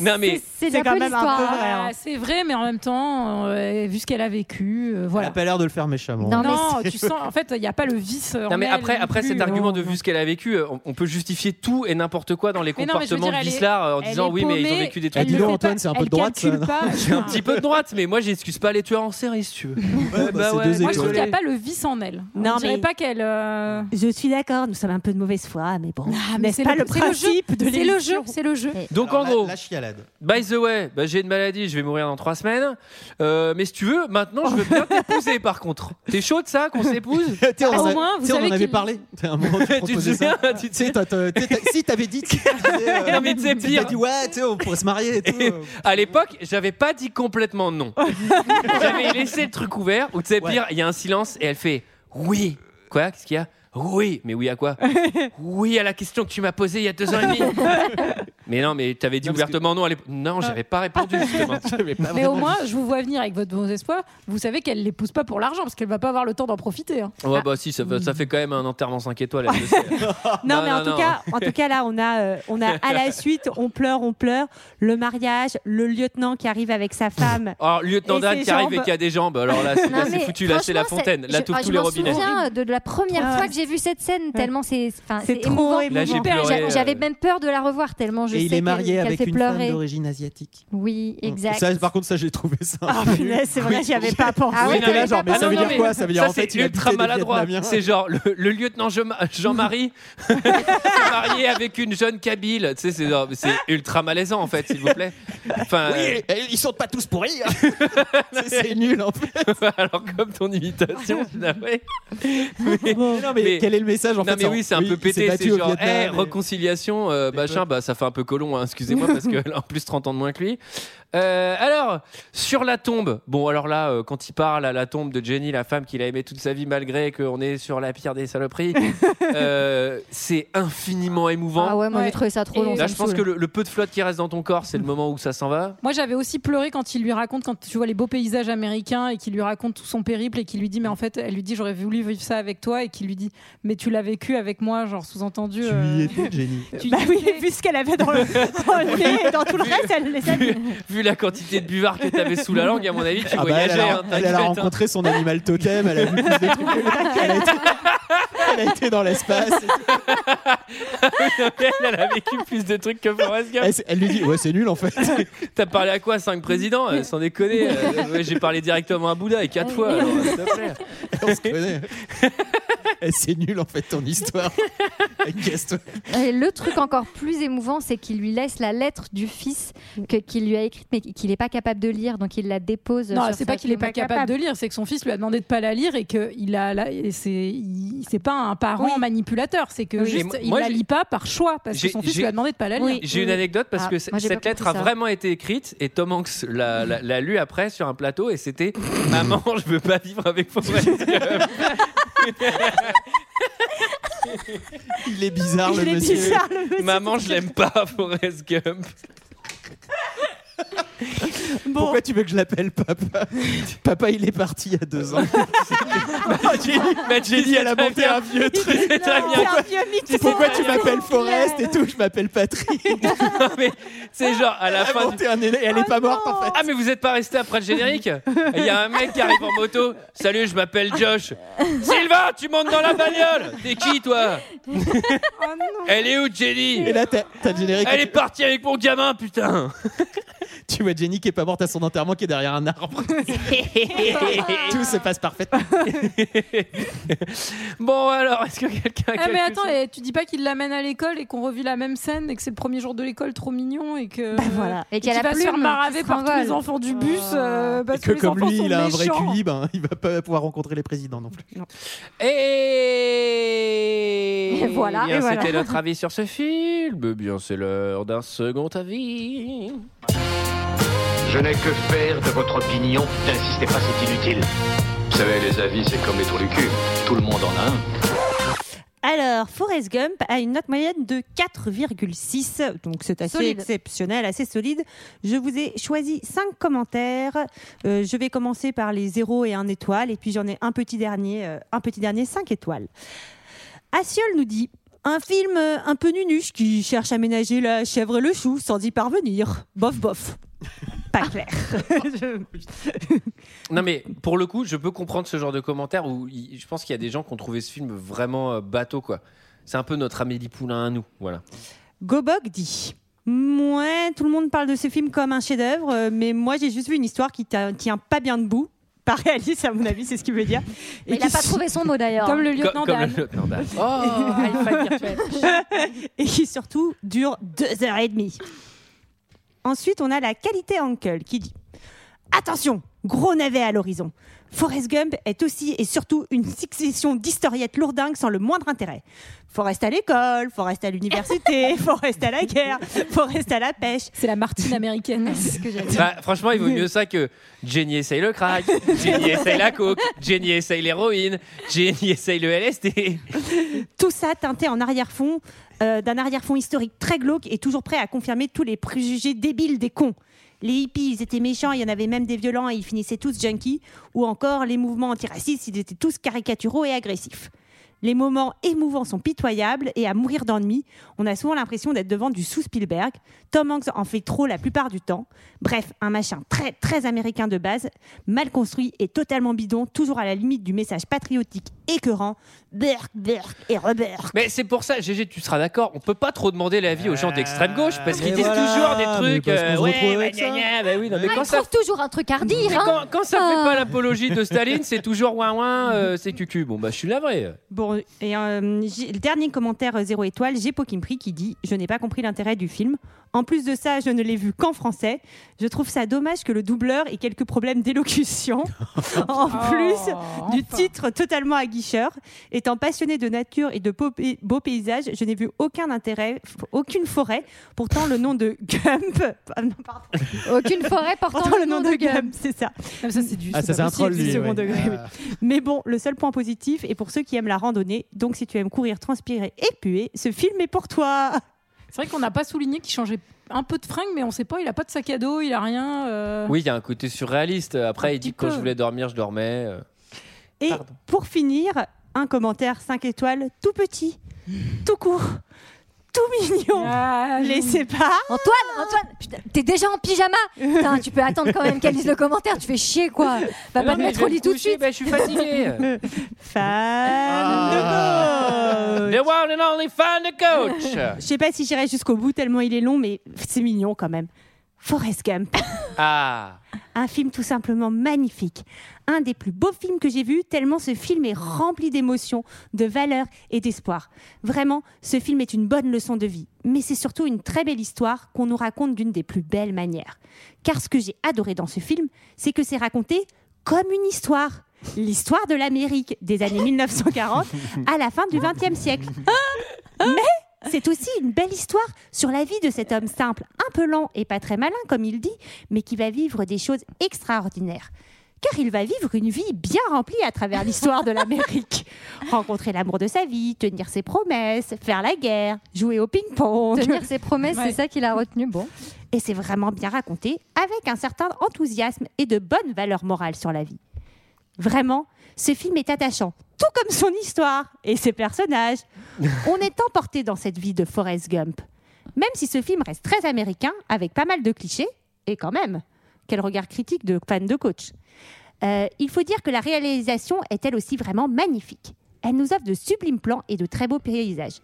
A: Non mais
J: c'est quand même un peu l'histoire. vrai, hein.
E: Ah, C'est vrai, mais en même temps, euh, vu ce qu'elle a vécu, euh,
F: Elle
E: voilà.
F: a pas l'air de le faire méchamment.
E: Non, tu sens, en fait, il n'y a pas le vice.
A: Non mais après, après cet
E: hein.
A: argument de vu ce qu'elle a vécu, euh, on, on peut justifier tout et n'importe quoi dans les
E: Mais non, mais je veux
A: comportements
E: dire, elle
A: de
E: est-
A: Vislar euh, en
E: elle
A: disant
E: est
A: oui mais ils ont
E: paumée,
A: vécu des
E: elle
A: trucs.
E: le Dis donc, fait Antoine, pas,
F: c'est un peu de elle droite, ça, calcule non pas.
A: J'ai un petit peu de droite, mais moi j'excuse pas les tueurs en série si tu veux. bah
F: c'est
A: ouais,
F: deux
E: Moi, je trouve
A: étoiles.
E: qu'il n'y a pas le vice en elle.
K: Non,
E: on dirait
K: mais-
E: pas qu'elle. euh,
K: Je suis d'accord, nous sommes un peu de mauvaise foi, mais bon.
E: Ah, mais
K: N'est-ce
E: c'est
K: pas le
E: c'est jeu,
K: principe de
E: C'est le jeu,
K: l'émission
E: c'est le jeu.
A: Donc en gros,
F: chialade.
A: By the way, bah, j'ai une maladie, je vais mourir dans trois semaines. Euh, mais si tu veux, maintenant, je veux bien t'épouser par contre. T'es chaud de ça qu'on s'épouse
F: T'sais, on en a- t'sais, on en avait parlé. T'as un moment,
A: Tu
F: tu
A: te
F: proposais
A: souviens
F: ça.
A: tu te
F: T'sais, t'as- t'as- t'sais, t'as- Si t'avais dit, t'sais, euh,
A: Non, mais c'est
F: t'as
A: pire.
F: dit ouais, t'sais, on pourrait se marier. et tout.
A: À l'époque, j'avais pas dit complètement non. j'avais laissé le truc ouvert où tu sais, pire, il y a un silence et elle fait oui. Quoi Qu'est-ce qu'il y a oui, mais oui à quoi Oui à la question que tu m'as posée il y a deux ans et demi. mais non, mais t'avais dit ouvertement non à l'époque. Non,
K: Ah.
A: j'avais pas répondu justement.
F: Ah,
E: Mais au moins, je vous vois venir avec votre bon espoir. Vous savez qu'elle ne l'épouse pas pour l'argent parce qu'elle va pas avoir le temps d'en profiter. hein.
A: Ouais, bah si, ça, fait- ça fait quand même un enterrement 5 étoiles. elle le sait.
K: Ah. Non,
A: Non,
K: mais
A: non,
K: en tout
A: non.
K: cas, en tout cas là, on a, euh, on a à la suite, on pleure, on pleure. Le mariage, oh, le lieutenant qui arrive avec sa femme.
A: Alors, lieutenant
K: Et
A: Dan
K: ses
A: qui arrive
K: jambes.
A: et qui a des jambes, alors là, c'est
J: Non,
A: là, c'est
J: mais
A: foutu, là, c'est la
J: franchement,
A: fontaine,
J: c'est-
A: là,
J: je-
A: tout
J: ah,
A: tous les robinets.
J: Je me souviens de, de la première
K: Ouais.
J: fois que j'ai vu cette scène, tellement c'est enfin,
K: C'est trop émouvant.
A: Là, j'ai pleuré,
J: J'a-
A: euh.
J: J'avais même peur de la revoir tellement je
F: Et
J: sais
F: il est
J: qu'elle-
F: marié
J: qu'elle
F: avec
J: fait
F: une femme
J: pleurer.
F: d'origine asiatique.
J: Oui, exact.
F: Ça, par contre, ça, j'ai trouvé ça.
K: Ah, punaise, c'est vrai, j'y avais pas pensé.
F: Ah ouais, J'étais là, genre, mais
A: Ah
F: ça
A: non,
F: veut
A: non,
F: dire
A: mais
F: quoi Ça veut dire en
A: c'est
F: fait, il a
A: ultra
F: buté des
A: maladroit.
F: Vietnamiens.
A: C'est genre le, le lieutenant Jean- Jean-Marie s'est marié avec une jeune Kabyle. Tu sais, c'est genre- c'est ultra malaisant en fait, s'il vous plaît. Enfin,
F: Oui, et ils sont pas tous pourris. hein. C'est- c'est nul en fait.
A: alors comme ton imitation, finalement. ouais. Mais,
F: non, mais, quel est le message en
A: Non
F: fait
A: mais oui, c'est un peu
F: il s'est
A: pété,
F: battu
A: c'est
F: au
A: genre, eh,
F: Vietnam,
A: hey,
F: et-
A: réconciliation, euh, machin, bah ça fait un peu peu colon, hein, excusez-moi, parce que là, en plus 30 ans de moins que lui. Euh, alors, sur la tombe, bon, alors là, euh, quand il parle à la tombe de Jenny, la femme qu'il a aimée toute sa vie, malgré qu'on est sur la pierre des saloperies, euh, c'est infiniment émouvant.
J: Ah ouais, moi, j'ai Ouais. trouvé ça trop long,
A: Là,
J: ça
A: je
J: me
A: pense
J: saoule.
A: que le, le peu de flotte qui reste dans ton corps, c'est le moment où ça s'en va.
E: Moi, j'avais aussi pleuré quand il lui raconte, quand tu vois les beaux paysages américains et qu'il lui raconte tout son périple et qu'il lui dit, mais en fait, elle lui dit, j'aurais voulu vivre ça avec toi et qu'il lui dit, mais tu l'as vécu avec moi, genre sous-entendu. euh, Tu
F: Jenny.
K: bah oui, vu ce qu'elle avait dans le, dans le nez et dans tout le reste, elle les a
A: vu, vu la quantité de buvard que t'avais sous la langue, à mon avis, tu
F: Ah bah,
A: voyageais.
F: elle, a,
A: hein,
F: elle a
A: t'inquiète, hein.
F: rencontré son animal totem, elle a vu plus de trucs que lui, elle, a été, elle a été dans l'espace.
A: elle a vécu plus de trucs que Forrest Gump.
F: Elle, s- elle lui dit Ouais, c'est nul en fait.
A: T'as parlé à quoi Cinq présidents euh, Sans déconner. euh, ouais, J'ai parlé directement à Bouddha et quatre fois. alors, euh, s'il te plaît.
F: On se connaît. Eh, c'est nul en fait ton histoire. Eh, casse-toi.
J: Et le truc encore plus émouvant, c'est qu'il lui laisse la lettre du fils que- qu'il lui a écrite, mais qu'il n'est pas capable de lire, donc il la dépose.
E: Non,
J: sur
E: c'est
J: sa
E: pas qu'il est
J: tombe.
E: pas capable de lire, c'est que son fils lui a demandé de pas la lire et que il a, la- et c'est, il- c'est pas un parent manipulateur, c'est que
A: Oui. Et
E: juste
A: moi-
E: il
A: moi,
E: la
A: j'ai-
E: lit pas par choix parce que
A: J'ai-
E: son fils
A: j'ai-
E: lui a demandé de pas la lire.
A: J'ai une anecdote parce que c- cette lettre a vraiment été écrite et Tom Hanks l'a, l'a- l'a lu après sur un plateau et c'était Maman, je veux pas vivre avec Forrest Gump.
F: Il est bizarre le
A: Il est
F: monsieur.
A: bizarre, le monsieur. Maman, je l'aime pas, Forrest Gump.
F: Pourquoi tu veux que je l'appelle papa Papa, il est parti il y a deux ans.
A: Ma Jenny,
F: elle a monté un vieux truc.
A: C'est très bien.
F: Pourquoi-
A: C'est
E: Ah,
F: Pourquoi
A: très
F: tu
A: bien.
F: m'appelles Forrest et tout Je m'appelle Patrick.
A: C'est genre à la
F: Elle a
A: fin.
F: monté un élé- elle est pas morte en fait.
A: Ah, mais vous êtes pas resté après le générique Il y a un mec qui arrive en moto. Salut, je m'appelle Josh. Sylvain, tu montes dans la bagnole T'es qui, toi
E: Oh,
A: Elle est où, Jenny
F: Et là, t'as t'as le générique.
A: Elle est partie avec mon gamin, putain
F: Tu vois Jenny qui est pas morte à son enterrement, qui est derrière un arbre. Tout se passe parfaitement.
A: Bon, alors, est-ce que quelqu'un. a
E: Ah, mais
A: quelque
E: attends,
A: chose
E: et tu dis pas qu'il l'amène à l'école et qu'on revit la même scène et que c'est le premier jour de l'école trop mignon Bah, euh, et que
J: voilà. Et qu'il y a
E: qu'il
J: la
E: va se faire
J: plume
E: maraver
J: qui se
E: par tous
J: renvole.
E: les enfants du bus euh, parce que,
F: que
E: les
F: comme
E: enfants
F: lui,
E: sont
F: il a un vrai
E: méchants.
F: QI, ben, il va pas pouvoir rencontrer les présidents non plus.
A: Et,
E: Et voilà,
A: Bien,
E: et voilà.
A: C'était notre avis sur ce film. Eh Bien, c'est l'heure d'un second avis.
Q: Je n'ai que faire de votre opinion. N'insistez pas, c'est inutile. Vous savez, les avis, c'est comme les trous du cul. Tout le monde en a un.
K: Alors, Forrest Gump a une note moyenne de 4,6, donc c'est assez
J: Solide.
K: exceptionnel, assez solide. Je vous ai choisi 5 commentaires. Euh, je vais commencer par les 0 et 1 étoile, et puis j'en ai un petit dernier, euh, un petit dernier 5 étoiles. Assiol nous dit un film euh, un peu nunuche qui cherche à ménager la chèvre et le chou sans y parvenir. Bof, bof. Pas clair.
A: Non, mais pour le coup, je peux comprendre ce genre de commentaires où il- je pense qu'il y a des gens qui ont trouvé ce film vraiment euh, bateau, quoi. C'est un peu notre Amélie Poulain à nous, voilà.
K: Gobok dit Ouais, tout le monde parle de ce film comme un chef-d'œuvre, euh, mais moi j'ai juste vu une histoire qui t'a- tient pas bien debout. Pas réaliste, à mon avis, c'est ce qu'il veut dire.
J: Mais il a
K: qui
J: pas
K: su-
J: trouvé son mot, d'ailleurs. Comme le lieutenant
A: Comme
J: Dan.
A: le lieutenant Dan.
J: Oh, alpha virtuel.
K: et qui surtout dure deux heures et demie. Ensuite, on a la qualité Uncle qui dit Attention, gros navet à l'horizon. Forrest Gump est aussi et surtout une succession d'historiettes lourdingues sans le moindre intérêt. Forrest à l'école, Forrest à l'université, Forrest à la guerre, Forrest à la pêche.
E: C'est la Martine américaine.
A: Bah, franchement, il vaut mieux ça que Jenny essaye le crack, Jenny essaye la coke, Jenny essaye l'héroïne, Jenny essaye le LSD.
K: Tout ça teinté en
J: Ah,
K: arrière-fond, euh, d'un arrière-fond historique très glauque et toujours prêt à confirmer tous les préjugés débiles des cons. Les hippies, ils étaient méchants, il y en avait même des violents et ils finissaient tous junkies. Ou encore les mouvements antiracistes, ils étaient tous caricaturaux et agressifs. Les moments émouvants sont pitoyables et à mourir d'ennui. On a souvent l'impression d'être devant du sous Spielberg. Tom Hanks en fait trop la plupart du temps. Bref, un machin très très américain de base, mal construit et totalement bidon, toujours à la limite du message patriotique écœurant. Burk, burk et reburk.
A: Mais c'est pour ça, GG, tu seras d'accord, on peut pas trop demander l'avis aux gens d'extrême gauche parce qu'ils
F: Ah, mais
A: disent
F: voilà,
A: toujours des
F: mais
A: trucs.
F: parce qu'on se
A: ouais,
F: retrouve
A: bah,
F: avec
A: gna,
F: ça.
A: gna, bah oui, non, mais
J: Ah,
A: quand
J: il
A: ça,
J: trouve toujours un truc à redire.
A: mais
J: hein.
A: quand- quand ça fait
J: Ah.
A: pas l'apologie de Staline, c'est toujours ouin ouin, euh, c'est cucu. Bon, bah je suis lavré.
K: Bon, euh, et euh, j'ai- le dernier commentaire euh, zéro étoile, j'ai Pokimpri qui dit Je n'ai pas compris l'intérêt du film. En plus de ça, je ne l'ai vu qu'en français. Je trouve ça dommage que le doubleur ait quelques problèmes d'élocution, en plus du titre totalement aguicheur. Étant passionné de nature et de beaux, pay- beaux paysages, je n'ai vu aucun intérêt, f- aucune forêt. Pourtant, le nom de Gump. ah, non, pardon.
J: Aucune forêt portant le nom de Gump.
K: c'est ça.
E: ça, c'est du.
F: Ah, c'est ça, c'est pas un possible, troll, du lui, second ouais. Ah. degré, oui.
K: Mais bon, le seul point positif est pour ceux qui aiment la randonnée. Donc, si tu aimes courir, transpirer et puer, ce film est pour toi.
E: C'est vrai qu'on n'a pas souligné qu'il changeait un peu de fringue, mais on sait pas, il a pas de sac à dos, il a rien. euh.
A: Oui, il y a un côté surréaliste. Après, il dit
K: petit
A: quand
K: peu.
A: je voulais dormir, je dormais. euh.
K: Et pour finir, un commentaire 5 étoiles, tout petit, tout court, tout mignon.
E: Ah,
K: Laissez pas.
J: Antoine, Antoine, putain, t'es déjà en pyjama. Putain, tu peux attendre quand même qu'elle lise le commentaire. Tu fais chier quoi. Va
A: Non,
J: pas te
A: mais
J: mettre
A: je vais
J: au lit
A: me
J: tout de
A: coucher,
J: suite.
A: ben, je suis fatiguée. Ah.
K: The
A: one and only fan the coach.
K: Je sais pas si j'irai jusqu'au bout tellement il est long, mais c'est mignon quand même. Forrest Gump.
A: Ah.
K: Un film tout simplement magnifique. Un des plus beaux films que j'ai vu, tellement ce film est rempli d'émotions, de valeurs et d'espoir. Vraiment, ce film est une bonne leçon de vie. Mais c'est surtout une très belle histoire qu'on nous raconte d'une des plus belles manières. Car ce que j'ai adoré dans ce film, c'est que c'est raconté comme une histoire. L'histoire de l'Amérique des années 1940 à la fin du XXe siècle. Mais c'est aussi une belle histoire sur la vie de cet homme simple, un peu lent et pas très malin, comme il dit, mais qui va vivre des choses extraordinaires. Car il va vivre une vie bien remplie à travers l'histoire de l'Amérique. Rencontrer l'amour de sa vie, tenir ses promesses, faire la guerre, jouer au ping-pong.
J: Tenir ses promesses, c'est ça qu'il a retenu. Bon.
K: Et c'est vraiment bien raconté, avec un certain enthousiasme et de bonnes valeurs morales sur la vie. Vraiment, ce film est attachant, tout comme son histoire et ses personnages. On est emporté dans cette vie de Forrest Gump. Même si ce film reste très américain, avec pas mal de clichés, et quand même, quel regard critique de fan de coach. Euh, il faut dire que la réalisation est elle aussi vraiment magnifique. Elle nous offre de sublimes plans et de très beaux paysages.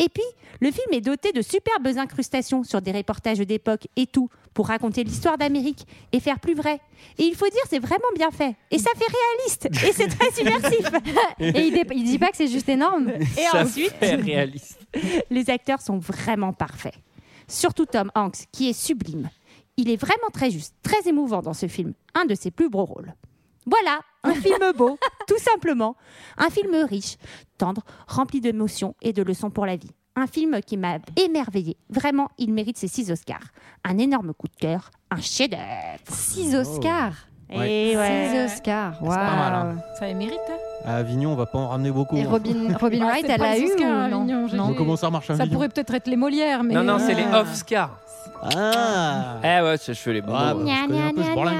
K: Et puis, le film est doté de superbes incrustations sur des reportages d'époque et tout, pour raconter l'histoire d'Amérique et faire plus vrai. Et il faut dire, c'est vraiment bien fait. Et ça fait réaliste. Et c'est très subversif.
J: Et il dé- il dit pas que c'est juste énorme.
K: Et
A: Ça
K: ensuite,
A: fait réaliste.
K: les acteurs sont vraiment parfaits. Surtout Tom Hanks, qui est sublime. Il est vraiment très juste, très émouvant dans ce film, un de ses plus beaux rôles. Voilà, un film beau, tout simplement. Un film riche, tendre, rempli d'émotions et de leçons pour la vie. Un film qui m'a émerveillé. Vraiment, il mérite ses six Oscars. Un énorme coup de cœur, un chef-d'œuvre.
J: Six Oscars Eh
K: Et ouais.
J: Six Oscars. Waouh. hein.
F: mal,
E: Ça les mérite.
F: À Avignon, on va pas en ramener beaucoup.
J: Et
F: hein.
J: Robin, Robin
E: Ah,
J: Wright,
E: c'est
J: elle
E: pas
J: a
E: les
J: eu
E: Oscars,
J: ou non
E: Avignon,
F: Donc
E: GG.
F: comment ça remarche à
E: Ça
F: Avignon
E: pourrait peut-être être les Molières, mais.
A: non, non, c'est
E: euh,
A: les Oscars.
F: Ah
A: Eh ouais, je fais les bons.
F: Ah,
A: mots.
F: bah, je connais un peu ce branlin.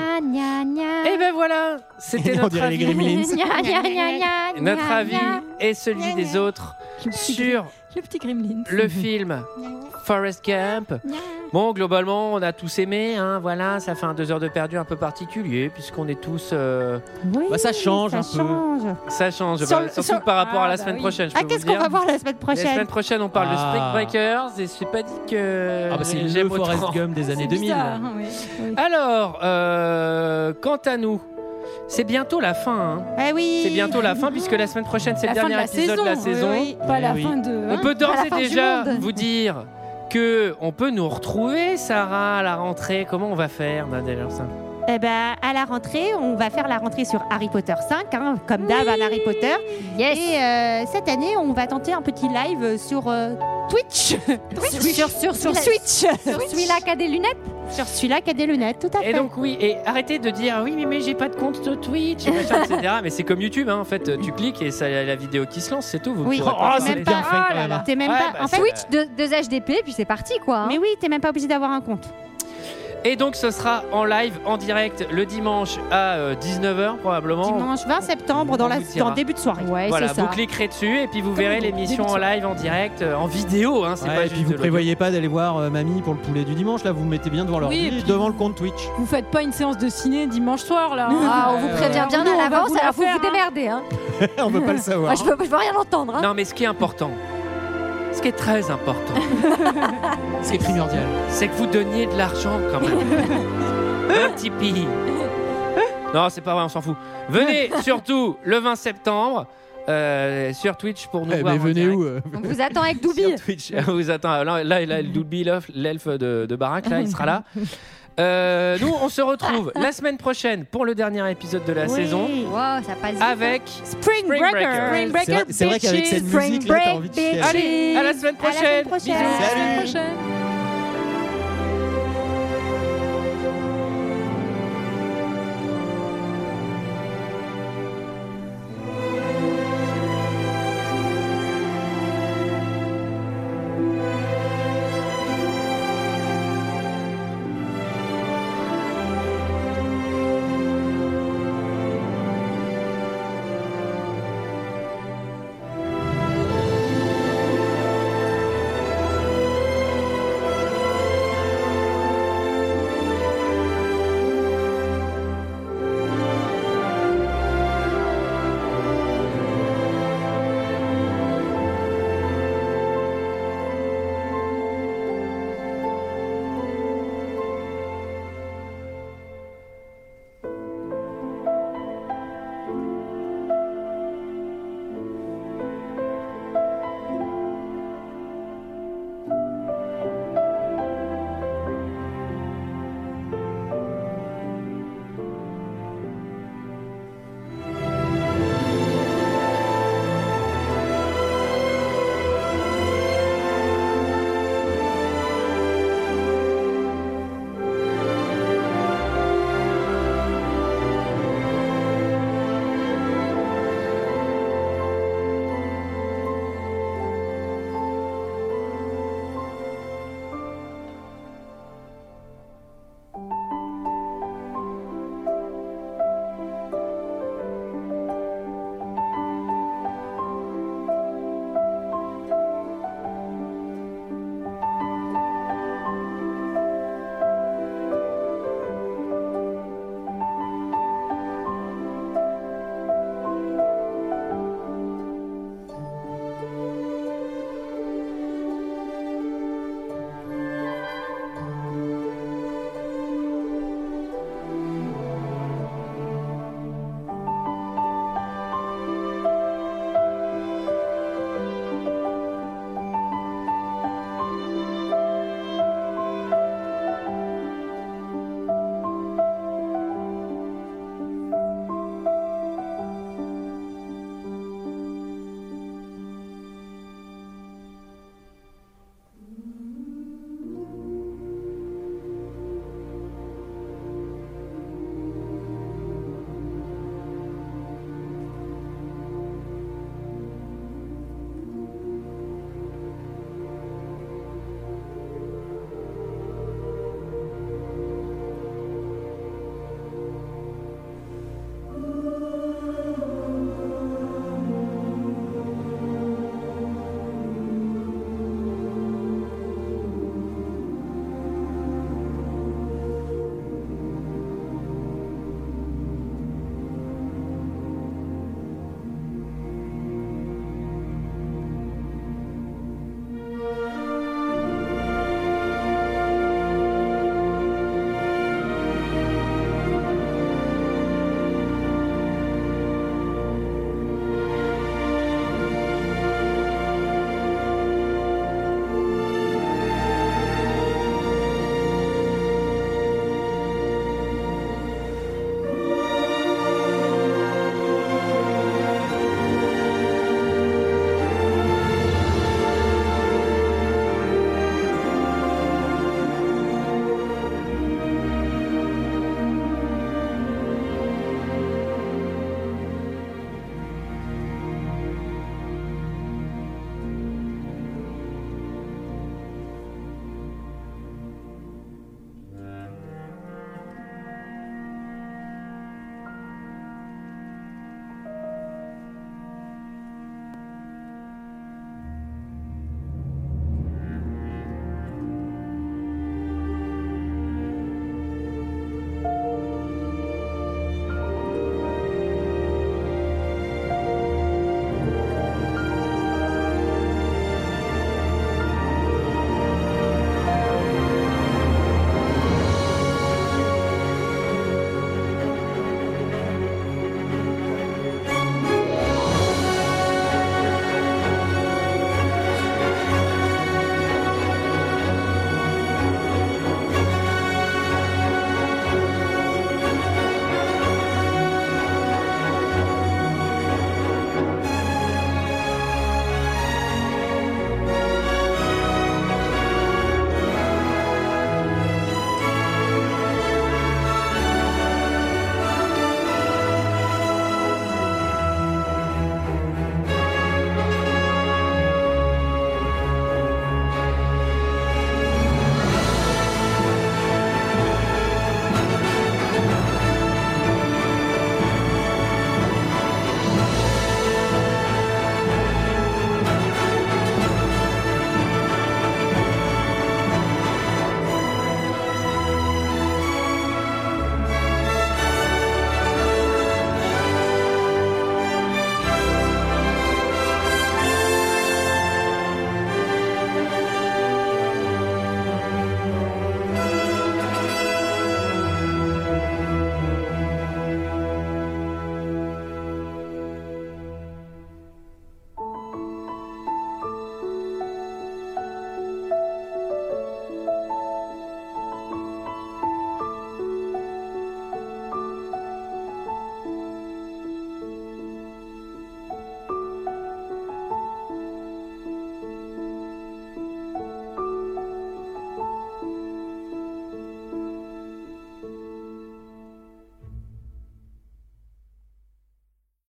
A: Et ben voilà, c'était
F: On
A: notre
F: dirait les
A: avis.
F: Gremlins.
J: Gna, gna, gna, gna, gna,
A: Notre
J: gna.
A: avis et celui des autres sur
E: Le petit gremlin.
A: le film Forest Gump. Bon, globalement, on a tous aimé. hein, voilà, ça fait un deux heures de perdu un peu particulier puisqu'on est tous. euh,
K: Oui,
F: Bah, ça change un peu.
K: change.
A: Ça change,
K: Sur
A: bah,
K: le-
A: surtout
K: sur-
A: par rapport à
K: Ah,
A: la
K: bah
A: semaine
K: oui.
A: prochaine. je
K: Ah,
A: peux vous
K: qu'est-ce qu'on
A: dire.
K: va voir la semaine prochaine
A: La semaine prochaine, on parle
F: Ah.
A: de Spring Breakers et je sais pas dit que.
F: Ah bah c'est
A: j'aime
F: le Forrest
A: autant.
F: Gump des années 2000.
E: hein,
A: Alors, euh, quant à nous, c'est bientôt la fin. hein.
K: Eh oui.
A: C'est bientôt la fin puisque la semaine prochaine c'est
E: La
A: le
E: fin de
A: dernier
E: la
A: épisode
E: saison.
A: de la
E: oui,
A: saison. Eh
E: oui. Pas la
F: oui.
E: fin de.
A: On
E: hein,
A: peut
E: pas
A: d'ores
E: la
A: et
E: fin du
A: déjà
E: monde.
A: vous dire que on peut nous retrouver Sarah à la rentrée. Comment on va faire Nadège
K: Eh ben, à la rentrée, on va faire la rentrée sur Harry Potter 5, hein, comme d'hab, un Harry Potter.
J: Yes.
K: Et euh, cette année, on va tenter un petit live sur euh, Twitch.
J: Sur- Sur, sur,
K: Sur
J: celui-
K: Switch.
J: Sur celui-là qui a des lunettes
K: Sur celui-là qui a des lunettes, tout à fait.
A: Et donc oui, et arrêtez de dire oui mais, mais j'ai pas de compte de Twitch, machin, etc. Mais c'est comme YouTube, hein, en fait, tu cliques et ça la vidéo qui se lance, c'est tout. Vous
K: Oui.
A: pourrez
K: Oh,
A: pas-
K: c'est même pas- oh là là. T'es même
A: Ouais,
K: pas.
A: bah,
K: en fait,
A: Twitch,
J: deux, deux HDP, puis c'est parti quoi. hein.
K: Mais oui, t'es même pas obligé d'avoir un compte.
A: Et donc ce sera en live, en direct, le dimanche à 19h probablement.
K: Dimanche 20 septembre, dans,
A: On
K: la,
A: vous dira.
K: dans le début de soirée. Ouais,
A: voilà, vous cliquerez dessus et puis vous verrez l'émission en live, en direct, euh, en vidéo. Hein, c'est
F: Ouais,
A: pas
F: et
A: juste
F: puis vous
A: de l'audio.
F: prévoyez pas d'aller voir euh, mamie pour le poulet du dimanche là, vous vous mettez bien devant leur
E: Oui, et puis-
F: devant le compte Twitch.
E: Vous faites pas une séance de ciné dimanche soir là.
J: Ah, on vous
E: Euh,
J: prévient bien
E: nous, on va
J: à l'avance,
E: la
J: alors vous
E: faire,
J: vous
E: hein.
J: démerdez. Hein.
F: on veut pas le savoir.
E: Ah,
J: Moi, je veux, je veux rien entendre. hein.
A: Non, mais ce qui est important, ce qui est très important,
F: C'est primordial.
A: c'est que vous donniez de l'argent quand même. Un Tipeee. Non, c'est pas vrai, on s'en fout. Venez surtout le 20 septembre. euh, sur Twitch pour nous
R: Eh,
A: voir.
F: ben,
R: mais
A: en
R: venez
A: direct.
R: où, euh
J: On vous attend avec Doubi.
A: Twitch. On vous attend. Là, là, là, le Doobie, l'elfe- l'elfe de, de Barak, là, il sera là. Euh, nous, on se retrouve la semaine prochaine pour le dernier épisode de la
J: Oui.
A: saison.
J: Wow, ça passe vite. hein.
A: Avec
J: Spring
A: Breaker. Spring Breaker, C'est vrai- c'est vrai qu'avec bitches. cette musique-là, t'as envie de chialer. Allez, à la semaine
J: À la semaine
A: prochaine. Bisous.
J: prochaine. À la semaine
A: Salut.
J: prochaine.